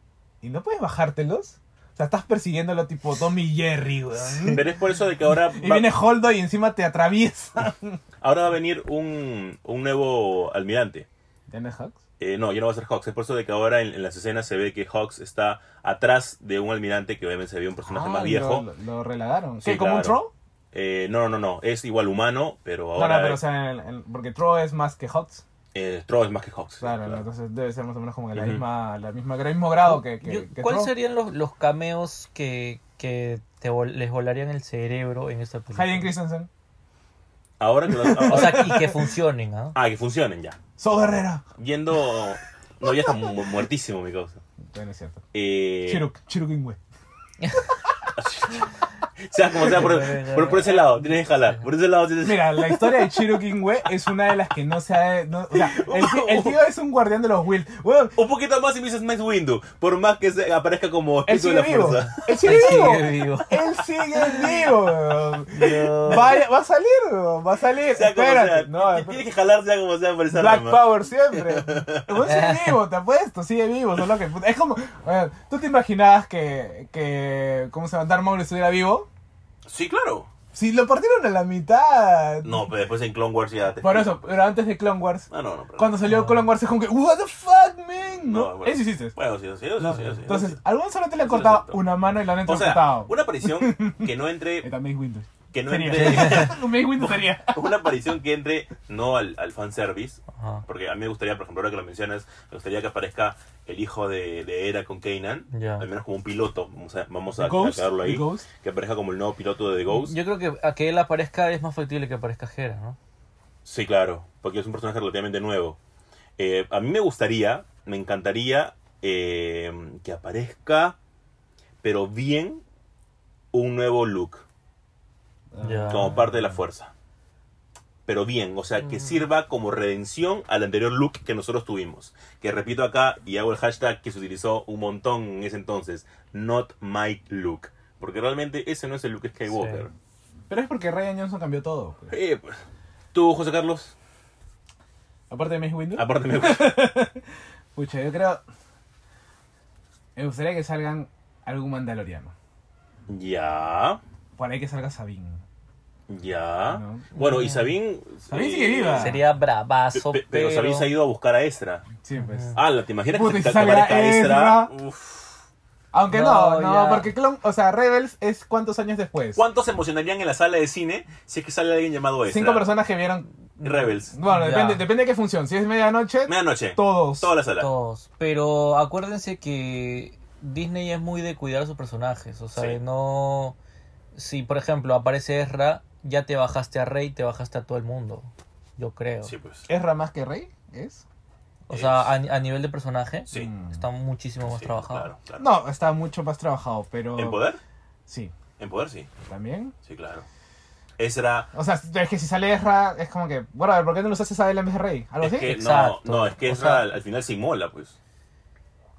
Speaker 1: y no puedes bajártelos. O sea, estás persiguiéndolo tipo Tommy y Jerry, weón.
Speaker 2: Pero es por eso de que ahora
Speaker 1: Y
Speaker 2: va-
Speaker 1: viene Holdo y encima te atraviesa.
Speaker 2: ahora va a venir un, un nuevo almirante.
Speaker 1: ¿Tienes Hawks?
Speaker 2: Eh, no, ya no va a ser Hawks. Es por eso de que ahora en, en las escenas se ve que Hawks está atrás de un almirante que obviamente se ve un personaje más viejo.
Speaker 1: Ah, Lo, lo reladaron.
Speaker 2: Sí,
Speaker 1: ¿Qué, ¿Como un
Speaker 2: claro.
Speaker 1: Tro?
Speaker 2: Eh, no, no, no. Es igual humano, pero
Speaker 1: No, no,
Speaker 2: ahora
Speaker 1: pero o sea, el- el- porque Tro es más que Hawks.
Speaker 2: eh, Tro es más que Hawks.
Speaker 1: Claro,
Speaker 2: Claro.
Speaker 1: entonces debe ser más o menos como que la
Speaker 2: Ujú.
Speaker 1: misma, la misma, el mismo
Speaker 5: Ah,
Speaker 1: grado que, que,
Speaker 5: Yo-
Speaker 1: que
Speaker 5: ¿Cuáles
Speaker 1: Tro.
Speaker 5: serían los, los cameos que, que te vol- les volarían el cerebro en esta película?
Speaker 1: Hayden Christensen.
Speaker 2: Ahora que lo-
Speaker 5: O sea, y que funcionen, ¿ah?
Speaker 2: Ah, que funcionen ya.
Speaker 1: So Guerrera.
Speaker 2: Yendo... No, ya está mu- muertísimo mi causa.
Speaker 1: Bueno, es cierto.
Speaker 2: Eh,
Speaker 1: Chiruk, Chiruk Ingwe.
Speaker 2: sea como sea, por, por- por ese lado tienes que jalar. Por ese lado tienes
Speaker 1: Mira, la historia de Chiro Kingwe es una de las que no se ha... no- o sea, el, ti- el tío es un guardián de los Will. Weón,
Speaker 2: Un poquito más y me dices Max Windu. Por más que se aparezca como
Speaker 1: él
Speaker 2: espíritu de
Speaker 1: sigue
Speaker 2: la
Speaker 1: vivo.
Speaker 2: fuerza.
Speaker 1: Él sigue
Speaker 5: Él
Speaker 1: vivo.
Speaker 5: sigue vivo.
Speaker 1: Él sigue vivo. weón. Vaya- va a salir, weón, va a salir.
Speaker 2: Sea como sea.
Speaker 1: Espérate. No,
Speaker 2: Ti- Tienes que jalar sea como sea por esa
Speaker 1: Black
Speaker 2: rama.
Speaker 1: Power siempre. El weón sigue vivo, te apuesto, sigue vivo. Solo que, es como... weón, ¿Tú te imaginabas que... que ¿Cómo se llama? Darth Maul estuviera vivo?
Speaker 2: Sí, claro.
Speaker 1: Si lo partieron a la mitad.
Speaker 2: No, pero después en Clone Wars ya te...
Speaker 1: Por eso, pero antes de Clone Wars...
Speaker 2: Ah, no, no. pero-
Speaker 1: Cuando salió Clone Wars es como que, what the fuck, man. No,
Speaker 2: No, bueno.
Speaker 1: eso hiciste.
Speaker 2: Bueno, sí, sí, sí,
Speaker 1: No,
Speaker 2: sí, sí, sí.
Speaker 1: Entonces, algún solo te le ha
Speaker 2: Eso lo
Speaker 1: cortado
Speaker 2: acepto.
Speaker 1: una mano y la han
Speaker 2: O sea,
Speaker 1: entrecortado.
Speaker 2: una aparición que no entre...
Speaker 1: Era Mace Windows.
Speaker 2: Que no
Speaker 1: Sería.
Speaker 2: entre...
Speaker 1: Mace Windows sería.
Speaker 2: Una aparición que entre no al, al fanservice,
Speaker 5: Ajá.
Speaker 2: porque a mí me gustaría, por ejemplo, ahora que lo mencionas, me gustaría que aparezca el hijo de, de Era con Kanan,
Speaker 5: Ya.
Speaker 2: al menos como un piloto, vamos a, vamos a, a
Speaker 1: Ghost,
Speaker 2: quedarlo ahí,
Speaker 1: ¿y Ghost?
Speaker 2: que aparezca como el nuevo piloto de The Ghost.
Speaker 5: Yo creo que a que él aparezca es más factible que aparezca Jera, ¿no?
Speaker 2: Sí, claro, porque es un personaje relativamente nuevo. Eh, a mí me gustaría, me encantaría eh, que aparezca, pero bien, un nuevo look,
Speaker 1: Ah.
Speaker 5: Ya.
Speaker 2: como parte de la fuerza. Pero bien, o sea, que sirva como redención al anterior look que nosotros tuvimos. Que repito acá, y hago el hashtag que se utilizó un montón en ese entonces, not my look. Porque realmente ese no es el look Skywalker.
Speaker 1: Pero es porque Ryan Johnson cambió todo. pues.
Speaker 2: Eh, pues, Tú, José Carlos,
Speaker 1: Aparte de Mace Windows.
Speaker 2: aparte me
Speaker 1: Pucha, yo creo. Me gustaría que salgan algún mandaloriano.
Speaker 2: Ya.
Speaker 1: Por ahí que salga Sabine.
Speaker 2: Ya.
Speaker 1: No.
Speaker 2: Bueno, y Sabine. eh,
Speaker 1: Sabine sigue viva.
Speaker 5: Sería
Speaker 2: Pe-
Speaker 5: bravazo,
Speaker 2: pe-
Speaker 5: pero...
Speaker 2: pero Sabine se ha ido a buscar a Ezra.
Speaker 1: Sí, pues.
Speaker 2: Ah, ¿te imaginas
Speaker 1: Puta,
Speaker 2: que,
Speaker 1: y
Speaker 2: se- que
Speaker 1: salga
Speaker 2: aparezca Ezra?
Speaker 1: Ezra.
Speaker 2: Uf.
Speaker 1: Aunque no,
Speaker 5: No,
Speaker 1: no,
Speaker 5: ya.
Speaker 1: porque Clone. O sea, Rebels es cuántos años después.
Speaker 2: ¿Cuántos se emocionarían en la sala de cine si es que sale alguien llamado Ezra?
Speaker 1: Cinco personas que vieron.
Speaker 2: Rebels.
Speaker 1: Bueno,
Speaker 5: Ya.
Speaker 1: depende, depende de qué función. Si es medianoche,
Speaker 2: Medianoche.
Speaker 1: todos.
Speaker 2: Toda la sala.
Speaker 5: Todos. Pero acuérdense que Disney es muy de cuidar a sus personajes. O sea,
Speaker 2: Sí.
Speaker 5: de no. Si, por ejemplo, aparece Ezra, ya te bajaste a Rey, te bajaste a todo el mundo. Yo creo.
Speaker 2: Sí, pues.
Speaker 1: ¿Ezra más que Rey? ¿Es?
Speaker 5: o sea, a, a nivel de personaje,
Speaker 2: Sí.
Speaker 1: Mm.
Speaker 5: está muchísimo más
Speaker 2: Sí,
Speaker 5: trabajado.
Speaker 2: Claro, claro.
Speaker 1: No, está mucho más trabajado, pero.
Speaker 2: ¿En poder?
Speaker 1: Sí,
Speaker 2: En poder, sí.
Speaker 1: también.
Speaker 2: Sí, claro. Ezra.
Speaker 1: O sea, es que si sale Ezra, es como que, bueno, a ver, ¿por qué no lo haces a él en vez de Rey? ¿Algo
Speaker 2: Es
Speaker 1: así?
Speaker 2: que, no,
Speaker 5: Exacto.
Speaker 2: no, es que
Speaker 5: O
Speaker 2: Ezra
Speaker 5: sea-
Speaker 2: al, al final se inmola, pues.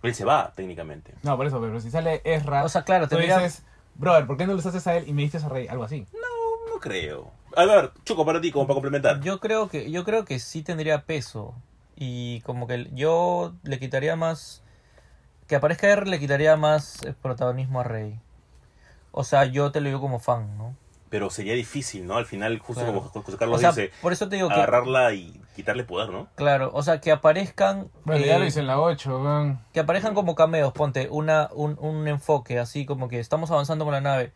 Speaker 2: Él se va, técnicamente.
Speaker 1: No, por eso, pero si sale Ezra,
Speaker 5: O sea, claro,
Speaker 1: tú
Speaker 5: tendría-
Speaker 1: dices, brother, ¿por qué no lo haces a él y me diste a Rey? Algo así.
Speaker 2: No creo. A ver, Chuco, para ti, como para complementar.
Speaker 5: Yo creo que, yo creo que sí tendría peso. Y como que yo le quitaría más. Que aparezca R le quitaría más eh, protagonismo a Rey. O sea, yo te lo digo como fan, ¿no?
Speaker 2: Pero sería difícil, ¿no? Al final, justo
Speaker 5: Claro.
Speaker 2: como José Carlos
Speaker 5: o sea,
Speaker 2: dice,
Speaker 5: por eso te digo que.
Speaker 2: agarrarla y quitarle poder, ¿no?
Speaker 5: Claro, o sea, que aparezcan.
Speaker 1: Bueno,
Speaker 5: eh,
Speaker 1: ya lo hice en la 8, weón.
Speaker 5: Que aparezcan como cameos, ponte una, un, un enfoque así como que estamos avanzando con la nave.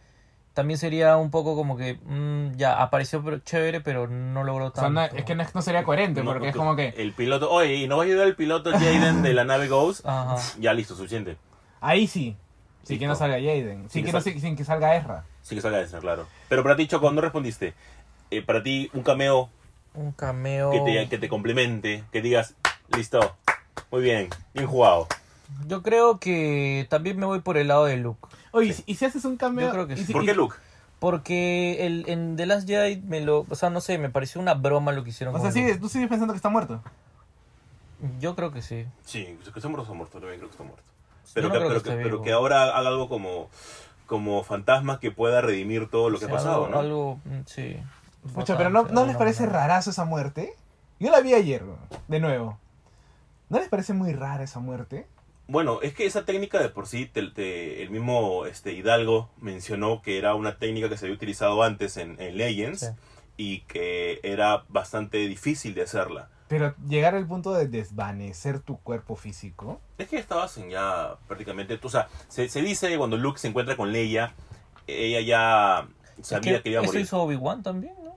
Speaker 5: También sería un poco como que mm, ya apareció pero- chévere, pero no logró
Speaker 1: O sea,
Speaker 5: tanto.
Speaker 1: no- es que no, no sería coherente,
Speaker 2: No,
Speaker 1: porque
Speaker 2: no,
Speaker 1: es como que,
Speaker 2: El piloto, oye,
Speaker 5: Ah.
Speaker 2: ¿y no va a ayudar el piloto Jaden de la nave Ghost?
Speaker 5: Ajá.
Speaker 2: Ya listo, suficiente.
Speaker 1: ahí sí. Sin que no salga Jaden. Sin,
Speaker 2: que
Speaker 1: que no-
Speaker 2: salga-
Speaker 1: sin que salga Ezra.
Speaker 2: Sí que salga Ezra, claro. Pero para ti, Choco, no respondiste. Eh, para ti, un cameo
Speaker 5: Un cameo.
Speaker 2: que te, que te complemente, que digas, listo, muy bien, bien jugado.
Speaker 5: Yo creo que también me voy por el lado de Luke.
Speaker 1: Oye, ¿y si haces un cameo?
Speaker 5: Yo creo que
Speaker 1: y
Speaker 5: sí.
Speaker 1: si-
Speaker 2: ¿Por
Speaker 1: y-
Speaker 2: qué Luke?
Speaker 5: Porque el, en The Last Jedi me lo. O sea, no sé, me pareció una broma lo que hicieron.
Speaker 1: O
Speaker 5: con
Speaker 1: sea, sigues-
Speaker 5: Luke.
Speaker 1: tú sigues pensando que está muerto.
Speaker 5: Yo creo que sí.
Speaker 2: Sí, pues que está muerto, está muerto, también creo que está muerto. Pero,
Speaker 5: no
Speaker 2: que,
Speaker 5: creo que
Speaker 2: pero,
Speaker 5: esté
Speaker 2: que, pero
Speaker 5: vivo.
Speaker 2: que ahora haga algo como, como fantasma que pueda redimir todo lo que
Speaker 5: O
Speaker 2: ha
Speaker 5: sea,
Speaker 2: pasado,
Speaker 5: algo-
Speaker 2: ¿no?
Speaker 5: Algo. mm, Sí.
Speaker 1: Pucha,
Speaker 5: Bastante,
Speaker 1: pero ¿no,
Speaker 5: de
Speaker 1: ¿no les
Speaker 5: alguna
Speaker 1: parece
Speaker 5: manera.
Speaker 1: rarazo esa muerte? Yo la vi ayer, de nuevo. ¿No les parece muy rara esa muerte?
Speaker 2: Bueno, es que esa técnica de por sí, te- te- el mismo este, Hidalgo mencionó que era una técnica que se había utilizado antes en, en Legends
Speaker 5: Sí.
Speaker 2: y que era bastante difícil de hacerla.
Speaker 1: Pero llegar al punto de desvanecer tu cuerpo físico.
Speaker 2: Es que estabas en ya prácticamente, tú- o sea, se, se dice que cuando Luke se encuentra con Leia, ella ya sabía que, iba a
Speaker 5: eso
Speaker 2: morir.
Speaker 5: hizo Obi-Wan también, ¿no? O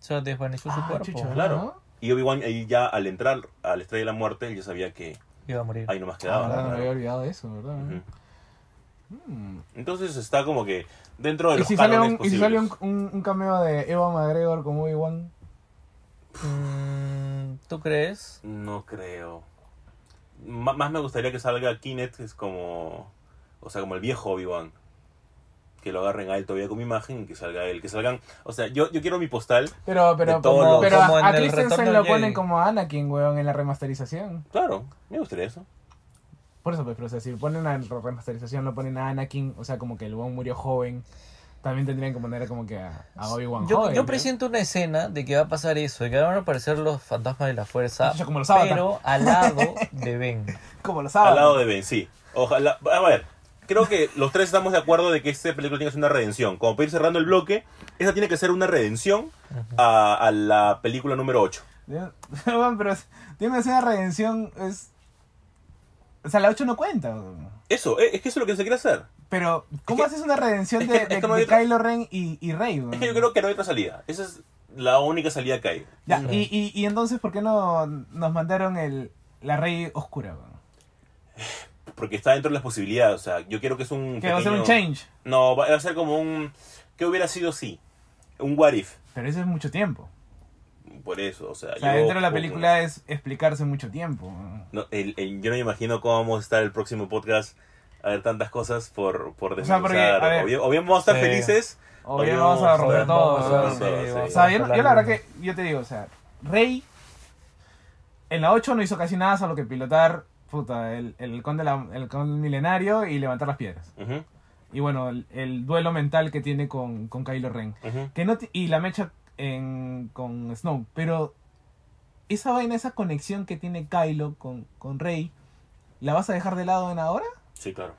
Speaker 5: sea, desvaneció su
Speaker 1: Ah,
Speaker 5: cuerpo.
Speaker 1: chucha.
Speaker 2: Claro.
Speaker 1: Ajá.
Speaker 2: Y Obi-Wan ahí ya al entrar a la estrella de la muerte, él ya sabía que
Speaker 5: Iba a morir.
Speaker 2: ahí nomás
Speaker 1: Ah,
Speaker 2: quedaba.
Speaker 1: verdad, no me
Speaker 2: ¿no?
Speaker 1: había olvidado de eso, ¿verdad?
Speaker 2: Ujú.
Speaker 1: Mm.
Speaker 2: Entonces está como que dentro de
Speaker 1: ¿Y
Speaker 2: los
Speaker 1: si, sale
Speaker 2: cánones
Speaker 1: un, y si sale
Speaker 2: posibles.
Speaker 1: un, un- un cameo de Eva McGregor como Obi-Wan?
Speaker 5: Mm, ¿Tú crees?
Speaker 2: No creo. M- más me gustaría que salga Kinet, que es como. O sea, como el viejo Obi-Wan. Que lo agarren a él todavía con mi imagen y que salga él. Que salgan. O sea, yo, yo quiero mi postal.
Speaker 1: Pero, pero,
Speaker 2: De todos
Speaker 1: como-
Speaker 2: los-
Speaker 1: pero
Speaker 5: como en
Speaker 1: a, a
Speaker 5: el Retorno
Speaker 1: Christensen
Speaker 5: del
Speaker 1: lo
Speaker 5: Jedi.
Speaker 1: ponen como Anakin, weón, en la remasterización.
Speaker 2: Claro, me gustaría eso.
Speaker 1: Por eso, pues, pero o sea, si ponen a la remasterización, lo ponen a Anakin, o sea, como que el weón murió joven, también tendrían que poner como que a, a Obi-Wan
Speaker 5: Yo,
Speaker 1: joven.
Speaker 5: yo
Speaker 1: ¿no?
Speaker 5: presiento una escena de que va a pasar eso, de que van a aparecer los fantasmas de la fuerza,
Speaker 1: Eso como los Avatar.
Speaker 5: pero al lado de Ben.
Speaker 1: Como los
Speaker 2: Al lado
Speaker 1: sábados.
Speaker 2: de Ben, sí. Ojalá. A ver, creo que los tres estamos de acuerdo de que esta película tiene que ser una redención. Como para ir cerrando el bloque, esa tiene que ser una redención a, a la película número 8.
Speaker 1: Weón, pero es- tiene una escena de redención, es... O sea, la 8 no cuenta, weón.
Speaker 2: Eso, eh, es que eso es lo que se quiere hacer.
Speaker 1: Pero, ¿cómo
Speaker 2: que-
Speaker 1: haces una redención
Speaker 2: es
Speaker 1: de,
Speaker 2: que- es
Speaker 1: de-
Speaker 2: que no
Speaker 1: de
Speaker 2: hay otra-
Speaker 1: Kylo Ren y, y Rey, weón?
Speaker 2: Es que yo creo que no hay otra salida. Esa es la única salida que hay.
Speaker 1: Ya,
Speaker 5: Sí.
Speaker 1: y, y, y entonces, ¿por qué no nos mandaron el, la Rey Oscura, weón?
Speaker 2: Porque está dentro de las posibilidades. O sea, yo quiero que es un.
Speaker 1: Que va a ser un
Speaker 2: pequeño-
Speaker 1: change.
Speaker 2: No, va va a ser como un. ¿Qué hubiera sido si? Un what if.
Speaker 1: Pero eso es mucho tiempo.
Speaker 2: Por eso, o sea.
Speaker 1: O sea,
Speaker 2: yo- pues.
Speaker 1: dentro de la
Speaker 2: como-
Speaker 1: película es explicarse mucho tiempo. weón.
Speaker 2: No, el- el- yo no me imagino cómo vamos a estar el próximo podcast a ver tantas cosas por, por
Speaker 1: sea, porque,
Speaker 2: desmenuzar.
Speaker 1: a ver-
Speaker 2: o, bien, o bien vamos a estar
Speaker 5: Sí.
Speaker 2: felices.
Speaker 1: O bien vamos a romper todo.
Speaker 5: Vamos a
Speaker 1: weón.
Speaker 5: romper todo,
Speaker 2: Sí,
Speaker 5: sí,
Speaker 2: vamos
Speaker 1: O sea,
Speaker 5: vamos a
Speaker 1: yo,
Speaker 5: romper
Speaker 1: yo la verdad
Speaker 5: luna.
Speaker 1: que, yo te digo, o sea, Rey en la 8 no hizo casi nada, solo que pilotar, puta, el, el conde, la- el conde milenario y levantar las piedras.
Speaker 2: Ujú,
Speaker 1: Y bueno, el, el duelo mental que tiene con, con Kylo Ren.
Speaker 2: ujú.
Speaker 1: Que no ti- y la mecha en- con Snow. Pero esa vaina, esa conexión que tiene Kylo con, con Rey, ¿la vas a dejar de lado en ahora?
Speaker 2: Sí, claro.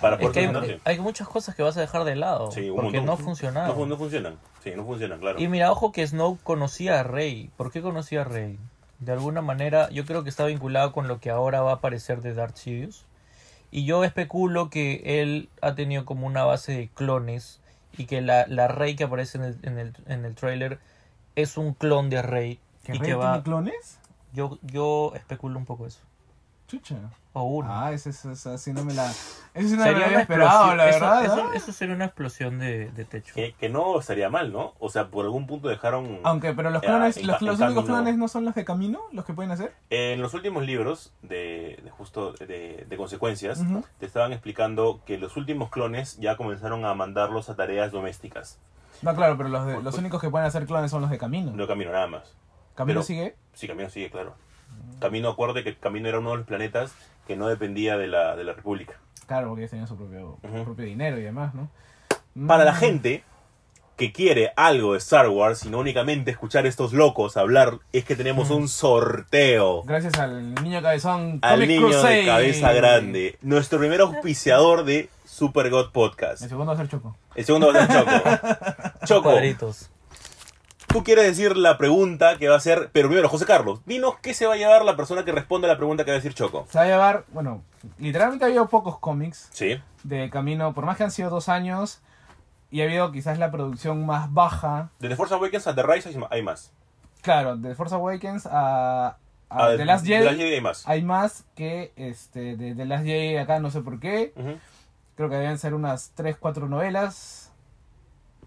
Speaker 2: Para
Speaker 5: Es
Speaker 2: por
Speaker 5: que
Speaker 2: qué
Speaker 5: hay,
Speaker 2: no,
Speaker 5: hay muchas cosas que vas a dejar de lado,
Speaker 2: Sí, un
Speaker 5: porque
Speaker 2: montón.
Speaker 5: no funcionaron.
Speaker 2: no, no funcionan. Sí, no funcionan, claro.
Speaker 5: Y mira, ojo que Snow conocía a Rey. ¿Por qué conocía a Rey? De alguna manera, yo creo que está vinculado con lo que ahora va a aparecer de Darth Sidious. Y yo especulo que él ha tenido como una base de clones y que la, la Rey que aparece en el, en el, en el tráiler es un clon de Rey.
Speaker 1: ¿Que
Speaker 5: y
Speaker 1: Rey
Speaker 5: que va...
Speaker 1: tiene clones?
Speaker 5: Yo, yo especulo un poco eso.
Speaker 1: Chucha.
Speaker 5: O uno.
Speaker 1: Ah, esa es, así no me la. Eso no me
Speaker 5: Sería
Speaker 1: la
Speaker 5: una
Speaker 1: había esperado,
Speaker 5: explosión-
Speaker 1: la
Speaker 5: eso-
Speaker 1: verdad.
Speaker 5: Eso,
Speaker 1: ¿no?
Speaker 5: eso sería una explosión de, de techo.
Speaker 2: Que, que no estaría mal, ¿no? O sea, por algún punto dejaron.
Speaker 1: Aunque, pero los
Speaker 2: Ya,
Speaker 1: clones,
Speaker 2: en
Speaker 1: los,
Speaker 2: ca-
Speaker 1: los
Speaker 2: en
Speaker 1: únicos
Speaker 2: camino.
Speaker 1: clones no son los de camino, los que pueden hacer.
Speaker 2: En los últimos libros de, de justo de, de consecuencias,
Speaker 1: Ujú.
Speaker 2: te estaban explicando que los últimos clones ya comenzaron a mandarlos a tareas domésticas.
Speaker 1: No, claro, pero los, de-
Speaker 2: Por-
Speaker 1: los
Speaker 2: por-
Speaker 1: únicos que pueden hacer clones son los de camino.
Speaker 2: No camino nada más.
Speaker 1: camino
Speaker 2: pero-
Speaker 1: sigue.
Speaker 2: Sí, camino sigue, claro. Camino, acuerde que Camino era uno de los planetas que no dependía de la, de la República.
Speaker 1: Claro, porque ellos tenían su propio,
Speaker 2: Ujú.
Speaker 1: propio dinero y demás, ¿no?
Speaker 2: Para la
Speaker 1: Mm.
Speaker 2: gente que quiere algo de Star Wars y no únicamente escuchar estos locos hablar, es que tenemos
Speaker 1: Mm.
Speaker 2: un sorteo.
Speaker 1: Gracias al niño cabezón.
Speaker 2: al
Speaker 1: Comic
Speaker 2: niño de
Speaker 1: Crusade.
Speaker 2: cabeza grande. Nuestro primer auspiciador de Super God Podcast.
Speaker 1: El segundo va a ser Choco.
Speaker 2: El segundo va a ser Choco. Choco,
Speaker 5: Cuadritos.
Speaker 2: tú quieres decir la pregunta que va a ser. Pero primero, José Carlos, dinos qué se va a llevar la persona que responda a la pregunta que va a decir Choco.
Speaker 1: Se va a llevar, bueno, literalmente ha habido pocos cómics
Speaker 2: Sí.
Speaker 1: de camino, por más que han sido dos años, y ha habido quizás la producción más baja.
Speaker 2: De The Force Awakens a The Rise hay ma- hay más.
Speaker 1: Claro, de Force Awakens a, a
Speaker 2: A
Speaker 1: The Ah, Last Jedi.
Speaker 2: hay más.
Speaker 1: Hay más que este, de The Last Jedi acá, no sé por qué.
Speaker 2: Ujú.
Speaker 1: Creo que deben ser unas 3, 4 novelas.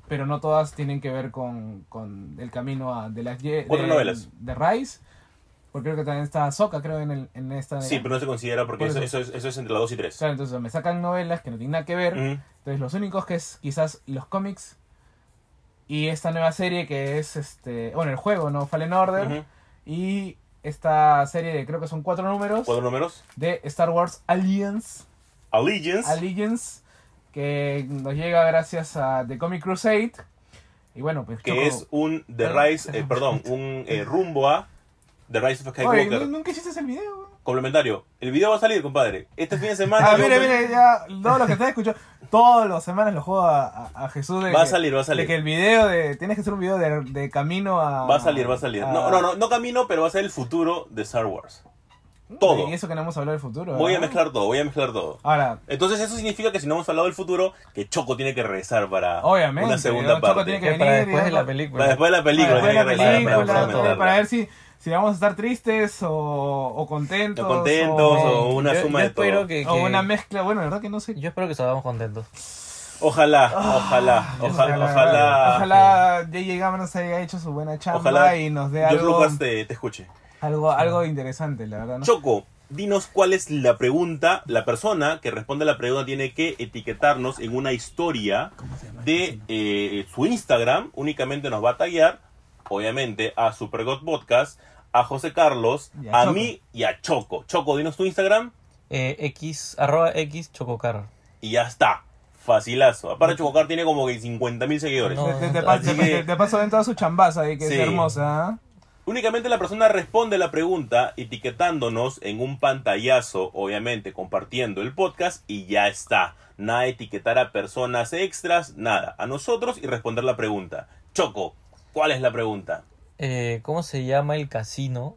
Speaker 1: Pero no todas tienen que ver con, con el camino a- de las ye-
Speaker 2: Cuatro
Speaker 1: de,
Speaker 2: novelas.
Speaker 1: de Rice. Porque creo que también está Soca, creo, en, el, en esta.
Speaker 2: Sí, pero no se considera porque
Speaker 1: Por
Speaker 2: eso,
Speaker 1: eso.
Speaker 2: eso es, eso es entre la 2 y 3.
Speaker 1: Claro, entonces me sacan novelas que no tienen nada que ver.
Speaker 2: Mm.
Speaker 1: Entonces los únicos que es quizás los cómics y esta nueva serie que es este, bueno, el juego, ¿no? Fallen Order y esta serie de creo que son cuatro números
Speaker 2: Cuatro números.
Speaker 1: de Star Wars Alliance,
Speaker 2: Allegiance.
Speaker 1: Allegiance que nos llega gracias a The Comic Crusade. Y bueno, pues
Speaker 2: que
Speaker 1: Choco,
Speaker 2: es un The Rise, eh, perdón, un eh, rumbo a The Rise of
Speaker 1: Oye,
Speaker 2: Skywalker.
Speaker 1: ¿nu- nunca hiciste el video.
Speaker 2: Complementario. El video va a salir, compadre. Este fin de semana.
Speaker 1: Ah,
Speaker 2: yo-
Speaker 1: mire, mire, ya, todos los que están escuchando, todas las semanas lo juego a, a- a Jesús de
Speaker 2: Va a
Speaker 1: que-
Speaker 2: salir, va a salir.
Speaker 1: De que el video de. Tienes que hacer un video de, de camino a.
Speaker 2: Va a salir, va a salir. No, no, no, no camino, pero va a ser el futuro de Star Wars. Todo.
Speaker 1: Y Mm, eso que no hemos hablado del futuro.
Speaker 2: Voy a
Speaker 1: ¿verdad?
Speaker 2: mezclar todo, voy a mezclar todo.
Speaker 1: Ahora,
Speaker 2: Entonces eso significa que si no hemos hablado del futuro, que Choco tiene que regresar para
Speaker 1: obviamente.
Speaker 2: una
Speaker 1: ¿no?
Speaker 2: segunda
Speaker 1: Choco
Speaker 2: parte.
Speaker 1: tiene que
Speaker 5: Que para
Speaker 1: venir,
Speaker 5: después de la
Speaker 1: digamos,
Speaker 2: Para
Speaker 5: película.
Speaker 2: después de la película,
Speaker 1: para después de
Speaker 2: tiene que
Speaker 1: la
Speaker 2: regresar para-
Speaker 1: película,
Speaker 2: para,
Speaker 1: todo,
Speaker 2: comentarla.
Speaker 1: para ver si, si vamos a estar tristes o, o contentos.
Speaker 2: O contentos, o una
Speaker 5: Yo-
Speaker 2: suma
Speaker 5: yo
Speaker 2: de todo.
Speaker 5: espero que-
Speaker 1: o una mezcla. Bueno, la verdad que no sé.
Speaker 5: Yo espero que salgamos contentos.
Speaker 2: Ojalá,
Speaker 1: Ah,
Speaker 2: ojalá, ojalá, ojalá.
Speaker 1: Ojalá J.J. Abrams haya hecho su buena chamba
Speaker 2: Ojalá
Speaker 1: y nos dé
Speaker 2: George
Speaker 1: algo,
Speaker 2: Lucas te, te escuche.
Speaker 1: algo, algo interesante, la verdad. ¿no?
Speaker 2: Choco, dinos cuál es la pregunta. La persona que responde a la pregunta tiene que etiquetarnos en una historia de eh, su Instagram. Únicamente nos va a taggear, obviamente, a Supergot Podcast, a José Carlos,
Speaker 1: Y a
Speaker 2: a,
Speaker 1: Choco.
Speaker 2: mí y a Choco. Choco, dinos tu Instagram
Speaker 5: Eh, X, arroba X Chococar.
Speaker 2: y ya está. Facilazo. Aparte, Chococar tiene como que 50 mil seguidores.
Speaker 5: No.
Speaker 1: Te, te- te pas-
Speaker 2: Así
Speaker 1: te-
Speaker 2: que-
Speaker 1: te paso ven toda su chambaza ahí, que
Speaker 2: Sí.
Speaker 1: es hermosa. ¿ah?
Speaker 2: Únicamente la persona responde la pregunta etiquetándonos en un pantallazo, obviamente compartiendo el podcast y ya está. Nada de etiquetar a personas extras, nada. A nosotros y responder la pregunta. Choco, ¿cuál es la pregunta?
Speaker 5: Eh, ¿Cómo se llama el casino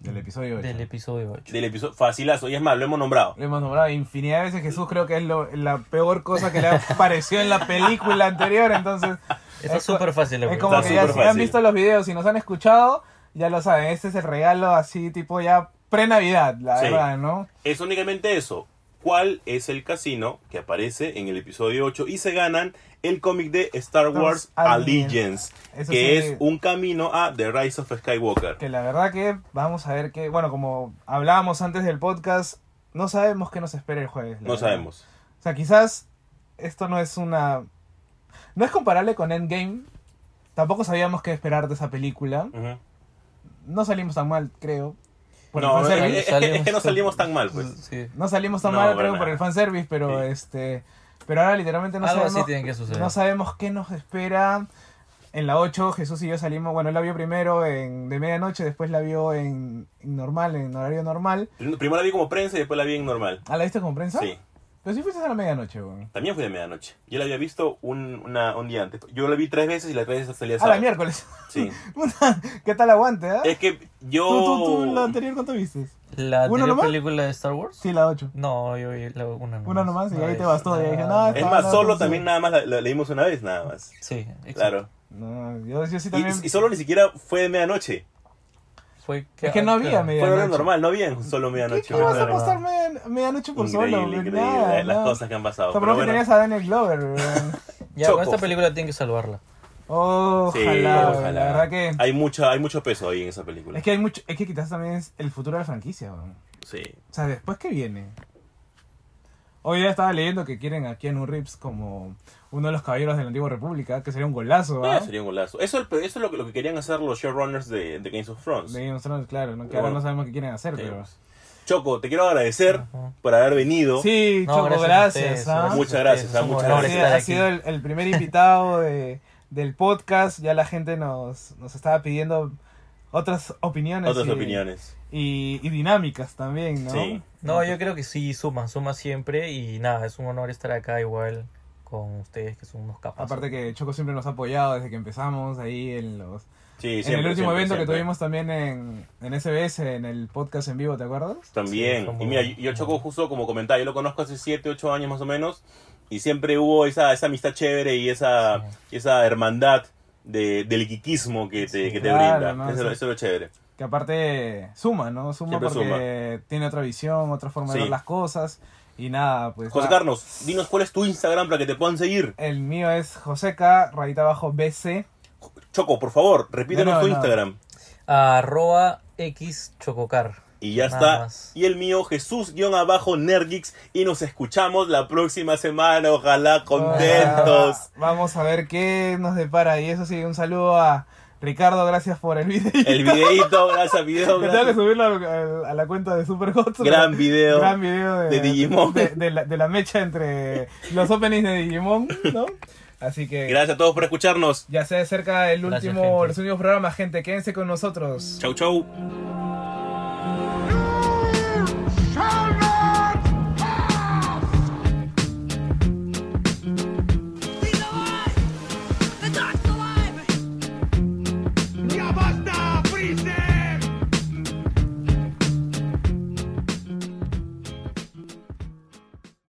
Speaker 1: Del episodio 8.
Speaker 5: del episodio 8?
Speaker 2: Del episodio facilazo, y es más, lo hemos nombrado.
Speaker 1: Lo hemos nombrado infinidad de veces. Jesús creo que es lo- la peor cosa que le apareció en la película anterior. Entonces,
Speaker 5: Está
Speaker 1: es co-
Speaker 5: súper fácil. la
Speaker 1: es
Speaker 5: pregunta.
Speaker 1: como
Speaker 2: Está
Speaker 1: que ya
Speaker 2: súper
Speaker 1: si han
Speaker 2: fácil.
Speaker 1: visto los videos y nos han escuchado, ya lo saben. Este es el regalo así, tipo ya pre-Navidad, la
Speaker 2: Sí.
Speaker 1: verdad, ¿no?
Speaker 2: Es únicamente eso. ¿Cuál es el casino que aparece en el episodio 8 y se ganan el cómic de Star Wars Allegiance,
Speaker 1: Allegiance. Eso
Speaker 2: que
Speaker 1: sí.
Speaker 2: es un camino a The Rise of Skywalker?
Speaker 1: Que la verdad que vamos a ver que, bueno, como hablábamos antes del podcast, no sabemos qué nos espera el jueves. la
Speaker 2: No
Speaker 1: verdad.
Speaker 2: sabemos.
Speaker 1: O sea, quizás esto no es una... No es comparable con Endgame. Tampoco sabíamos qué esperar de esa película.
Speaker 2: Ujú.
Speaker 1: No salimos tan mal, creo. Por
Speaker 2: No, eh,
Speaker 1: el fanservice.
Speaker 2: es que- es que no salimos tan mal, pues.
Speaker 5: Sí.
Speaker 1: No salimos tan
Speaker 2: No,
Speaker 1: mal,
Speaker 2: para
Speaker 1: creo,
Speaker 2: nada.
Speaker 1: por el fanservice, pero
Speaker 2: Sí.
Speaker 1: este. Pero ahora literalmente no
Speaker 5: Algo así
Speaker 1: sabemos.
Speaker 5: tiene que suceder.
Speaker 1: No sabemos qué nos espera. En la 8, Jesús y yo salimos. Bueno, él la vio primero en, de medianoche, después la vio en, en normal, en horario normal.
Speaker 2: Primero la vi como prensa y después la vi en normal.
Speaker 1: ¿Ah, la viste con prensa?
Speaker 2: Sí.
Speaker 1: Pero sí fuiste a la medianoche, weón.
Speaker 2: También fue de medianoche. Yo la había visto un, una- un día antes. Yo la vi tres veces y las tres veces salía
Speaker 1: Ah, la
Speaker 2: sábado.
Speaker 1: miércoles.
Speaker 2: Sí.
Speaker 1: Puta, ¿Qué tal aguante, ah?
Speaker 2: Es que yo...
Speaker 1: ¿Tú, tú, tú, la anterior cuánto viste?
Speaker 5: ¿La
Speaker 1: ¿Una
Speaker 5: anterior
Speaker 1: nomás?
Speaker 5: película de Star Wars?
Speaker 1: Sí, la 8.
Speaker 5: No, yo vi la- una nomás.
Speaker 1: Una nomás y
Speaker 5: No
Speaker 1: ahí te
Speaker 5: es
Speaker 1: bastó, ya
Speaker 5: nada.
Speaker 1: dije, no,
Speaker 2: Es
Speaker 1: Ah,
Speaker 2: más,
Speaker 1: no,
Speaker 2: solo
Speaker 1: no, sí.
Speaker 2: también nada más la, la leímos una vez, nada más.
Speaker 5: Sí, exacto.
Speaker 2: Claro.
Speaker 1: No, yo, yo sí
Speaker 2: Y,
Speaker 1: también.
Speaker 2: y solo ni siquiera fue de medianoche.
Speaker 5: Fue
Speaker 1: Es que no había
Speaker 5: claro.
Speaker 2: Fue horario
Speaker 1: Medianoche.
Speaker 2: normal, no bien, solo
Speaker 1: ¿Qué,
Speaker 2: medianoche.
Speaker 1: qué vas a
Speaker 2: Claro.
Speaker 1: apostar media- medianoche por
Speaker 2: Increíble,
Speaker 1: solo?
Speaker 2: increíble.
Speaker 1: Nada,
Speaker 2: las
Speaker 1: no.
Speaker 2: cosas que han pasado.
Speaker 1: O sea, por
Speaker 2: Pero
Speaker 1: lo que
Speaker 2: bueno,
Speaker 1: tenías a Daniel Glover, weón.
Speaker 5: Ya,
Speaker 2: Choco.
Speaker 5: con esta película tienen que salvarla.
Speaker 1: Ojalá,
Speaker 2: sí,
Speaker 1: weón,
Speaker 2: ojalá.
Speaker 1: la verdad que...
Speaker 2: Hay, mucha, hay mucho peso ahí en esa película.
Speaker 1: Es que hay mucho... Es que quizás también es el futuro de la franquicia, weón.
Speaker 2: Sí.
Speaker 1: O sea, ¿después qué viene? Hoy ya estaba leyendo que quieren a Keanu Reeves como uno de los caballeros de la antigua república, que sería un golazo,
Speaker 2: Ah,
Speaker 1: ¿ah?
Speaker 2: sería un golazo. Eso, eso es lo que, lo que querían hacer los showrunners de, de Games of Thrones.
Speaker 1: De Game of Thrones, claro, ¿no? que ahora
Speaker 2: Bueno.
Speaker 1: no sabemos qué quieren hacer,
Speaker 2: Sí.
Speaker 1: pero...
Speaker 2: Choco, te quiero agradecer
Speaker 5: Ajá.
Speaker 2: por haber venido.
Speaker 1: Sí,
Speaker 5: No,
Speaker 1: Choco,
Speaker 5: a
Speaker 1: gracias,
Speaker 5: ustedes,
Speaker 1: ¿ah?
Speaker 5: a
Speaker 2: Muchas
Speaker 5: ustedes.
Speaker 2: gracias, ah,
Speaker 5: Es un
Speaker 2: muchas
Speaker 5: honor
Speaker 1: Ha
Speaker 2: gracias.
Speaker 1: sido,
Speaker 5: estar
Speaker 1: ha
Speaker 5: aquí.
Speaker 1: sido el, el primer invitado de- del podcast. Ya la gente nos, nos estaba pidiendo otras opiniones.
Speaker 2: Otras
Speaker 1: y,
Speaker 2: opiniones.
Speaker 1: Y, y dinámicas también, ¿no?
Speaker 2: Sí.
Speaker 5: No, yo creo que sí, suma, suma siempre. Y nada, es un honor estar acá igual con ustedes que son unos capas.
Speaker 1: Aparte que Choco siempre nos ha apoyado desde que empezamos ahí en los
Speaker 2: Sí,
Speaker 1: en
Speaker 2: siempre,
Speaker 1: el último
Speaker 2: siempre,
Speaker 1: evento
Speaker 2: siempre.
Speaker 1: que tuvimos también en, en SBS, en el podcast en vivo, ¿te acuerdas?
Speaker 2: También.
Speaker 5: Sí, somos-
Speaker 2: y mira, yo, yo Choco justo como comentaba, yo lo conozco hace 7, 8 años más o menos. Y siempre hubo esa, esa amistad chévere y esa, esa hermandad de, del geekismo que te, que te
Speaker 1: claro,
Speaker 2: brinda.
Speaker 1: ¿no?
Speaker 2: eso, es lo- eso es lo chévere.
Speaker 1: Que aparte suma, ¿no? Suma
Speaker 2: Siempre
Speaker 1: porque tiene otra visión, otra forma de
Speaker 2: Sí.
Speaker 1: ver las cosas. Y nada, pues.
Speaker 2: José
Speaker 1: nada.
Speaker 2: Carlos, dinos cuál es tu Instagram para que te puedan seguir.
Speaker 1: El mío es Joseca, rayita abajo BC.
Speaker 2: Choco, por favor, repítenos
Speaker 1: No, no,
Speaker 2: tu
Speaker 1: no.
Speaker 2: Instagram.
Speaker 5: Arroba X Chococar.
Speaker 2: Y ya
Speaker 5: Nada
Speaker 2: está.
Speaker 5: más.
Speaker 2: Y el mío, Jesús-Nergix. Y nos escuchamos la próxima semana. Ojalá contentos.
Speaker 1: Ah, vamos a ver qué nos depara. Y eso sí, un saludo a Ricardo, gracias por el video.
Speaker 2: El videito, gracias, video.
Speaker 1: Que tengo que
Speaker 2: gracias.
Speaker 1: subirlo al- a, la cuenta de Superhot.
Speaker 2: Gran video.
Speaker 1: Gran video de,
Speaker 2: de Digimon.
Speaker 1: De, de la, de la mecha entre los openings de Digimon, ¿no? Así que
Speaker 2: Gracias a todos por escucharnos.
Speaker 1: ya sea cerca el
Speaker 5: Gracias,
Speaker 1: último,
Speaker 5: gente.
Speaker 1: los últimos programas, gente. Quédense con nosotros.
Speaker 2: Chau, chau.
Speaker 5: Chau.